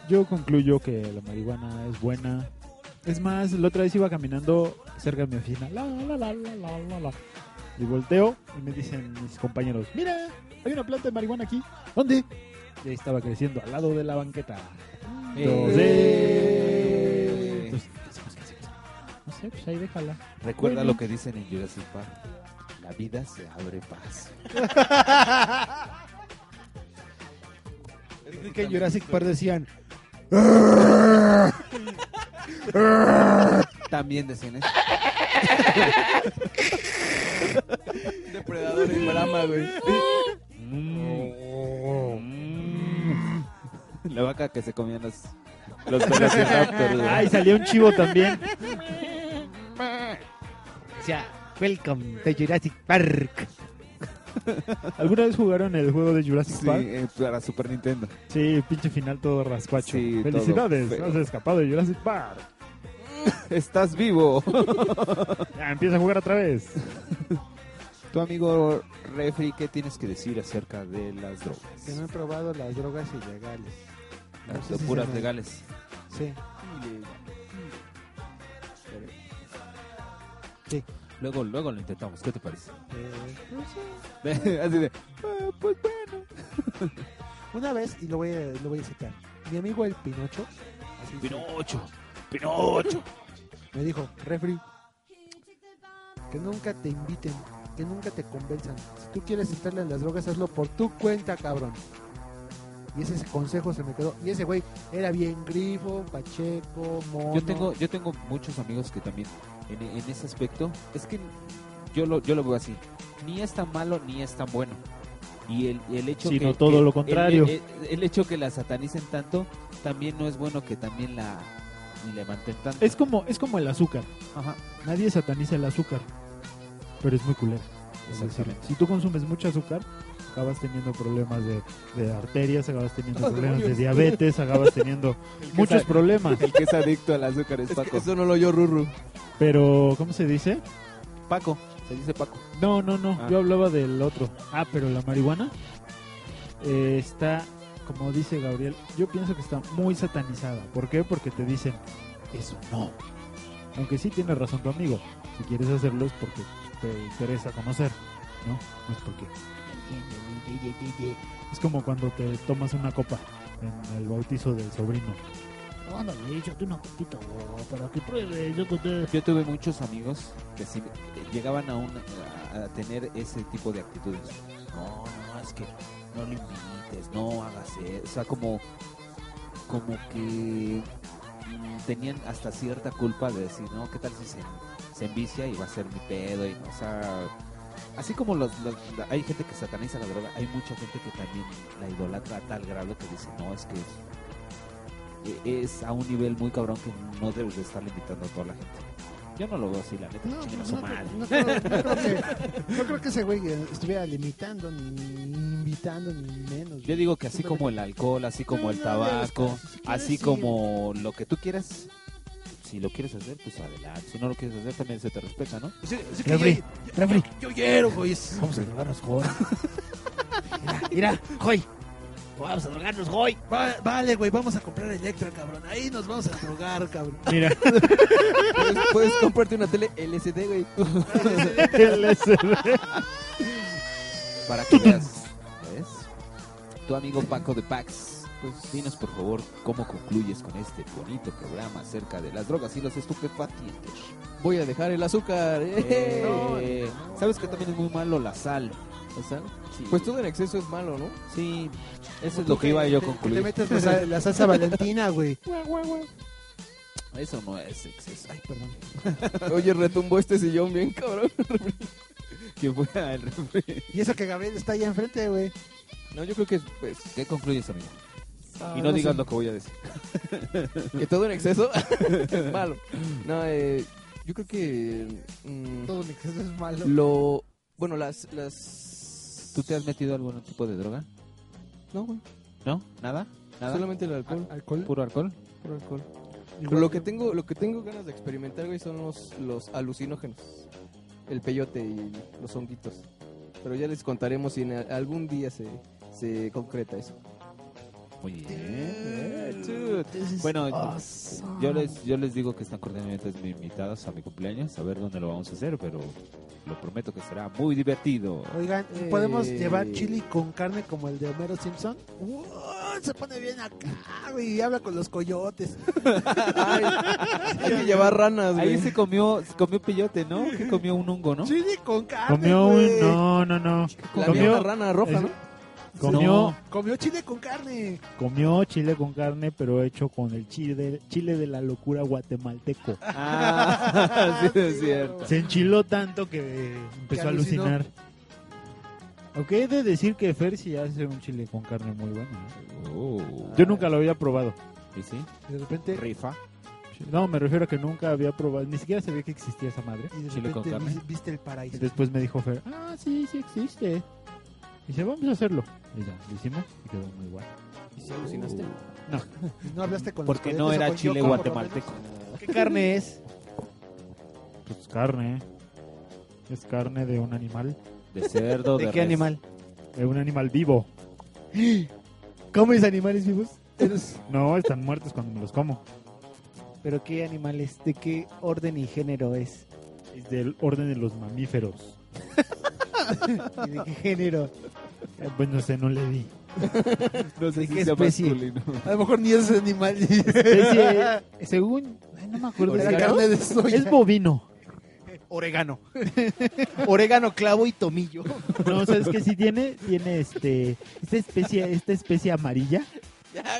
S5: Yo concluyo que la marihuana es buena. Es más, la otra vez iba caminando cerca de mi oficina. La, la, la, la, la, la, la. Y volteo y me dicen mis compañeros, mira, hay una planta de marihuana aquí. ¿Dónde? Y ahí estaba creciendo, al lado de la banqueta.
S17: Eh.
S5: Entonces, entonces, pues, ¿qué hacemos? ¿Qué hacemos? No sé, pues ahí déjala.
S4: Recuerda
S5: Bueno.
S4: lo que dicen en Jurassic Park. La vida se abre paso.
S8: que en Jurassic Park decían.
S4: También decían eso.
S7: Depredador en brama, güey.
S5: Mm.
S4: La vaca que se comían los, los velociraptors. güey.
S5: Ay, salió un chivo también.
S17: Decía, welcome to Jurassic Park.
S5: ¿Alguna vez jugaron el juego de Jurassic
S4: Sí,
S5: Park?
S4: eh, para Super Nintendo.
S5: Sí, pinche final todo rascuacho.
S4: Sí, todo
S5: Felicidades,
S4: feo.
S5: has escapado de Jurassic Park.
S4: Estás vivo.
S5: Ya, empieza a jugar otra vez.
S4: Tu amigo Refri, ¿qué tienes que decir acerca de las drogas?
S6: Que no he probado las drogas ilegales. No
S4: Las
S6: sé si
S4: puras
S6: se me-
S4: legales.
S6: Sí.
S4: Luego, luego lo intentamos, ¿qué te parece?
S6: Eh, no sé.
S4: Así de, "Ah, pues bueno.
S6: Una vez, y lo voy a, lo voy a citar, mi amigo el Pinocho, así dice,
S4: Pinocho, Pinocho.
S6: me dijo, refri, que nunca te inviten, que nunca te convenzan. Si tú quieres estarle en las drogas, hazlo por tu cuenta, cabrón. Y ese consejo se me quedó. Y ese güey era bien grifo, pacheco, mono.
S4: Yo tengo, yo tengo muchos amigos que también, en, en ese aspecto, es que yo lo, yo lo veo así, ni es tan malo ni es tan bueno. Y el, el hecho
S5: Sino
S4: que-
S5: todo
S4: que-
S5: lo
S4: el-
S5: contrario.
S4: El, el hecho que la satanicen tanto también no es bueno que también la levanten tanto.
S5: Es como, es como el azúcar. Nadie sataniza el azúcar, pero es muy culero. Es decir,
S4: Exactamente.
S5: si tú consumes mucho azúcar, acabas teniendo problemas de, de arterias, acabas teniendo
S4: Ah,
S5: problemas de
S4: demonios.
S5: diabetes, acabas teniendo
S4: El que
S5: muchos
S4: es a-
S5: problemas.
S4: El que es adicto al azúcar es Paco.
S7: Eso no lo oyó Ruru.
S5: Pero, ¿cómo se dice?
S4: Paco, se dice Paco.
S5: No, no, no.
S4: Ah.
S5: Yo hablaba del otro. Ah, pero la marihuana eh, está, como dice Gabriel, yo pienso que está muy satanizada. ¿Por qué? Porque te dicen, eso no. Aunque sí tiene razón tu amigo. Si quieres hacerlo es porque te interesa conocer, ¿no? No es porque. Es como cuando te tomas una copa en el bautizo del sobrino.
S18: Ándale, échate una copita, güey, para que pruebes, yo conté.
S4: Yo tuve muchos amigos que sí, eh, llegaban a, un- a- a tener ese tipo de actitudes. No, no, es que no lo invites, no hagas eso. O sea, como, como que mm, tenían hasta cierta culpa de decir, no, ¿qué tal si se, se envicia y va a ser mi pedo? Y, no, o sea, así como los, los- la- hay gente que sataniza la droga, hay mucha gente que también la idolatra a tal grado que dice, no, es que es, e- es a un nivel muy cabrón que no debes de estar limitando a toda la gente. Yo no lo veo así, la neta.
S19: No,
S4: chinguen a
S19: pues
S4: su
S19: no,
S4: madre.
S19: no creo, no creo que, no creo que ese güey eh, estuviera limitando, ni, ni invitando, ni menos.
S4: Yo digo que así como el alcohol, así como el tabaco, así como lo que tú quieras, si lo quieres hacer, pues adelante. Si no lo quieres hacer, también se te respeta, ¿no?
S17: sí que Refri, yo- refri. yo- yo quiero, güey.
S4: Vamos a drogarnos, joder.
S17: Mira, Joy.
S19: Vamos a drogarnos hoy. vale, güey, vamos a comprar Electra, cabrón. Ahí nos vamos a drogar, cabrón.
S5: Mira.
S7: puedes, puedes comprarte una tele LCD, güey.
S5: LCD.
S4: Para que veas, ¿ves? Tu amigo Paco de Pax, pues dinos por favor cómo concluyes con este bonito programa acerca de las drogas y los estupefacientes.
S7: Voy a dejar el azúcar.
S4: Eh, ¿Sabes que también es muy malo la sal? ¿La sal? Sí.
S7: Pues todo en exceso es malo, ¿no?
S4: Sí.
S7: Pues
S4: Eso es lo que iba yo a concluir.
S6: Te metes la, sa- la salsa valentina, güey.
S4: Eso no es exceso. Ay, perdón.
S7: Oye, retumbó este sillón bien, cabrón.
S4: Que fuera el refri.
S6: Y eso que Gabriel está allá enfrente, güey.
S7: No, yo creo que pues.
S4: ¿Qué concluyes, amigo?
S7: Ah,
S4: y no,
S7: no
S4: digas
S7: sé.
S4: lo que voy a decir.
S7: que todo en exceso es malo. No, eh, yo creo que mm,
S6: Todo en exceso es malo.
S7: Lo bueno, las las
S4: ¿Tú te has metido algún tipo de droga?
S7: No, güey.
S4: ¿No? ¿Nada? ¿Nada?
S7: Solamente el alcohol.
S4: ¿Alcohol? ¿Puro alcohol?
S7: Puro alcohol. Pero lo que tengo lo que tengo ganas de experimentar, güey, son los los alucinógenos. El peyote y los honguitos. Pero ya les contaremos si en a- algún día se se concreta eso.
S4: Muy bien. Dude. Bueno, yo les yo les digo que están cordialmente invitados a mi cumpleaños, a ver dónde lo vamos a hacer, pero lo prometo que será muy divertido.
S6: Oigan, ¿podemos
S4: Eh.
S6: llevar chili con carne como el de Homero Simpson? ¡Uh! se pone bien acá, güey, y habla con los coyotes.
S7: Hay que llevar ranas,
S4: Ahí
S7: güey.
S4: se comió se comió peyote, ¿no? Que comió un hongo, ¿no?
S6: Chili con carne,
S5: Comió un.
S6: güey.
S5: No, no, no.
S6: La
S5: comió,
S6: vieja rana roja,
S5: es-
S6: ¿no?
S5: Comió,
S6: Comió chile con carne.
S5: comió chile con carne, pero hecho con el chile, chile de la locura guatemalteco.
S4: Ah, sí, es cierto.
S5: Se enchiló tanto que empezó
S4: Que
S5: a
S4: alucinó.
S5: alucinar. Aunque he de decir que Fer sí hace un chile con carne muy bueno. ¿eh? Yo nunca lo había probado.
S4: Oh. ¿Y sí?
S6: De repente.
S4: Rifa.
S5: No, me refiero a que nunca había probado, ni siquiera sabía que existía esa madre.
S6: Y de
S4: Chile con
S6: repente
S4: carne.
S6: vi- viste el paraíso.
S5: Y después me dijo Fer, "Ah, Ah, sí, sí existe. dice, vamos a hacerlo. Y ya, lo hicimos y quedó muy bueno.
S7: ¿Y si alucinaste?
S5: No.
S6: No hablaste con
S4: Porque
S6: los
S4: no
S6: coyotes, o
S4: era
S6: con
S4: chile
S6: Yoko, por lo
S4: guatemalteco.
S17: ¿Qué carne es?
S5: Pues carne. Es carne de un animal.
S4: De cerdo,
S17: ¿De de qué res. animal?
S5: De un animal vivo.
S17: ¿Comes animales vivos?
S5: No, están muertos cuando me los como.
S17: ¿Pero qué animales? ¿De qué orden y género es?
S5: Es del orden de los mamíferos.
S17: ¿Y de qué género?
S5: Eh, Pues no sé, no le di.
S4: No sé
S17: ¿De qué especie?
S6: A lo mejor ni es animal.
S17: Especie, según... ay, no me acuerdo.
S6: Era carne de soya.
S17: Es bovino. Orégano. Orégano, clavo y tomillo.
S5: No, ¿sabes qué sí tiene? Tiene este... Esta especie, esta especie amarilla.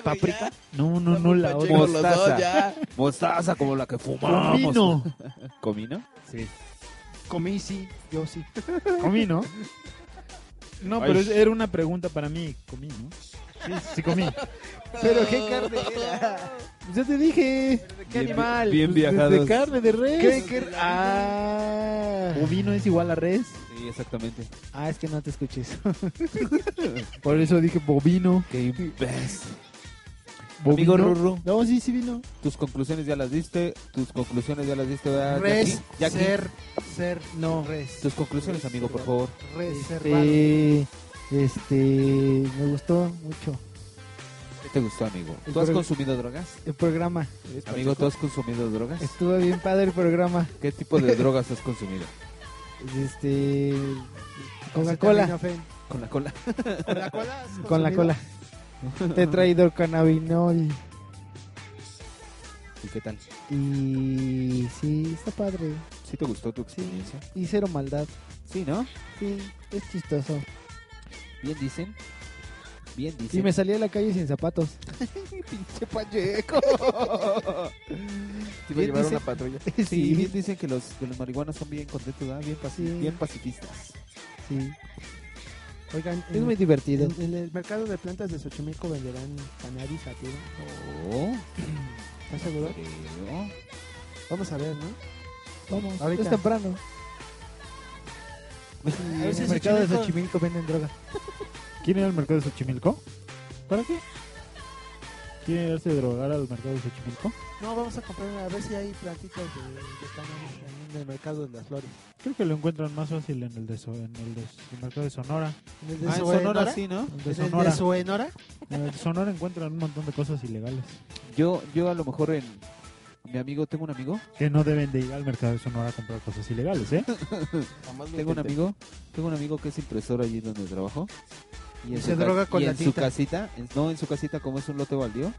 S17: Paprika.
S5: No, no, no, la otra.
S4: Mostaza. Mostaza como la que fumamos.
S5: Comino.
S4: ¿Comino?
S17: Sí. Comí, sí, yo sí.
S5: Comí, ¿no? No,
S4: Ay.
S5: pero es- era una pregunta para mí. Comí, ¿no? Sí, sí comí. Pues
S14: Pero qué carne era.
S6: Ya te dije.
S4: qué Bien- animal? bien viajados.
S6: De carne, de res.
S14: ¿Qué- qué- Ah.
S6: Ovino es igual a res.
S4: Sí, exactamente.
S6: Ah, es que no te escuché eso.
S5: Por eso dije bovino.
S4: Qué imbécil.
S5: Bovino.
S4: Amigo Rorro,
S6: No, sí, sí vino.
S4: tus conclusiones ya las diste. Tus conclusiones ya las diste. ¿verdad,
S6: Res,
S4: Ah, Jackie? Jackie,
S6: ser, ser, no, res.
S4: Tus conclusiones, amigo, por favor.
S6: Reservado.
S8: Este, este, me gustó mucho
S4: ¿Qué te gustó, amigo?
S8: El
S4: ¿Tú has
S8: prog-
S4: consumido drogas?
S8: el programa.
S4: Amigo, ¿tú has consumido drogas?
S8: Estuvo bien padre el programa.
S4: ¿Qué tipo de drogas has consumido?
S8: Este, Coca-Cola.
S4: Con la cola.
S8: ¿Con la cola? Con la cola.
S4: consumido?
S8: Te he traído cannabinol.
S4: ¿Y qué tal?
S8: Y sí, está padre.
S4: ¿Sí te gustó tu experiencia?
S8: Y cero maldad.
S4: Sí, ¿no?
S8: Sí, es chistoso.
S4: Bien dicen. Bien dicen.
S8: Y me salí a la calle sin zapatos.
S14: Pinche pacheco.
S4: Te
S14: iba a llevar una patrulla.
S4: Sí,
S8: Sí.
S4: bien dicen que los, que los marihuanos son bien contentos, ¿verdad? bien, paci-
S8: Sí.
S4: bien pacifistas.
S8: Sí. Oigan, Es muy divertido. En, en el mercado de plantas de Xochimilco venderán cannabis a tiro.
S4: Oh,
S8: ¿Estás seguro?
S4: creo.
S8: Vamos a ver, ¿no? Vamos,
S6: Ahorita.
S8: es temprano.
S6: A
S8: En
S6: ver
S8: el
S6: si
S8: mercado de
S6: Xochimilco-
S8: Xochimilco venden droga.
S5: ¿Quién era el mercado de Xochimilco? ¿Para qué? ¿Quiere irse a drogar al mercado de Xochimilco?
S8: No, vamos a comprar a ver si hay plantitas de, de cannabis también en el mercado de las flores.
S5: Creo que lo encuentran más fácil en el de, So- en el de- el mercado de Sonora.
S8: ¿En el de Ah, en Sonora Sonora? sí,
S5: En
S4: ¿no?
S5: el
S8: ¿En
S5: de
S8: el de
S5: Sonora.
S8: Sonora?
S5: En el de Sonora encuentran un montón de cosas ilegales
S4: Yo, yo a lo mejor en mi amigo, tengo un amigo,
S5: que no deben de ir al mercado de Sonora a comprar cosas ilegales, ¿eh?
S14: Jamás lo
S4: tengo un
S14: intenté.
S4: amigo, tengo un amigo que es impresor allí donde trabajo.
S8: Y
S4: en
S8: se
S4: su ca-
S8: droga con
S4: y
S8: la
S4: en su
S8: tinta.
S4: casita, en- no en su casita como es un lote baldío,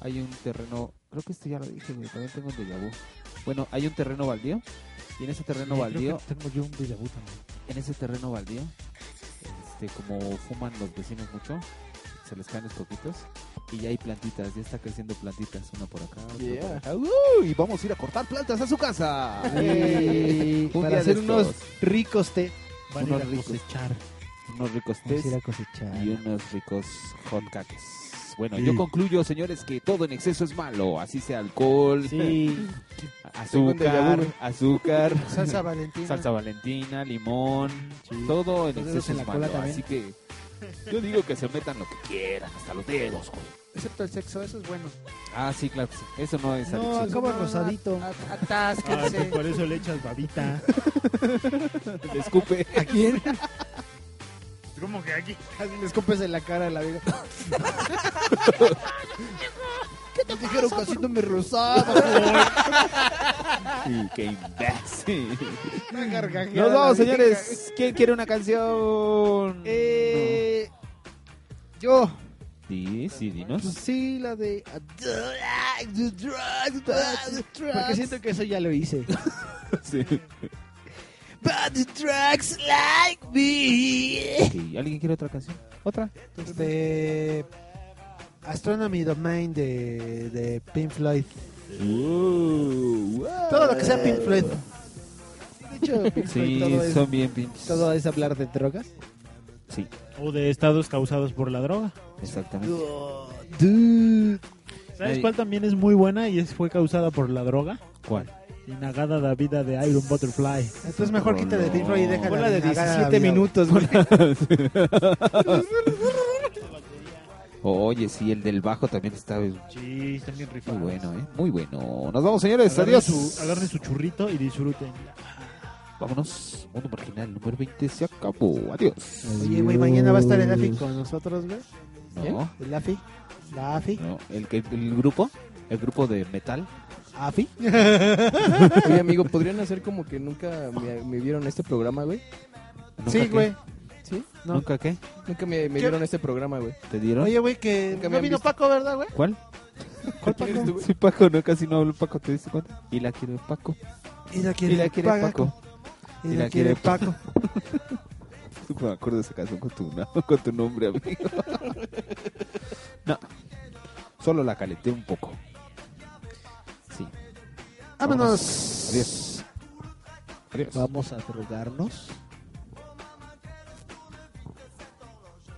S4: hay un terreno, creo que esto ya lo dije, güey, también tengo un déjà vu. Bueno, hay un terreno baldío y en ese terreno
S5: Sí,
S4: baldío
S5: creo que Tengo yo un déjà vu también.
S4: en ese terreno baldío, este, como fuman los vecinos mucho, se les caen los coquitos y ya hay plantitas, ya está creciendo plantitas, una por acá, otra
S14: Yeah.
S4: por acá. ¡Uh! Y vamos a ir a cortar plantas a su casa.
S8: Y
S4: Un día
S8: para
S4: de
S8: hacer unos
S4: estos,
S8: ricos té.
S5: Van a ir
S4: unos
S5: a
S4: ricos,
S5: cosechar.
S4: unos ricos pues.
S8: Vamos a ir a
S4: tés
S8: cosechar.
S4: y unos ricos hot cakes. Bueno,
S5: Sí.
S4: yo concluyo, señores, que todo en exceso es malo, así sea alcohol,
S5: Sí.
S14: Tengo un déjà vu,
S4: azúcar,
S14: güey.
S4: azúcar,
S8: Salsa Valentina.
S4: salsa valentina, limón,
S5: Sí.
S4: todo en
S8: Los dedos
S4: exceso
S8: en la
S4: es malo,
S8: cola también.
S4: así que yo digo que se metan lo que quieran, hasta los dedos, güey.
S6: Excepto el sexo, eso es bueno.
S4: Ah, sí, claro, que sí. eso no es
S8: No,
S4: adicción.
S8: acaba rosadito.
S6: a-
S5: Ah, pues
S6: Atásquense.
S5: por eso le echas babita.
S4: Le escupe.
S8: ¿A quién?
S5: ¿Cómo que aquí?
S8: Así le escupes en la cara a la vieja.
S14: Te dijeron que así no me rozaba.
S4: Sí, qué imbécil.
S8: Gargajeada
S4: Nos vamos,
S8: la vieja.
S4: señores. ¿Quién quiere una canción?
S8: Eh, yo,
S4: Sí, sí, dinos.
S8: sí, la de.
S3: uh,
S8: Porque siento que eso ya lo hice.
S4: Sí.
S3: But the drugs like me.
S4: Ok, ¿Alguien quiere otra canción? ¿Otra?
S6: Este. Astronomy Domain de, de Pink Floyd. Todo lo que sea Pink Floyd.
S8: De hecho, Pink Floyd,
S4: Sí,
S8: todo, es,
S4: son bien pinches.
S8: todo es hablar de drogas.
S4: Sí,
S5: O de estados causados por la droga.
S4: exactamente.
S5: ¿Sabes
S4: Ey.
S5: cuál también es muy buena y es, fue causada por la droga?
S4: ¿Cuál?
S5: Inagada la vida de Iron Butterfly.
S6: Entonces mejor quita de Pink Floyd y déjala.
S7: Bola de
S6: nagada,
S7: 17
S6: vida,
S7: minutos, güey.
S4: Oye, sí, el del bajo también está muy
S5: Sí, están bien rifadas.
S4: bueno, ¿eh? Muy bueno. Nos vamos, señores.
S5: Agarren
S4: Adiós.
S5: su, agarren su churrito y disfruten.
S4: Vámonos. Mundo marginal número 20 se acabó. Adiós.
S6: Oye, güey, mañana va a estar el AFI con nosotros, güey.
S4: No,
S6: El AFI. La AFI.
S4: no. ¿El, que- el grupo? ¿El grupo de metal?
S6: AFI.
S7: Oye, amigo, ¿podrían hacer como que nunca me, me vieron este programa, güey?
S4: ¿Nunca
S6: Sí,
S4: qué?
S6: güey.
S7: ¿Sí?
S6: No.
S4: ¿Nunca qué?
S7: Nunca me, me
S6: ¿Qué?
S7: vieron este programa, güey.
S4: ¿Te dieron?
S6: Oye, güey, que
S7: Nunca me
S6: no
S7: han
S6: vino
S7: visto.
S6: Paco, ¿verdad, güey?
S4: ¿Cuál?
S6: ¿Cuál Paco?
S4: Sí, Paco, no, casi no hablo Paco, ¿te diste cuenta? Y la quiere Paco.
S6: Y la quiere,
S4: Y la quiere Paco.
S6: Y la quiere Paco.
S4: Me acuerdo de esa canción con tu, no- con tu nombre, amigo. No. Solo la calenté un poco. Sí.
S6: Vámonos.
S4: Adiós. Adiós.
S8: Vamos a drogarnos.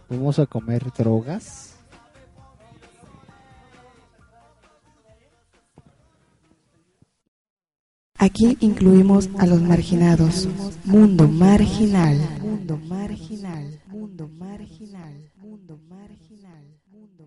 S8: Vamos a comer drogas.
S14: Aquí incluimos a los marginados. Mundo marginal. Mundo marginal. Mundo marginal. Mundo marginal. Mundo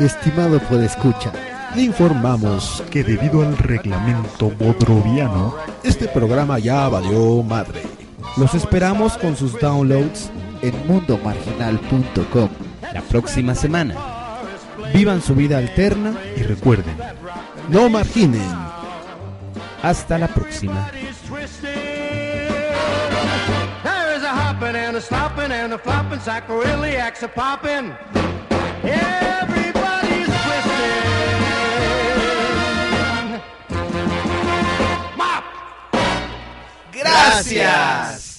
S8: Estimado podescucha, le informamos
S6: que debido al reglamento bodroviano,
S8: este programa ya valió madre. Los esperamos con sus downloads en mundomarginal.com la próxima semana. Vivan su vida alterna
S6: y recuerden,
S8: no marginen. Hasta la próxima.
S1: There is a hopping and a slopping and a flopping, sacroiliacs a popping. Everybody's twisting. Mop.
S3: Gracias.